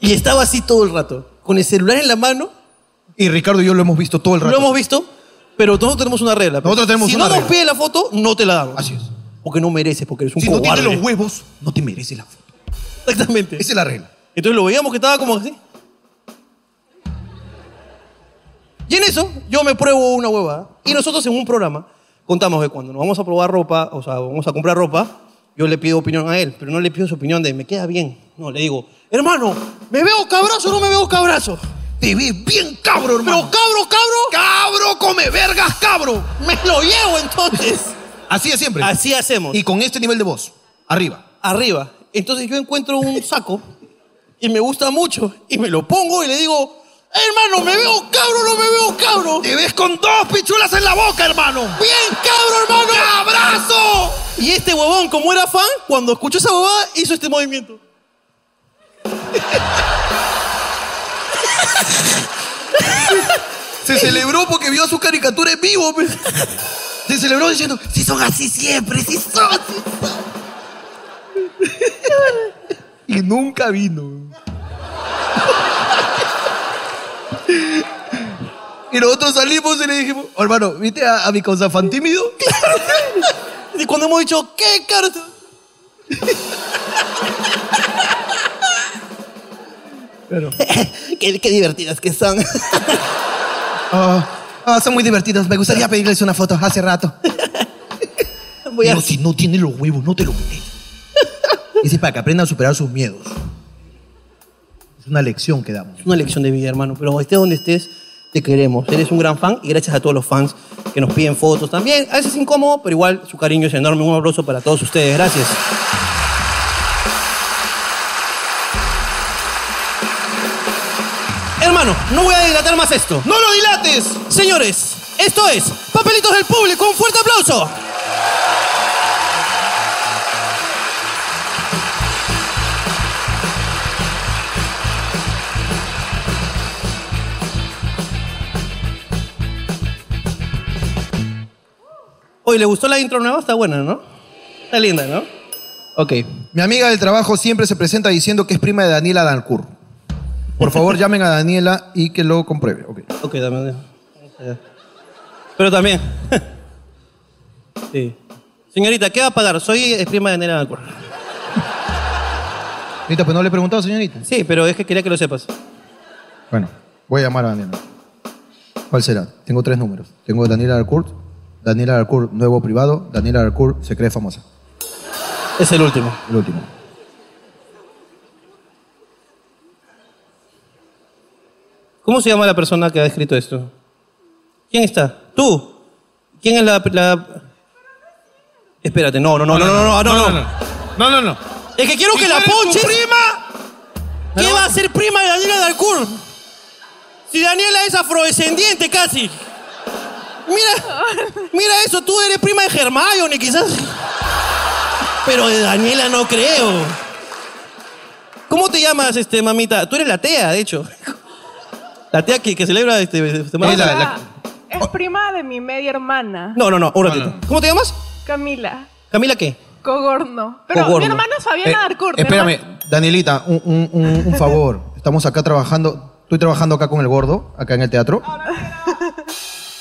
Speaker 1: Y estaba así todo el rato, con el celular en la mano.
Speaker 2: Y Ricardo y yo lo hemos visto todo el rato.
Speaker 1: Lo hemos visto, pero nosotros tenemos una regla.
Speaker 2: Nosotros tenemos
Speaker 1: si no
Speaker 2: una
Speaker 1: nos
Speaker 2: regla.
Speaker 1: pide la foto, no te la damos.
Speaker 2: Así es.
Speaker 1: Porque no mereces, porque eres un
Speaker 2: Si no
Speaker 1: cobarde.
Speaker 2: tienes los huevos, no te mereces la foto.
Speaker 1: Exactamente.
Speaker 2: Esa es la regla.
Speaker 1: Entonces lo veíamos que estaba como así. Y en eso yo me pruebo una huevada. Y nosotros en un programa contamos que cuando nos vamos a probar ropa, o sea, vamos a comprar ropa, yo le pido opinión a él, pero no le pido su opinión de me queda bien. No, le digo, hermano, ¿me veo cabrazo o no me veo cabrazo?
Speaker 2: Te ves bien cabro, hermano.
Speaker 1: Pero cabro, cabro,
Speaker 2: cabro come vergas, cabro.
Speaker 1: me lo llevo entonces.
Speaker 2: Así es siempre.
Speaker 1: Así hacemos.
Speaker 2: Y con este nivel de voz. Arriba.
Speaker 1: arriba. Entonces yo encuentro un saco y me gusta mucho y me lo pongo y le digo, hermano, me veo cabro, o no me veo cabro.
Speaker 2: Te ves con dos pichulas en la boca, hermano.
Speaker 1: Bien cabro, hermano.
Speaker 2: ¡Abrazo!
Speaker 1: Y este huevón, como era fan, cuando escuchó esa huevada, hizo este movimiento.
Speaker 2: Se celebró porque vio su caricatura en vivo. pe. Se celebró diciendo, si son así siempre, si son así. son". Y nunca vino. Y nosotros salimos y le dijimos, "Oh, hermano, ¿viste a, a mi cosa fan tímido?
Speaker 1: Y cuando hemos dicho, ¿qué carta? qué, qué divertidas que son.
Speaker 2: Ah, ah, son muy divertidos. Me gustaría pedirles una foto hace rato.
Speaker 1: Voy a-
Speaker 2: Pero si no tiene los huevos, no te lo metes. Ese es para que aprenda a superar sus miedos. Es una lección que damos.
Speaker 1: Es una lección de vida, hermano. Pero estés donde estés, te queremos. Eres un gran fan y gracias a todos los fans que nos piden fotos también. A veces incómodo, pero igual su cariño es enorme. Un abrazo para todos ustedes. Gracias. Hermano, no voy a dilatar más esto. ¡No lo dilates! Señores, esto es Papelitos del Público. ¡Un fuerte aplauso! Oye, ¿le gustó la intro nueva? Está buena, ¿no? Está linda, ¿no? Ok.
Speaker 2: Mi amiga del trabajo siempre se presenta diciendo que es prima de Daniela Dancourt. Por favor, llamen a Daniela y que lo compruebe. Ok.
Speaker 1: Ok, dame. dame. Pero también. Sí. Señorita, ¿qué va a pagar? Soy eh, prima de Nera Alcor.
Speaker 2: Señorita, pues no le he preguntado, señorita.
Speaker 1: Sí, pero es que quería que lo sepas.
Speaker 2: Bueno, voy a llamar a Daniela. ¿Cuál será? Tengo tres números. Tengo Daniela Dancourt, Daniela Dancourt, nuevo privado, Daniela Dancourt, se cree famosa.
Speaker 1: Es el último.
Speaker 2: El último.
Speaker 1: ¿Cómo se llama la persona que ha escrito esto? ¿Quién está? ¿Tú? ¿Quién es la, la- Espérate, no, no, no, no, no, no, no, no.
Speaker 5: No, no, no.
Speaker 1: Es que quiero
Speaker 5: Si
Speaker 1: que la
Speaker 5: tú eres tu
Speaker 1: ponches.
Speaker 5: prima?
Speaker 1: ¿Qué va a ser prima de Daniela Dalcourt? Si Daniela es afrodescendiente casi. Mira, mira eso, tú eres prima de Hermione quizás. Pero de Daniela no creo. ¿Cómo te llamas, este, mamita? Tú eres la tea, de hecho. La tea que, que celebra este... este
Speaker 11: O
Speaker 1: semana.
Speaker 11: sea, Es prima de mi media hermana,
Speaker 1: No, no, no, un ratito. ¿Cómo te llamas?
Speaker 11: Camila
Speaker 1: Camila, ¿qué?
Speaker 11: Cogorno. Pero
Speaker 1: Cogorno.
Speaker 12: Eh,
Speaker 11: mi hermana es Fabiana Darcourt.
Speaker 4: espérame,
Speaker 2: Danielita, un, un- un- un favor. Estamos acá trabajando. Estoy trabajando acá con el gordo, acá en el teatro.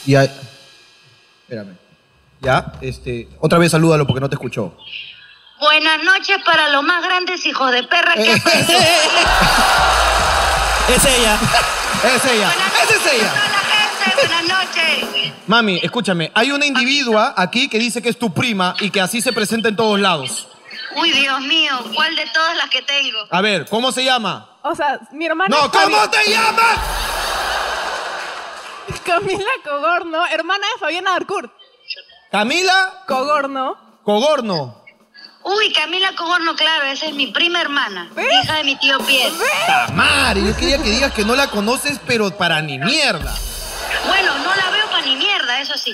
Speaker 2: Y hay- Espérame. Ya, este. Otra vez salúdalo porque no te escuchó.
Speaker 13: Buenas noches para los más grandes hijos de perra
Speaker 12: Eh,
Speaker 13: que aparecen.
Speaker 12: Es ella. Es ella. Esa es ella.
Speaker 13: Buenas noches.
Speaker 12: Mami, escúchame. Hay una individua aquí que dice que es tu prima y que así se presenta en todos lados.
Speaker 13: Uy, Dios mío, ¿cuál de todas las que tengo?
Speaker 12: A ver, ¿cómo se llama?
Speaker 11: O sea, mi hermana.
Speaker 12: No,
Speaker 11: es Fabi-
Speaker 12: ¿cómo te llamas?
Speaker 11: Camila Cogorno, hermana de Fabiana Arcourt.
Speaker 12: Camila
Speaker 11: Cogorno.
Speaker 12: Cogorno.
Speaker 13: Uy, Camila Cogorno, claro, esa es mi prima hermana, hija de mi tío Pierre.
Speaker 12: Tamari, yo quería que digas que no la conoces, pero para ni mierda.
Speaker 13: Bueno, no la veo para ni mierda, eso sí.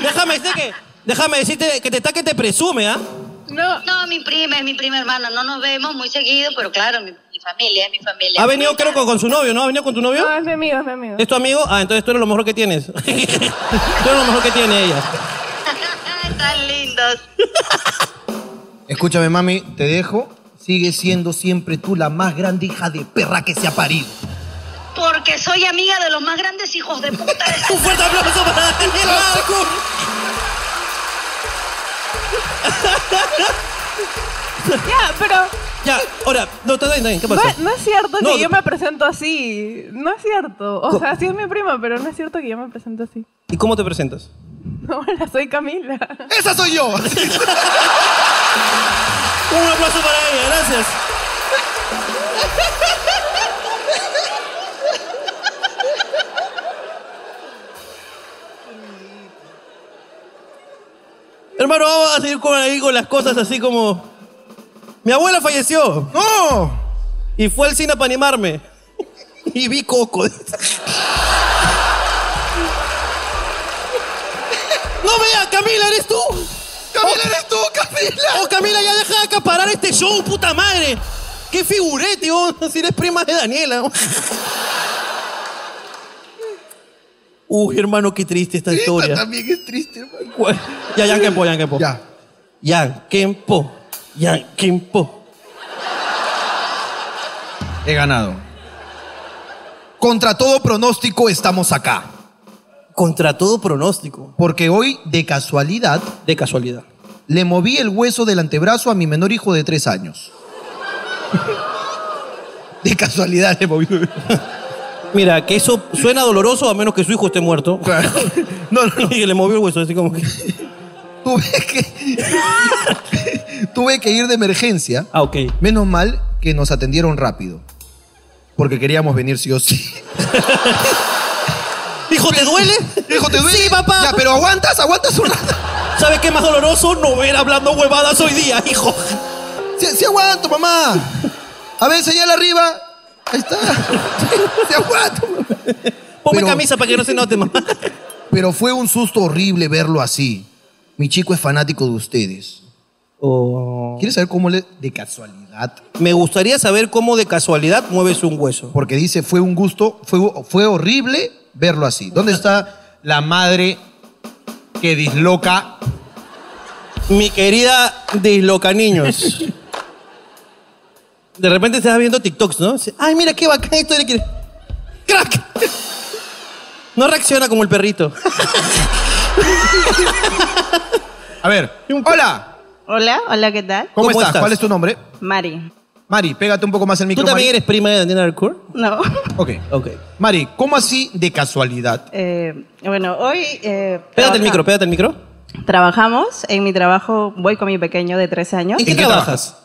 Speaker 1: Déjame decirte que, déjame decirte que te está que te presume, ¿ah?
Speaker 11: No,
Speaker 13: No, mi prima es mi prima hermana, no nos vemos muy seguido, pero claro, mi, mi familia es mi familia.
Speaker 1: Ha venido creo con, con su novio, ¿no? ¿Ha venido con tu novio?
Speaker 11: no, es mi amigo, es mi amigo.
Speaker 1: ¿Es tu amigo? Ah, entonces tú eres lo mejor que tienes. tú eres lo mejor que tiene ella.
Speaker 13: Tan lindos.
Speaker 2: Escúchame, mami, te dejo. Sigue siendo siempre tú la más grande hija de perra que se ha parido.
Speaker 13: Porque soy amiga de los más grandes hijos de puta de
Speaker 1: Un fuerte aplauso para Daniel Marcos.
Speaker 11: Ya, pero
Speaker 1: Ya, ahora, no, está bien, está bien, ¿qué
Speaker 11: no,
Speaker 1: pasó?
Speaker 11: no es cierto
Speaker 1: No,
Speaker 11: que yo me presento así. No es cierto. O sea, sí es mi prima, pero no es cierto que yo me presento así.
Speaker 1: ¿Y cómo te presentas?
Speaker 11: No, hola, soy Camila.
Speaker 2: ¡Esa soy yo!
Speaker 1: Un aplauso para ella, gracias. Hermano, vamos a seguir con, ahí con las cosas así como... Mi abuela falleció.
Speaker 2: ¡No!
Speaker 1: Y fue al cine para animarme. Y vi Coco. no vea, Camila, eres tú.
Speaker 2: ¡Camila, eres tú, Camila!
Speaker 1: Oh, Camila, ya deja de acaparar este show, puta madre. Qué figurete, oh, si eres prima de Daniela. Uy, hermano, qué triste esta
Speaker 2: Esta
Speaker 1: historia.
Speaker 2: también es triste, hermano.
Speaker 1: Ya, ya, Kempo, ya, Kempo.
Speaker 2: Ya.
Speaker 1: Ya, Kempo. Ya, Kempo.
Speaker 2: He ganado. Contra todo pronóstico estamos acá.
Speaker 1: Contra todo pronóstico.
Speaker 2: Porque hoy, de casualidad,
Speaker 1: De casualidad.
Speaker 2: le moví el hueso del antebrazo a mi menor hijo de tres años. De casualidad le moví.
Speaker 1: Mira, que eso suena doloroso a menos que su hijo esté muerto.
Speaker 2: No, no, no.
Speaker 1: Y le movió el hueso, así como que.
Speaker 2: Tuve que, tuve que ir de emergencia.
Speaker 1: Ah, ok.
Speaker 2: Menos mal que nos atendieron rápido. Porque queríamos venir sí o sí.
Speaker 1: Hijo, ¿te duele?
Speaker 2: Hijo, ¿te duele?
Speaker 1: Sí, papá.
Speaker 2: Ya, pero aguantas, aguantas un rato.
Speaker 1: ¿Sabes qué es más doloroso? No ver hablando huevadas hoy día, hijo.
Speaker 2: Sí, sí aguanto, mamá. A ver, señala arriba. Ahí está. Sí, sí aguanto. mamá.
Speaker 1: Ponme
Speaker 2: Pero-
Speaker 1: camisa para que no se note, mamá.
Speaker 2: Pero fue un susto horrible verlo así. Mi chico es fanático de ustedes. ¿Quieres saber cómo le... De casualidad.
Speaker 1: Oh. Me gustaría saber cómo de casualidad mueves un hueso.
Speaker 2: Porque dice, fue un gusto, fue, fue horrible verlo así. ¿Dónde está
Speaker 12: La madre que disloca.
Speaker 1: Mi querida disloca niños. De repente estás viendo TikToks, ¿no? Dice, Ay, mira qué bacán esto. era que- ¡Crack! No reacciona como el perrito.
Speaker 12: A ver. Hola.
Speaker 14: Hola, hola, ¿qué tal?
Speaker 12: ¿Cómo,
Speaker 1: ¿Cómo
Speaker 12: estás?
Speaker 1: estás?
Speaker 12: ¿Cuál es tu nombre?
Speaker 14: Mari.
Speaker 12: Mari, pégate un poco más el
Speaker 1: ¿Tú
Speaker 12: micrófono.
Speaker 1: también eres prima de Daniela Arcourt?
Speaker 14: No.
Speaker 12: Ok.
Speaker 1: Ok.
Speaker 12: Mari, ¿cómo así de casualidad?
Speaker 14: Eh, bueno, hoy. eh,
Speaker 1: Pégate
Speaker 14: trabaja-
Speaker 1: el micro, pégate el micro.
Speaker 14: Trabajamos. En mi trabajo voy con mi pequeño de 13 años.
Speaker 1: ¿En qué,
Speaker 12: qué
Speaker 1: trabajas?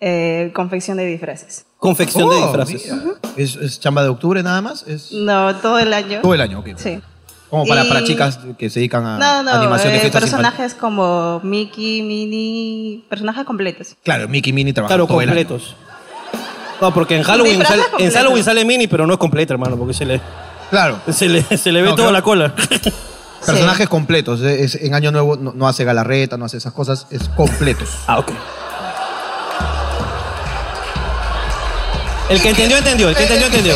Speaker 14: Eh, confección de disfraces.
Speaker 1: Confección de
Speaker 2: Oh,
Speaker 1: disfraces.
Speaker 2: mira. ¿Es, es chamba de octubre nada más? ¿Es
Speaker 14: No, todo el año.
Speaker 2: todo el año? ok.
Speaker 14: Sí.
Speaker 2: Como para, para
Speaker 14: Y-
Speaker 2: chicas que se dedican a
Speaker 14: No, no,
Speaker 2: animación de
Speaker 14: eh,
Speaker 2: fiestas infantiles.
Speaker 14: personajes como Mickey, Minnie, personajes completos.
Speaker 2: Claro, Mickey Mini trabaja
Speaker 1: Claro,
Speaker 2: todo el año.
Speaker 1: completos. No, porque en Halloween,
Speaker 14: Disfraces
Speaker 1: sale, en
Speaker 14: completos.
Speaker 1: Halloween sale mini, pero no es completa, hermano, porque se le,
Speaker 2: Claro.
Speaker 1: se le, se le ve
Speaker 2: No,
Speaker 1: toda
Speaker 2: creo-
Speaker 1: la cola.
Speaker 2: Personajes completos. es- es- en Año Nuevo no, no hace galarreta, no hace esas cosas. Es completos.
Speaker 1: ah, ok. El que entendió, entendió. El que entendió, entendió.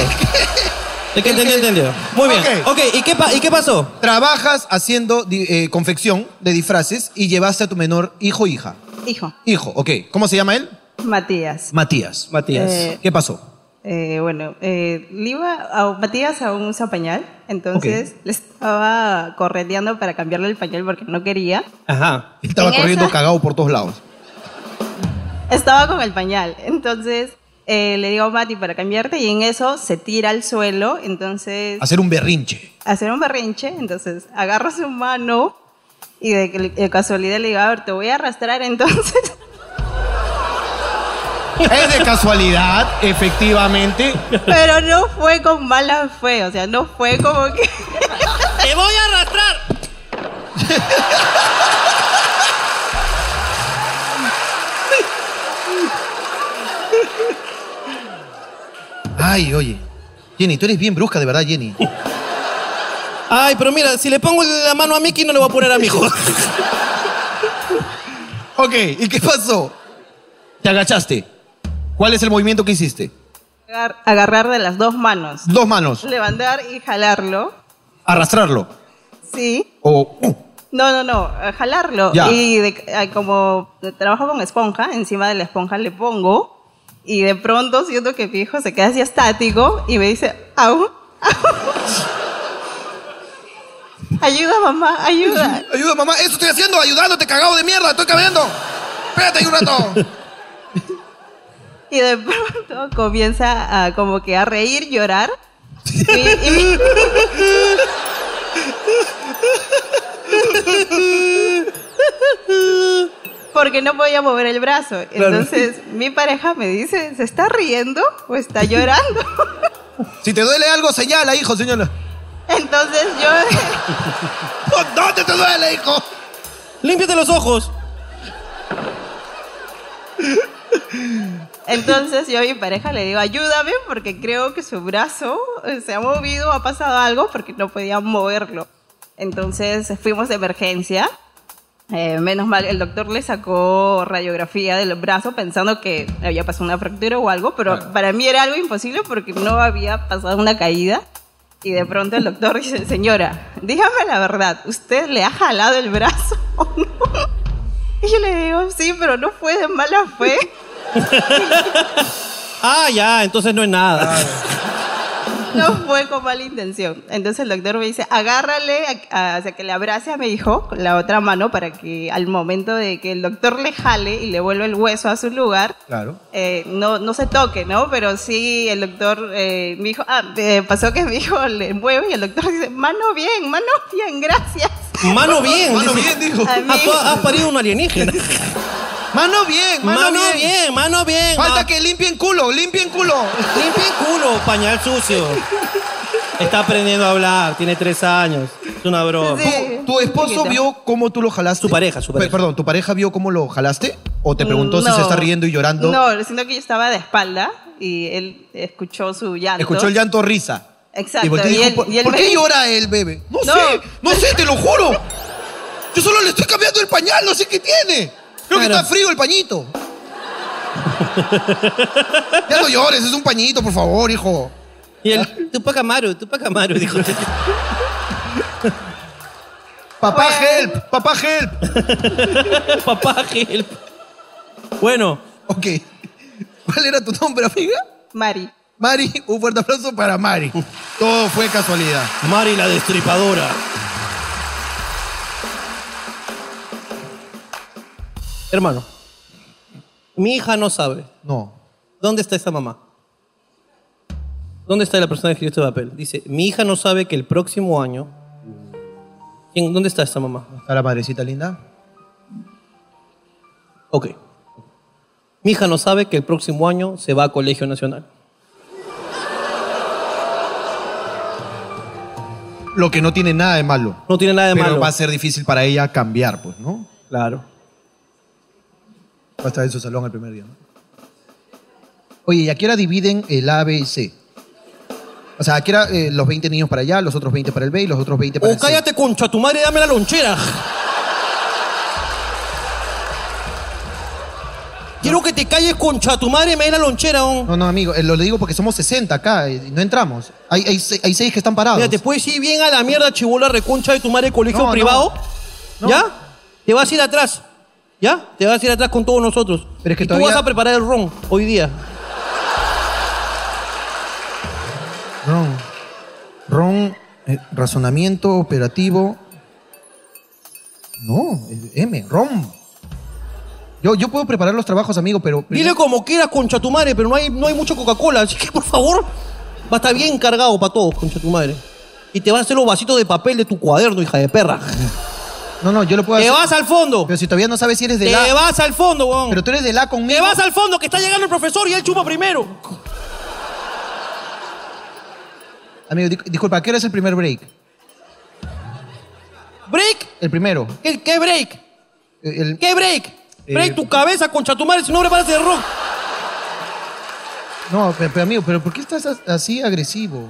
Speaker 1: El que entendió, entendió. Muy bien.
Speaker 2: Ok.
Speaker 1: Ok, ¿y qué, pa- ¿y qué pasó?
Speaker 2: Trabajas haciendo di- eh, confección de disfraces y llevaste a tu menor hijo o hija.
Speaker 13: Hijo,
Speaker 2: Hijo, ok. ¿Cómo se llama él?
Speaker 13: Matías.
Speaker 2: Matías. Matías.
Speaker 13: Eh,
Speaker 2: ¿Qué pasó?
Speaker 13: Eh, bueno, eh, le iba a- Matías aún usa pañal, entonces le estaba correteando para cambiarle el pañal porque no quería.
Speaker 2: Ajá. Estaba
Speaker 13: En
Speaker 2: corriendo
Speaker 13: esa-
Speaker 2: cagado por todos lados.
Speaker 13: Estaba con el pañal, entonces eh, le digo a Mati para cambiarte y en eso se tira al suelo, entonces
Speaker 2: Hacer un berrinche.
Speaker 13: hacer un berrinche, entonces agarra su mano y de, de casualidad le digo, a ver, te voy a arrastrar entonces.
Speaker 15: Es de casualidad, efectivamente.
Speaker 13: Pero no fue con mala fe, o sea, no fue como que...
Speaker 1: ¡Te voy a arrastrar!
Speaker 2: Ay, oye. Jenny, tú eres bien brusca, de verdad, Jenny.
Speaker 1: Ay, pero mira, si le pongo la mano a Mickey, no le voy a poner a mi hijo.
Speaker 2: ok, ¿y qué pasó? Te agachaste. ¿Cuál es el movimiento que hiciste?
Speaker 13: Agar- agarrar de las dos manos.
Speaker 2: Dos manos.
Speaker 13: Levantar y jalarlo.
Speaker 2: Arrastrarlo.
Speaker 13: Sí.
Speaker 2: O. uh,
Speaker 13: No, no, no. eh, Jalarlo.
Speaker 2: Ya.
Speaker 13: Y de- eh, como trabajo con esponja, encima de la esponja le pongo. Y de pronto siento que mi hijo se queda así estático y me dice, au. ayuda, mamá, ayuda.
Speaker 2: Ayuda, mamá. Eso estoy haciendo, ayudándote, cagado de mierda. Estoy cambiando. Espérate ahí un rato.
Speaker 13: Y de pronto comienza a como que a reír, llorar. Y- y mi- Porque no podía mover el brazo. Entonces mi pareja me dice, ¿se está riendo o está llorando?
Speaker 2: Si te duele algo, señala, hijo, señala.
Speaker 13: Entonces yo...
Speaker 2: ¿Dónde te duele, hijo?
Speaker 1: Límpiate los ojos.
Speaker 13: Entonces yo a mi pareja le digo, ayúdame porque creo que su brazo eh, se ha movido, ha pasado algo porque no podía moverlo. Entonces fuimos de emergencia. Eh, menos mal, el doctor le sacó radiografía del brazo pensando que le había pasado una fractura o algo, pero para mí era algo imposible porque no había pasado una caída. Y de pronto el doctor dice, señora, dígame la verdad, ¿usted le ha jalado el brazo o no?". Y yo le digo, sí, pero no fue de mala fe.
Speaker 1: Ah, ya, entonces no es nada.
Speaker 13: No fue con mala intención. Entonces el doctor me dice, agárrale, a- a- o sea, que le abrace a mi hijo con la otra mano para que al momento de que el doctor le jale y le vuelva el hueso a su lugar,
Speaker 2: Claro.
Speaker 13: eh, no, no se toque, ¿no? Pero sí, el doctor, eh, mi hijo, ah, eh, pasó que mi hijo le mueve y el doctor dice, mano bien, mano bien, gracias.
Speaker 1: Mano bien.
Speaker 2: Mano
Speaker 1: dice.
Speaker 2: bien, dijo.
Speaker 1: Ah, tú has parido un alienígena.
Speaker 2: Mano bien, mano,
Speaker 1: Mano bien, mano bien.
Speaker 2: Falta
Speaker 1: ma-
Speaker 2: que limpien culo, limpien culo.
Speaker 1: Limpia el culo, pañal sucio. Está aprendiendo a hablar, tiene tres años. Es una broma.
Speaker 13: Sí.
Speaker 2: ¿Tu esposo
Speaker 13: Chiquita.
Speaker 2: vio cómo tú lo jalaste? Tu
Speaker 1: pareja, su pareja.
Speaker 2: Perdón, ¿tu pareja vio cómo lo jalaste? ¿O te preguntó si
Speaker 13: No.
Speaker 2: se está riendo y llorando?
Speaker 13: No, sino que yo estaba de espalda y él escuchó su llanto.
Speaker 2: Escuchó el llanto risa.
Speaker 13: Exacto.
Speaker 2: Y volteó y dijo,
Speaker 13: él-
Speaker 2: ¿por,
Speaker 13: y él
Speaker 2: por
Speaker 13: me
Speaker 2: qué
Speaker 13: dice-
Speaker 2: llora el bebé? No,
Speaker 13: No.
Speaker 2: sé, no sé, te lo juro. Yo solo le estoy cambiando el pañal, no sé qué tiene. Creo que
Speaker 1: Claro.
Speaker 2: está frío el pañito. ya no llores, es un pañito, por favor, hijo.
Speaker 1: Y él, Tupac Amaru, Tupac Amaru, dijo.
Speaker 2: Papá, help, papá, help.
Speaker 1: Papá, help. Bueno,
Speaker 2: Ok. ¿Cuál era tu nombre, amiga?
Speaker 13: Mari.
Speaker 2: Mari, un fuerte aplauso para Mari. Todo fue casualidad.
Speaker 1: Mari la destripadora. Hermano, mi hija no sabe.
Speaker 2: No.
Speaker 1: ¿Dónde está esa mamá? ¿Dónde está la persona que escribió este papel? Dice, mi hija no sabe que el próximo año... ¿Quién- ¿Dónde está esta mamá?
Speaker 2: ¿Está la madrecita linda?
Speaker 1: Ok. Mi hija no sabe que el próximo año se va a Colegio Nacional.
Speaker 2: Lo que no tiene nada de malo.
Speaker 1: No tiene nada de
Speaker 2: pero
Speaker 1: malo.
Speaker 2: va a ser difícil para ella cambiar, pues, ¿no?
Speaker 1: Claro.
Speaker 2: Va a estar en su salón el primer día, ¿no? Oye, ¿y a qué hora dividen el A, B y C? O sea, ¿a qué hora eh, los 20 niños para allá, los otros 20 para el B y los otros 20 para
Speaker 1: O
Speaker 2: el C?
Speaker 1: cállate, concha, tu madre, dame la lonchera. Quiero que te calles, concha, tu madre, me da la lonchera. oh. on.
Speaker 2: No, no, amigo, eh, lo digo porque somos 60 acá eh, y no entramos. Hay, hay, se- hay seis que están parados.
Speaker 1: Mira, te puedes ir bien a la mierda, chibola reconcha de tu madre, colegio
Speaker 2: No, no.
Speaker 1: privado.
Speaker 2: No.
Speaker 1: ¿Ya? Te vas a ir atrás. ¿Ya? Te vas a ir atrás con todos nosotros. Pero es que y
Speaker 2: todavía-
Speaker 1: tú vas a preparar el ron hoy día.
Speaker 2: Ron. Ron, eh, razonamiento operativo. No, el M, Ron. Yo, yo puedo preparar los trabajos, amigo, pero.
Speaker 1: Dile como quieras, concha tu madre, pero no hay, no hay mucho Coca-Cola, así que por favor, va a estar bien cargado para todos, concha tu madre. Y te va a hacer los vasitos de papel de tu cuaderno, hija de perra.
Speaker 2: No, no, yo lo puedo
Speaker 1: Te
Speaker 2: hacer.
Speaker 1: vas al fondo.
Speaker 2: Pero si todavía no sabes si eres de
Speaker 1: Te
Speaker 2: la.
Speaker 1: vas al fondo, weón.
Speaker 2: Pero tú eres de la conmigo.
Speaker 1: Te vas al fondo, que está llegando el profesor y él chupa primero.
Speaker 2: Amigo, di- disculpa, ¿a ¿qué hora es el primer break?
Speaker 1: ¿Break?
Speaker 2: El primero.
Speaker 1: ¿Qué, qué break?
Speaker 2: El-
Speaker 1: ¿Qué break? Break
Speaker 2: Eh,
Speaker 1: tu cabeza, concha tu madre, si no preparas el ron.
Speaker 2: No, pero, pero, amigo, ¿pero por qué estás as- así agresivo?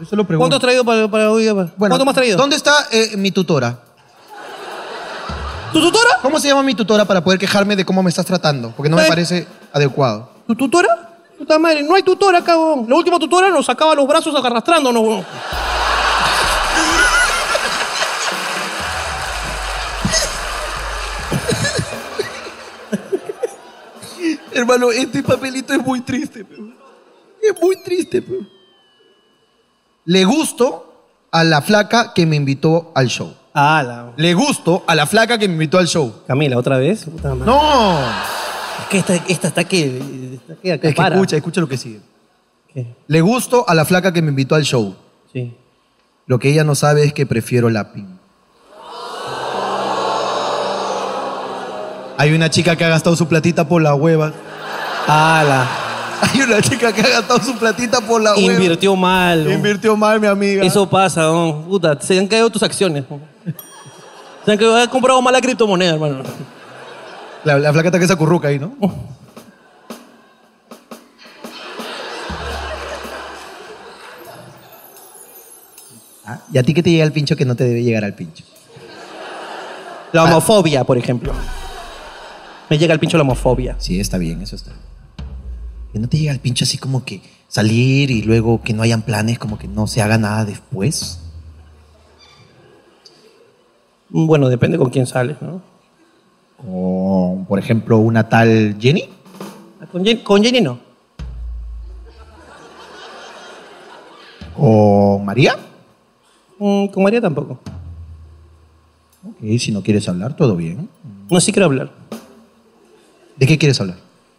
Speaker 2: Yo solo pregunto.
Speaker 1: ¿Cuánto has traído para, para hoy? Bueno, ¿Cuánto más has traído?
Speaker 2: ¿Dónde está eh, mi tutora?
Speaker 1: ¿Tu tutora?
Speaker 2: ¿Cómo se llama mi tutora para poder quejarme de cómo me estás tratando? Porque no me
Speaker 1: Eh.
Speaker 2: parece adecuado.
Speaker 1: ¿Tu tutora? Puta madre, no hay tutora acá, weón. La última tutora nos sacaba los brazos arrastrándonos, weón.
Speaker 2: Hermano, este papelito es muy triste, Es muy triste, Le gusto a la flaca que me invitó al show.
Speaker 1: Ah, la.
Speaker 2: Le gusto a la flaca que me invitó al show.
Speaker 1: Camila, ¿otra vez? Puta madre.
Speaker 2: ¡No!
Speaker 1: Es que esta, esta está que. Está que
Speaker 2: Es que
Speaker 1: acapara.
Speaker 2: escucha, escucha lo que sigue.
Speaker 1: ¿Qué?
Speaker 2: Le gusto a la flaca que me invitó al show.
Speaker 1: Sí.
Speaker 2: Lo que ella no sabe es que prefiero la pin. Hay una chica que ha gastado su platita por la hueva.
Speaker 1: ¡Hala!
Speaker 2: Hay una chica que ha gastado su platita por la hueva.
Speaker 1: Invirtió mal. weón.
Speaker 2: Ah, Invirtió mal, mi amiga.
Speaker 1: Eso pasa, weón. Puta, se han caído tus acciones. weón. Se han caído, has comprado mala criptomoneda, hermano.
Speaker 2: La, la flaca está que se acurruca ahí, ¿no? Ah, y a ti que te llega el pincho que no te debe llegar al pincho.
Speaker 1: La homofobia, por ejemplo. Me llega el pincho la homofobia.
Speaker 2: Sí, está bien, eso está bien. Que no te llega al pincho así como que salir y luego que no hayan planes, como que no se haga nada después.
Speaker 1: Bueno, depende con quién sales, ¿no?
Speaker 2: Con, por ejemplo, una tal Jenny.
Speaker 1: Con Jenny, con Jenny no.
Speaker 2: Con María.
Speaker 1: Mm, con María tampoco.
Speaker 2: Ok, si no quieres hablar, todo bien.
Speaker 1: No, sí quiero hablar.
Speaker 2: ¿De qué quieres hablar?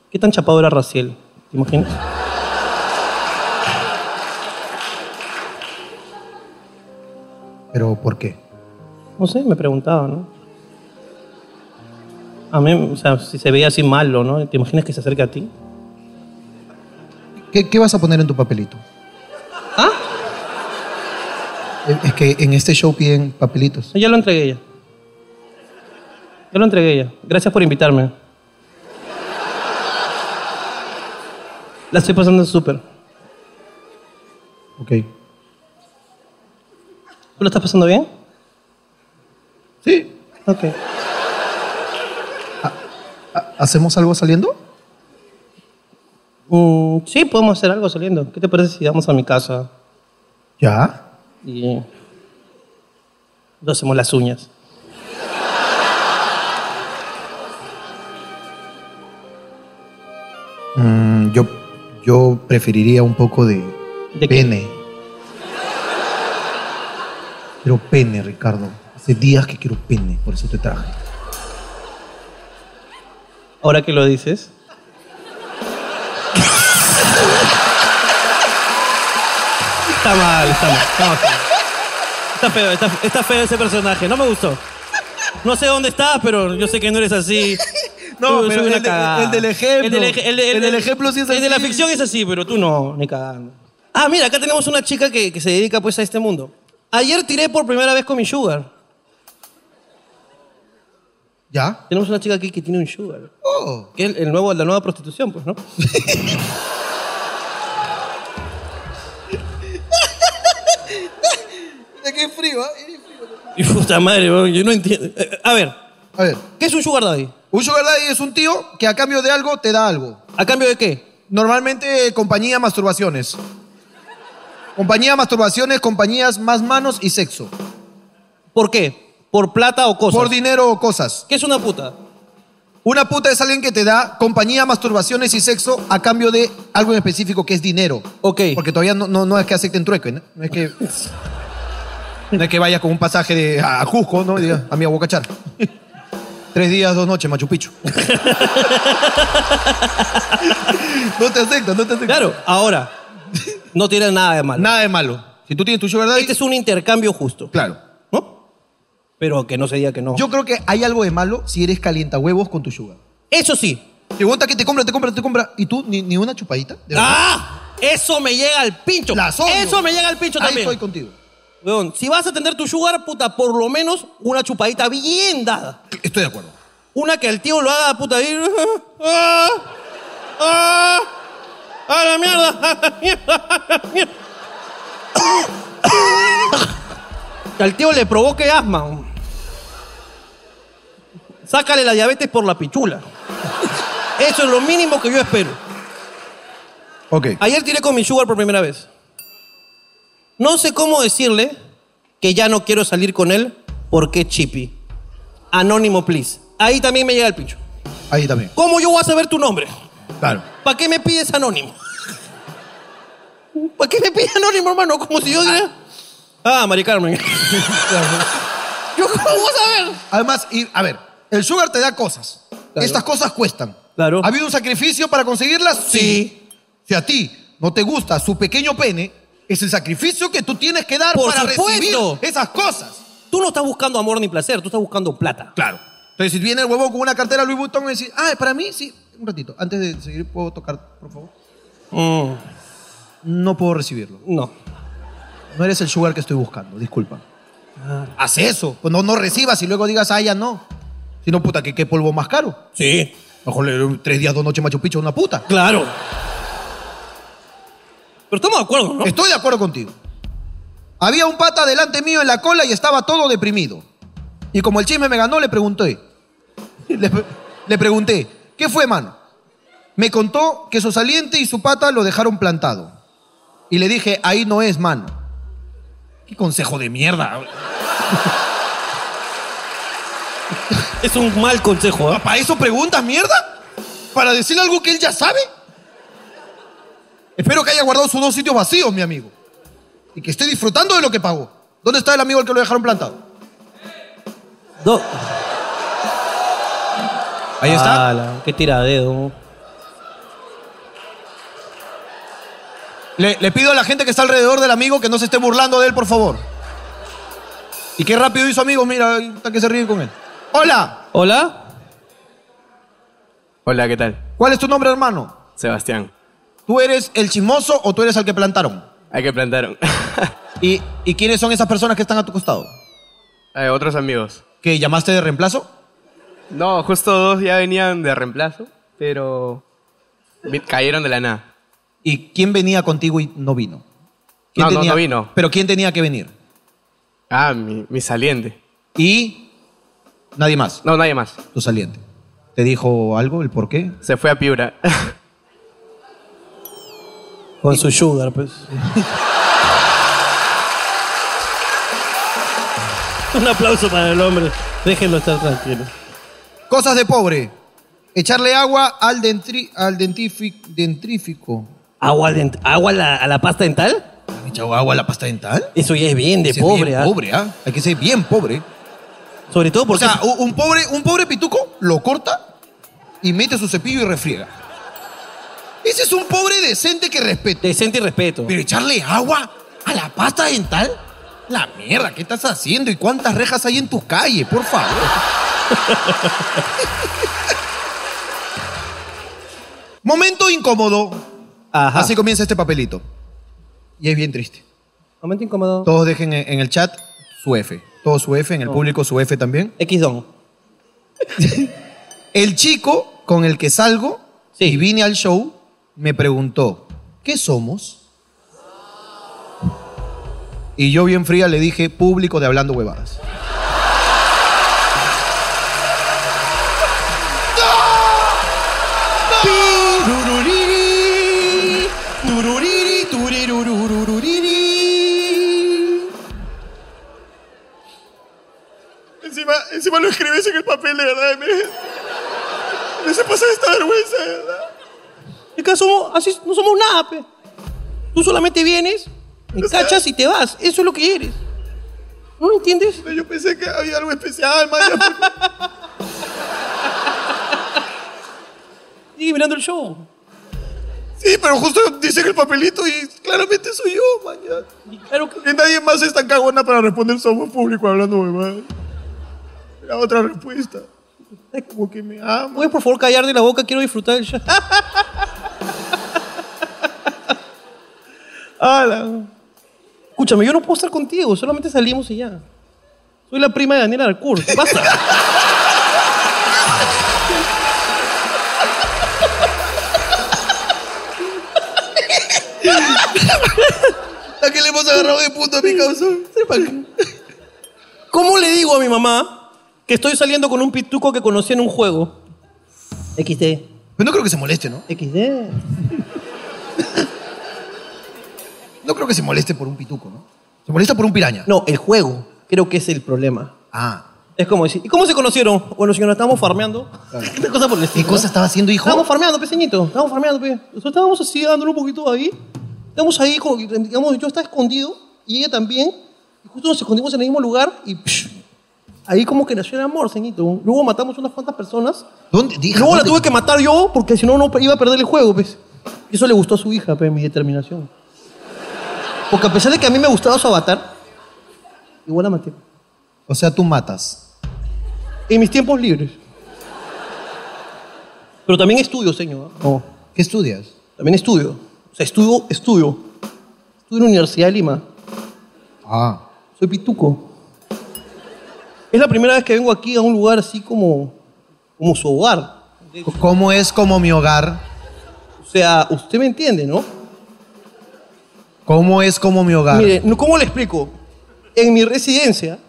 Speaker 1: ¿Qué tan chapado era Raciel? ¿Te imaginas?
Speaker 2: Pero ¿por qué?
Speaker 1: No sé, me preguntaba, ¿no? A mí, o sea, si se veía así malo, ¿no? ¿Te imaginas que se acerca a ti?
Speaker 2: ¿Qué, qué vas a poner en tu papelito?
Speaker 1: ¿Ah?
Speaker 2: Es- Es que en este show piden papelitos.
Speaker 1: Ya lo entregué ya. Ya lo entregué ya. Gracias por invitarme. La estoy pasando súper.
Speaker 2: Ok.
Speaker 1: ¿Tú lo estás pasando bien?
Speaker 2: Sí.
Speaker 1: Ok.
Speaker 2: ¿Hacemos algo saliendo?
Speaker 1: Mm, sí, podemos hacer algo saliendo. ¿Qué te parece si vamos a mi casa
Speaker 2: Ya.
Speaker 1: y nos hacemos las uñas?
Speaker 2: Mm, yo, yo preferiría un poco de,
Speaker 1: ¿De qué?
Speaker 2: pene. Quiero pene, Ricardo. Hace días que quiero pene, por eso te traje.
Speaker 1: Ahora que lo dices. está mal, está mal. Está, mal. Está feo, está, está feo ese personaje. No me gustó. No sé dónde estás, pero yo sé que no eres así.
Speaker 2: No,
Speaker 1: Tú
Speaker 2: pero
Speaker 1: soy una
Speaker 2: el de-
Speaker 1: cagada.
Speaker 2: el del ejemplo.
Speaker 1: El del, ej- el-
Speaker 2: El del ejemplo sí es
Speaker 1: El de la
Speaker 2: así.
Speaker 1: ficción es así, pero tú no, ni cagando. Ah, mira, acá tenemos una chica que, que se dedica pues a este mundo. Ayer tiré por primera vez con mi sugar.
Speaker 2: ¿Ya?
Speaker 1: Tenemos una chica aquí que tiene un sugar.
Speaker 2: Oh.
Speaker 1: Que es el nuevo, la nueva prostitución, pues, ¿no?
Speaker 2: Mira qué frío,
Speaker 1: Y puta madre, weón, yo no entiendo. Eh, A ver,
Speaker 2: A ver,
Speaker 1: ¿qué es un sugar daddy?
Speaker 2: un sugar daddy es un tío que a cambio de algo te da algo.
Speaker 1: ¿A cambio de qué?
Speaker 2: Normalmente compañía masturbaciones. Compañía masturbaciones, compañías más manos y sexo.
Speaker 1: ¿Por qué? ¿Por plata o cosas?
Speaker 2: Por dinero o cosas.
Speaker 1: ¿Qué es una puta?
Speaker 2: Una puta es alguien que te da compañía, masturbaciones y sexo a cambio de algo en específico que es dinero.
Speaker 1: Ok.
Speaker 2: Porque todavía no, no, no es que acepten trueque, ¿no? No es que. No es que vayas con un pasaje de, a Cusco, ¿no? Y digas, a mi aguacachar. Tres días, dos noches, Machu Picchu. no te aceptan, no te aceptan.
Speaker 1: Claro, ahora, no tiene nada de malo.
Speaker 2: Nada de malo. Si tú tienes tu sugar daddy,
Speaker 1: Este es un intercambio justo.
Speaker 2: claro.
Speaker 1: Pero que no se diga que no.
Speaker 2: Yo creo que hay algo de malo si eres calienta huevos con tu sugar.
Speaker 1: Eso sí.
Speaker 2: Te gusta que te compra, te compra, te compra. Y tú ni, ni una chupadita. De verdad.
Speaker 1: ¡Ah! Eso me llega al pincho.
Speaker 2: Las odio.
Speaker 1: Eso me llega al pincho
Speaker 2: Ahí
Speaker 1: también.
Speaker 2: estoy contigo.
Speaker 1: Weón, si vas a tener tu sugar, puta, por lo menos una chupadita bien dada.
Speaker 2: Estoy de acuerdo.
Speaker 1: Una que el tío lo haga, puta, ahí. ¡Ah! ¡Ah! ¡A la mierda! ¡A la mierda! ¡A la mierda! Que al tío le provoque asma. Sácale la diabetes por la pichula. Eso es lo mínimo que yo espero.
Speaker 2: Ok.
Speaker 1: Ayer tiré con mi sugar por primera vez. No sé cómo decirle que ya no quiero salir con él porque es chippy. Anónimo, please. Ahí también me llega el pincho.
Speaker 2: Ahí también.
Speaker 1: ¿Cómo yo voy a saber tu nombre?
Speaker 2: Claro.
Speaker 1: ¿Para qué me pides anónimo? ¿Para qué me pides anónimo, hermano? Como si yo diera... Ah, Mari Carmen. ¿Yo cómo voy a saber?
Speaker 2: Además, y, a ver, el sugar te da cosas. Estas cosas cuestan.
Speaker 1: Claro.
Speaker 2: ¿Ha habido un sacrificio para conseguirlas? Sí. Si a ti no te gusta su pequeño pene, es el sacrificio que tú tienes que dar
Speaker 1: Por
Speaker 2: para
Speaker 1: supuesto.
Speaker 2: recibir esas cosas.
Speaker 1: Tú no estás buscando amor ni placer, tú estás buscando plata.
Speaker 2: Claro. Entonces, si viene el huevo con una cartera Louis Vuitton y dice, ah, ¿es para mí, sí, un ratito. Antes de seguir, ¿puedo tocar, por favor?
Speaker 1: Mm,
Speaker 2: No puedo recibirlo.
Speaker 1: no.
Speaker 2: No eres el sugar que estoy buscando, disculpa. Haz eso. Pues no, no recibas y luego digas, ah, ya no. Si no, puta, que qué polvo más caro.
Speaker 1: Sí,
Speaker 2: Mejor le doy tres días, dos noches Machu Picchu a una puta.
Speaker 1: claro. Pero estamos de acuerdo, ¿no?
Speaker 2: Estoy de acuerdo contigo. Había un pata delante mío en la cola y estaba todo deprimido. Y como el chisme me ganó, le pregunté. Le, pre- le pregunté, ¿qué fue, mano? Me contó que su saliente y su pata lo dejaron plantado. Y le dije, ahí no es, mano. ¿Qué consejo de mierda?
Speaker 1: Es un mal consejo, ¿eh?
Speaker 2: ¿Para eso preguntas, mierda? ¿Para decir algo que él ya sabe? Espero que haya guardado sus dos sitios vacíos, mi amigo. Y que esté disfrutando de lo que pagó. ¿Dónde está el amigo al que lo dejaron plantado?
Speaker 1: Do-
Speaker 2: Ahí está.
Speaker 1: Ala, qué tiradedo.
Speaker 2: Le, le pido a la gente que está alrededor del amigo que no se esté burlando de él, por favor. Y qué rápido hizo amigo, mira, ahí está que se ríe con él. Hola,
Speaker 1: ¿Hola?
Speaker 16: Hola, ¿qué tal?
Speaker 2: ¿cuál es tu nombre, hermano?
Speaker 16: Sebastián.
Speaker 2: ¿Tú eres el chismoso o tú eres al que plantaron?
Speaker 16: Hay que plantaron.
Speaker 2: ¿Y, y quiénes son esas personas que están a tu costado?
Speaker 16: Eh, otros amigos.
Speaker 2: ¿Que llamaste de reemplazo?
Speaker 16: No, justo dos ya venían de reemplazo, pero vi- cayeron de la nada.
Speaker 2: ¿Y quién venía contigo y no vino? ¿Quién
Speaker 16: No, no, no vino.
Speaker 2: Pero ¿quién tenía que venir?
Speaker 16: Ah, mi, mi saliente.
Speaker 2: Y nadie más,
Speaker 16: No, nadie más.
Speaker 2: tu saliente. ¿Te dijo algo, el por qué?
Speaker 16: Se fue a Piura.
Speaker 1: Con su sugar, pues. un aplauso para el hombre. Déjenlo estar tranquilo.
Speaker 2: Cosas de pobre. Echarle agua al, dentri- al dentifi- dentrífico.
Speaker 1: ¿Agua, al dent- agua a, la, a la pasta dental?
Speaker 2: ¿Le echado agua a la pasta dental?
Speaker 1: Eso ya es bien de
Speaker 2: Ese es
Speaker 1: pobre,
Speaker 2: bien
Speaker 1: ¿ah?
Speaker 2: pobre, ¿ah? Hay que ser bien pobre.
Speaker 1: Sobre todo
Speaker 2: O
Speaker 1: porque...
Speaker 2: sea, u- un pobre, un pobre pituco lo corta y mete su cepillo y refriega. Ese es un pobre decente que respete.
Speaker 1: decente y respeto.
Speaker 2: Pero echarle agua a la pasta dental. La mierda, ¿qué estás haciendo? ¿Y cuántas rejas hay en tus calles? Por favor. Momento incómodo.
Speaker 1: Ajá.
Speaker 2: Así comienza este papelito. Y es bien triste.
Speaker 1: Momento incómodo.
Speaker 2: Todos dejen en en el chat su F. Todos su F, en el público su F también.
Speaker 1: X-Don.
Speaker 2: El chico con el que salgo
Speaker 1: Sí.
Speaker 2: y vine al show me preguntó, ¿qué somos? Y yo bien fría le dije, público de Hablando Huevadas. Tururiri, tururiri, turirurururiri.
Speaker 9: Encima lo escribes en el papel, de verdad. ¿eh? Me, me se pasa esta vergüenza, de verdad.
Speaker 1: Es que somos, así no somos nada, pe. Tú solamente vienes, me cachas y te vas. Eso es lo que eres. ¿No lo entiendes?
Speaker 9: Yo pensé que había algo especial, Maya.
Speaker 1: Sigue mirando el show.
Speaker 9: Sí, pero justo dice que el papelito y claramente soy yo, mañana.
Speaker 1: Claro
Speaker 9: que nadie más es tan cagona para responder somos público hablando huevadas. La otra respuesta. Es como que me ama.
Speaker 1: ¿Puedes por favor callar de la boca? Quiero disfrutar del show. Ala. Escúchame, yo no puedo estar contigo, solamente salimos y ya. Soy la prima de Daniela Arcur. ¿Qué pasa?
Speaker 9: ¿A qué le hemos agarrado de punto a mi causa?
Speaker 1: ¿Cómo le digo a mi mamá que estoy saliendo con un pituco que conocí en un juego? XD.
Speaker 2: Pero no creo que se moleste, ¿no?
Speaker 1: XD.
Speaker 2: No creo que se moleste por un pituco, ¿no? Se molesta por un piraña.
Speaker 1: No, el juego creo que es el problema.
Speaker 2: Ah.
Speaker 1: Es como decir, ¿y cómo se conocieron? Bueno, si nos estábamos farmeando. Una cosa por el estilo,
Speaker 2: ¿Qué cosa
Speaker 1: ¿no?
Speaker 2: estaba haciendo, hijo?
Speaker 1: Estábamos farmeando, peseñito. Estábamos farmeando, pe. Nosotros estábamos así, dándole un poquito ahí. Estábamos ahí, como que, digamos, yo estaba escondido y ella también. Y justo nos escondimos en el mismo lugar y psh, ahí como que nació el amor, ceñito. Luego matamos unas cuantas personas.
Speaker 2: ¿Dónde? Dije,
Speaker 1: Luego la
Speaker 2: ¿dónde?
Speaker 1: tuve que matar yo porque si no, no iba a perder el juego, pues. Y eso le gustó a su hija, pe, mi determinación. Porque a pesar de que a mí me gustaba su avatar, igual la maté.
Speaker 2: O sea, tú matas.
Speaker 1: En mis tiempos libres. Pero también estudio, ¿ah? señor.
Speaker 2: ¿Qué estudias?
Speaker 1: También estudio. O sea, estudio, estudio. Estudio en la Universidad de Lima.
Speaker 2: Ah.
Speaker 1: Soy pituco. Es la primera vez que vengo aquí a un lugar así como, como su hogar.
Speaker 2: ¿Cómo es como mi hogar?
Speaker 1: O sea, usted me entiende, ¿no?
Speaker 2: ¿Cómo es como mi hogar?
Speaker 1: Mire, no- ¿cómo le explico? En mi residencia,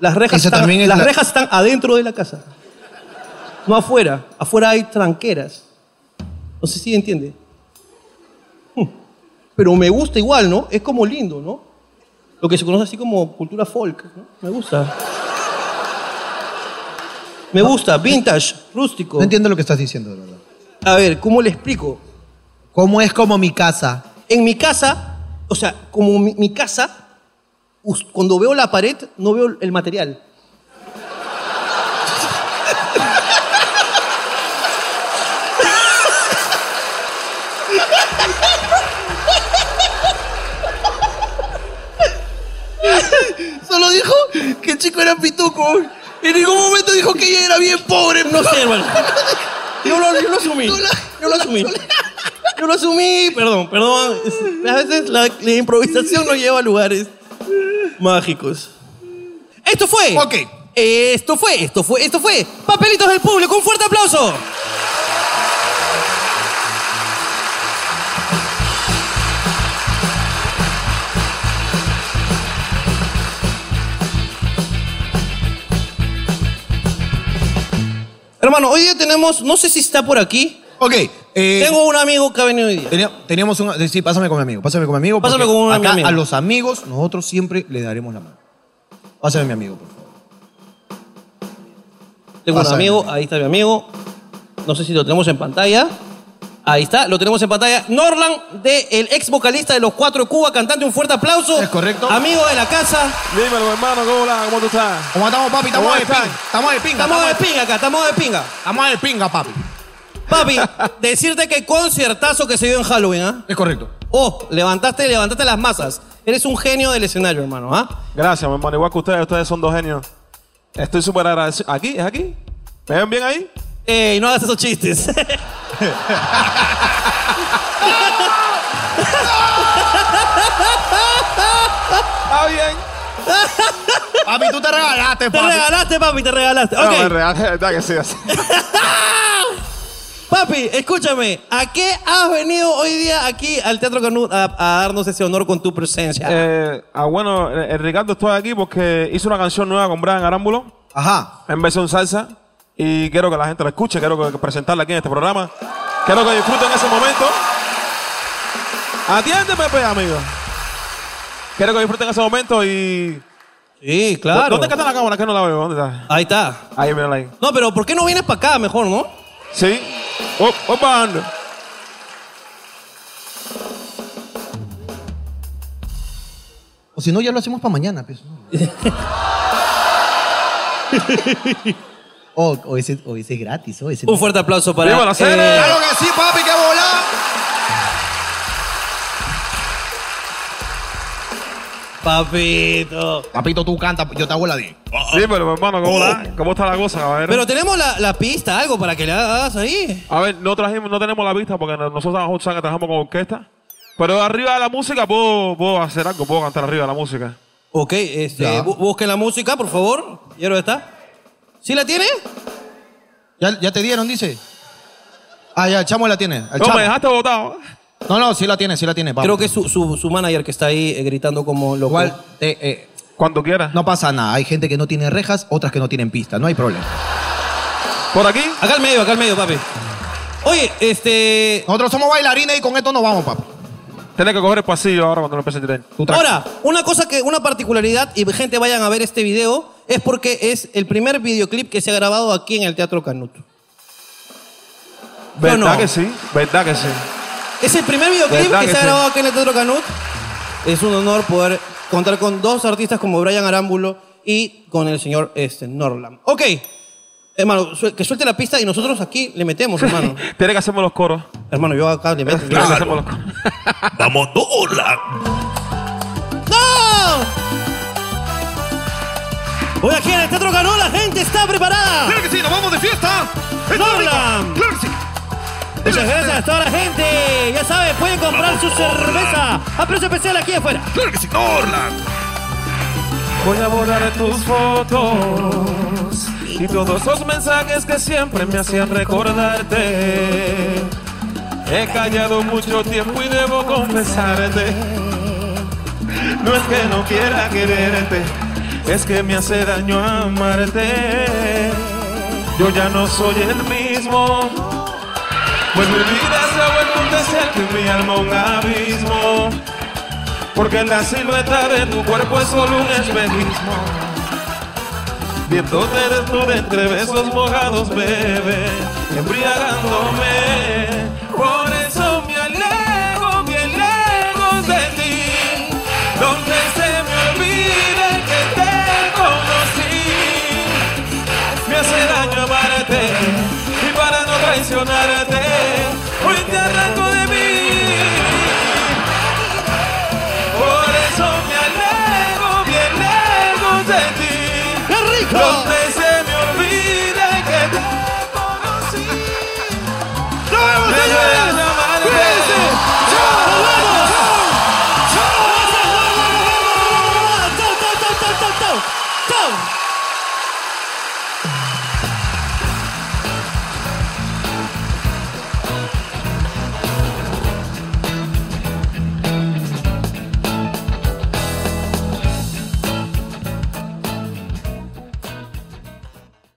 Speaker 1: las rejas,
Speaker 2: Eso
Speaker 1: están,
Speaker 2: también es
Speaker 1: las
Speaker 2: la-
Speaker 1: rejas están adentro de la casa. No afuera. Afuera hay tranqueras. No sé si entiende. Hmm. Pero me gusta igual, ¿no? Es como lindo, ¿no? Lo que se conoce así como cultura folk, ¿no? Me gusta. Me gusta, vintage, rústico.
Speaker 2: No entiendo lo que estás diciendo, de verdad.
Speaker 1: A ver, ¿cómo le explico?
Speaker 2: ¿Cómo es como mi casa?
Speaker 1: En mi casa, o sea, como mi, mi casa, us- cuando veo la pared, no veo el material.
Speaker 9: Solo dijo que el chico era pituco. En ningún momento dijo que ella era bien pobre.
Speaker 1: No sé, hermano. Yo lo, yo lo asumí. Yo lo asumí. Yo lo asumí, perdón, perdón. Es- A veces la, la improvisación nos lleva a lugares mágicos. Esto fue. Ok. Esto fue, esto fue, esto fue. Papelitos del público, un fuerte aplauso. Hermano, hoy día tenemos, no sé si está por aquí.
Speaker 2: Ok. eh,
Speaker 1: Tengo un amigo que ha venido hoy día.
Speaker 2: Tenía- teníamos un... Sí, pásame con mi amigo, pásame con mi amigo.
Speaker 1: Pásame
Speaker 2: porque
Speaker 1: con un
Speaker 2: acá
Speaker 1: amigo.
Speaker 2: a los amigos nosotros siempre le daremos la mano. Pásame mi amigo, por favor.
Speaker 1: Tengo un
Speaker 2: Pásame.
Speaker 1: amigo, ahí está mi amigo. No sé si lo tenemos en pantalla. Ahí está, lo tenemos en pantalla. Norland, de el ex vocalista de Los Cuatro de Cuba, cantante, un fuerte aplauso. Es correcto. Amigo de la casa.
Speaker 7: Dímelo, hermano, ¿cómo la- ¿Cómo tú estás?
Speaker 2: ¿Cómo estamos, papi? Estamos
Speaker 7: ¿Cómo
Speaker 2: de
Speaker 7: estás?
Speaker 2: pinga, Estamos de pinga.
Speaker 1: Estamos de pinga acá, estamos de pinga.
Speaker 2: Estamos de pinga, papi.
Speaker 1: Papi, decirte que conciertazo que se dio en Halloween, ¿ah?
Speaker 2: Es correcto.
Speaker 1: Oh, levantaste, levantaste las masas. Eres un genio del escenario, hermano, ¿ah?
Speaker 7: Gracias, mi hermano. Igual que ustedes, ustedes son dos genios. Estoy súper agradecido. ¿Aquí? ¿Es aquí? ¿Me ven bien ahí?
Speaker 1: Ey, no hagas esos chistes.
Speaker 7: Está bien.
Speaker 2: Papi, tú te regalaste,
Speaker 1: Te regalaste, papi, te regalaste.
Speaker 7: No,
Speaker 1: Ok.
Speaker 7: me regalé, de verdad que sí. así.
Speaker 1: Papi, escúchame, ¿a qué has venido hoy día aquí al Teatro Canut a, a darnos ese honor con tu presencia?
Speaker 7: Eh, ah, bueno, eh, eh, Ricardo estoy aquí porque hizo una canción nueva con Brian Arámbulo.
Speaker 2: Ajá.
Speaker 7: En versión salsa. Y quiero que la gente la escuche, quiero que- presentarla aquí en este programa. Quiero que disfruten ese momento. Atiéndeme, pues, amigo. Quiero que disfruten ese momento y
Speaker 1: Sí, claro.
Speaker 7: ¿Dónde es que está la cámara? Que no la veo. ¿Dónde está?
Speaker 1: Ahí está.
Speaker 7: Ahí, mírala ahí.
Speaker 1: No, pero ¿por qué no vienes para acá mejor, no?
Speaker 7: Sí. Op- Opa.
Speaker 2: O si no, ya lo hacemos para mañana, pues. o, o Oh, ese, o ese es gratis, o ese
Speaker 1: Un fuerte aplauso para.
Speaker 2: ¡Viva la serie!
Speaker 1: eh,
Speaker 5: Claro que sí, papi, que volá.
Speaker 1: Papito.
Speaker 2: Papito, tú canta, yo te hago la 10.
Speaker 7: Sí, pero hermano, ¿cómo, la- cómo está la cosa? A ver.
Speaker 1: Pero tenemos la, la pista, algo para que le hagas ahí.
Speaker 7: A ver, no trajimos, no tenemos la vista porque no- nosotros trabajamos, saben que trabajamos con orquesta. Pero arriba de la música puedo, puedo hacer algo, puedo cantar arriba de la música.
Speaker 1: Ok, este, bu- busquen la música, por favor. ¿Ya lo está? ¿Sí la tiene?
Speaker 2: ¿Ya, ya te dieron, dice? Ah, ya, el chamo la tiene. El
Speaker 1: No,
Speaker 2: chamo.
Speaker 1: me
Speaker 7: dejaste botado.
Speaker 2: No, no, sí la tiene, sí la tiene.
Speaker 1: Creo que es su, su, su manager que está ahí eh, gritando como loco.
Speaker 2: Igual, eh,
Speaker 7: Cuando quiera.
Speaker 2: No pasa nada. Hay gente que no tiene rejas, otras que no tienen pista. No hay problema.
Speaker 7: ¿Por aquí?
Speaker 1: Acá al medio, acá al medio, papi. Oye, este.
Speaker 2: Nosotros somos bailarines y con esto nos vamos, papi.
Speaker 7: Tienes que coger el pasillo ahora cuando lo empiece a tirar.
Speaker 1: Ahora, una cosa que, una particularidad, y gente vayan a ver este video, es porque es el primer videoclip que se ha grabado aquí en el Teatro Canuto.
Speaker 7: ¿Verdad
Speaker 1: no, no.
Speaker 7: que sí? ¿Verdad que sí?
Speaker 1: Es el primer videoclip
Speaker 7: ¿Verdad
Speaker 1: que,
Speaker 7: que
Speaker 1: se ha
Speaker 7: sí?
Speaker 1: grabado aquí en el Teatro Canut. Es un honor poder contar con dos artistas como Brian Arámbulo y con el señor este, Norland. Ok, hermano, suel- que suelte la pista y nosotros aquí le metemos, hermano.
Speaker 7: Tienes que hacerme los coros.
Speaker 1: Hermano, yo acá le meto.
Speaker 7: Tienes que hacerme los coros.
Speaker 1: Vamos, Norland. ¡No! Hoy aquí en el Teatro Canut la gente está preparada.
Speaker 7: ¡Claro que sí! ¡Nos vamos de fiesta!
Speaker 1: ¡Norland!
Speaker 7: ¡Claro que sí!
Speaker 1: Muchas gracias a toda la gente. Ya saben, pueden comprar su cerveza a precio especial aquí afuera.
Speaker 7: ¡Claro que sí! ¡Norland! Voy a borrar tus fotos y todos los mensajes que siempre me hacían recordarte. He callado mucho tiempo y debo confesarte. No es que no quiera quererte, es que me hace daño amarte. Yo ya no soy el mismo. Pues mi vida se ha vuelto un desierto y mi alma un abismo. Porque la silueta de tu cuerpo es solo un espejismo. Viéndote desnudo entre besos mojados, bebé, embriagándome. Por eso me alejo, me alejo de ti. Donde se me olvide que te conocí. Me hace daño amarte y para no traicionarte, hoy te arranco este de mí. Por eso me alejo, me alejo de ti.
Speaker 17: ¡Qué rico!
Speaker 7: Donde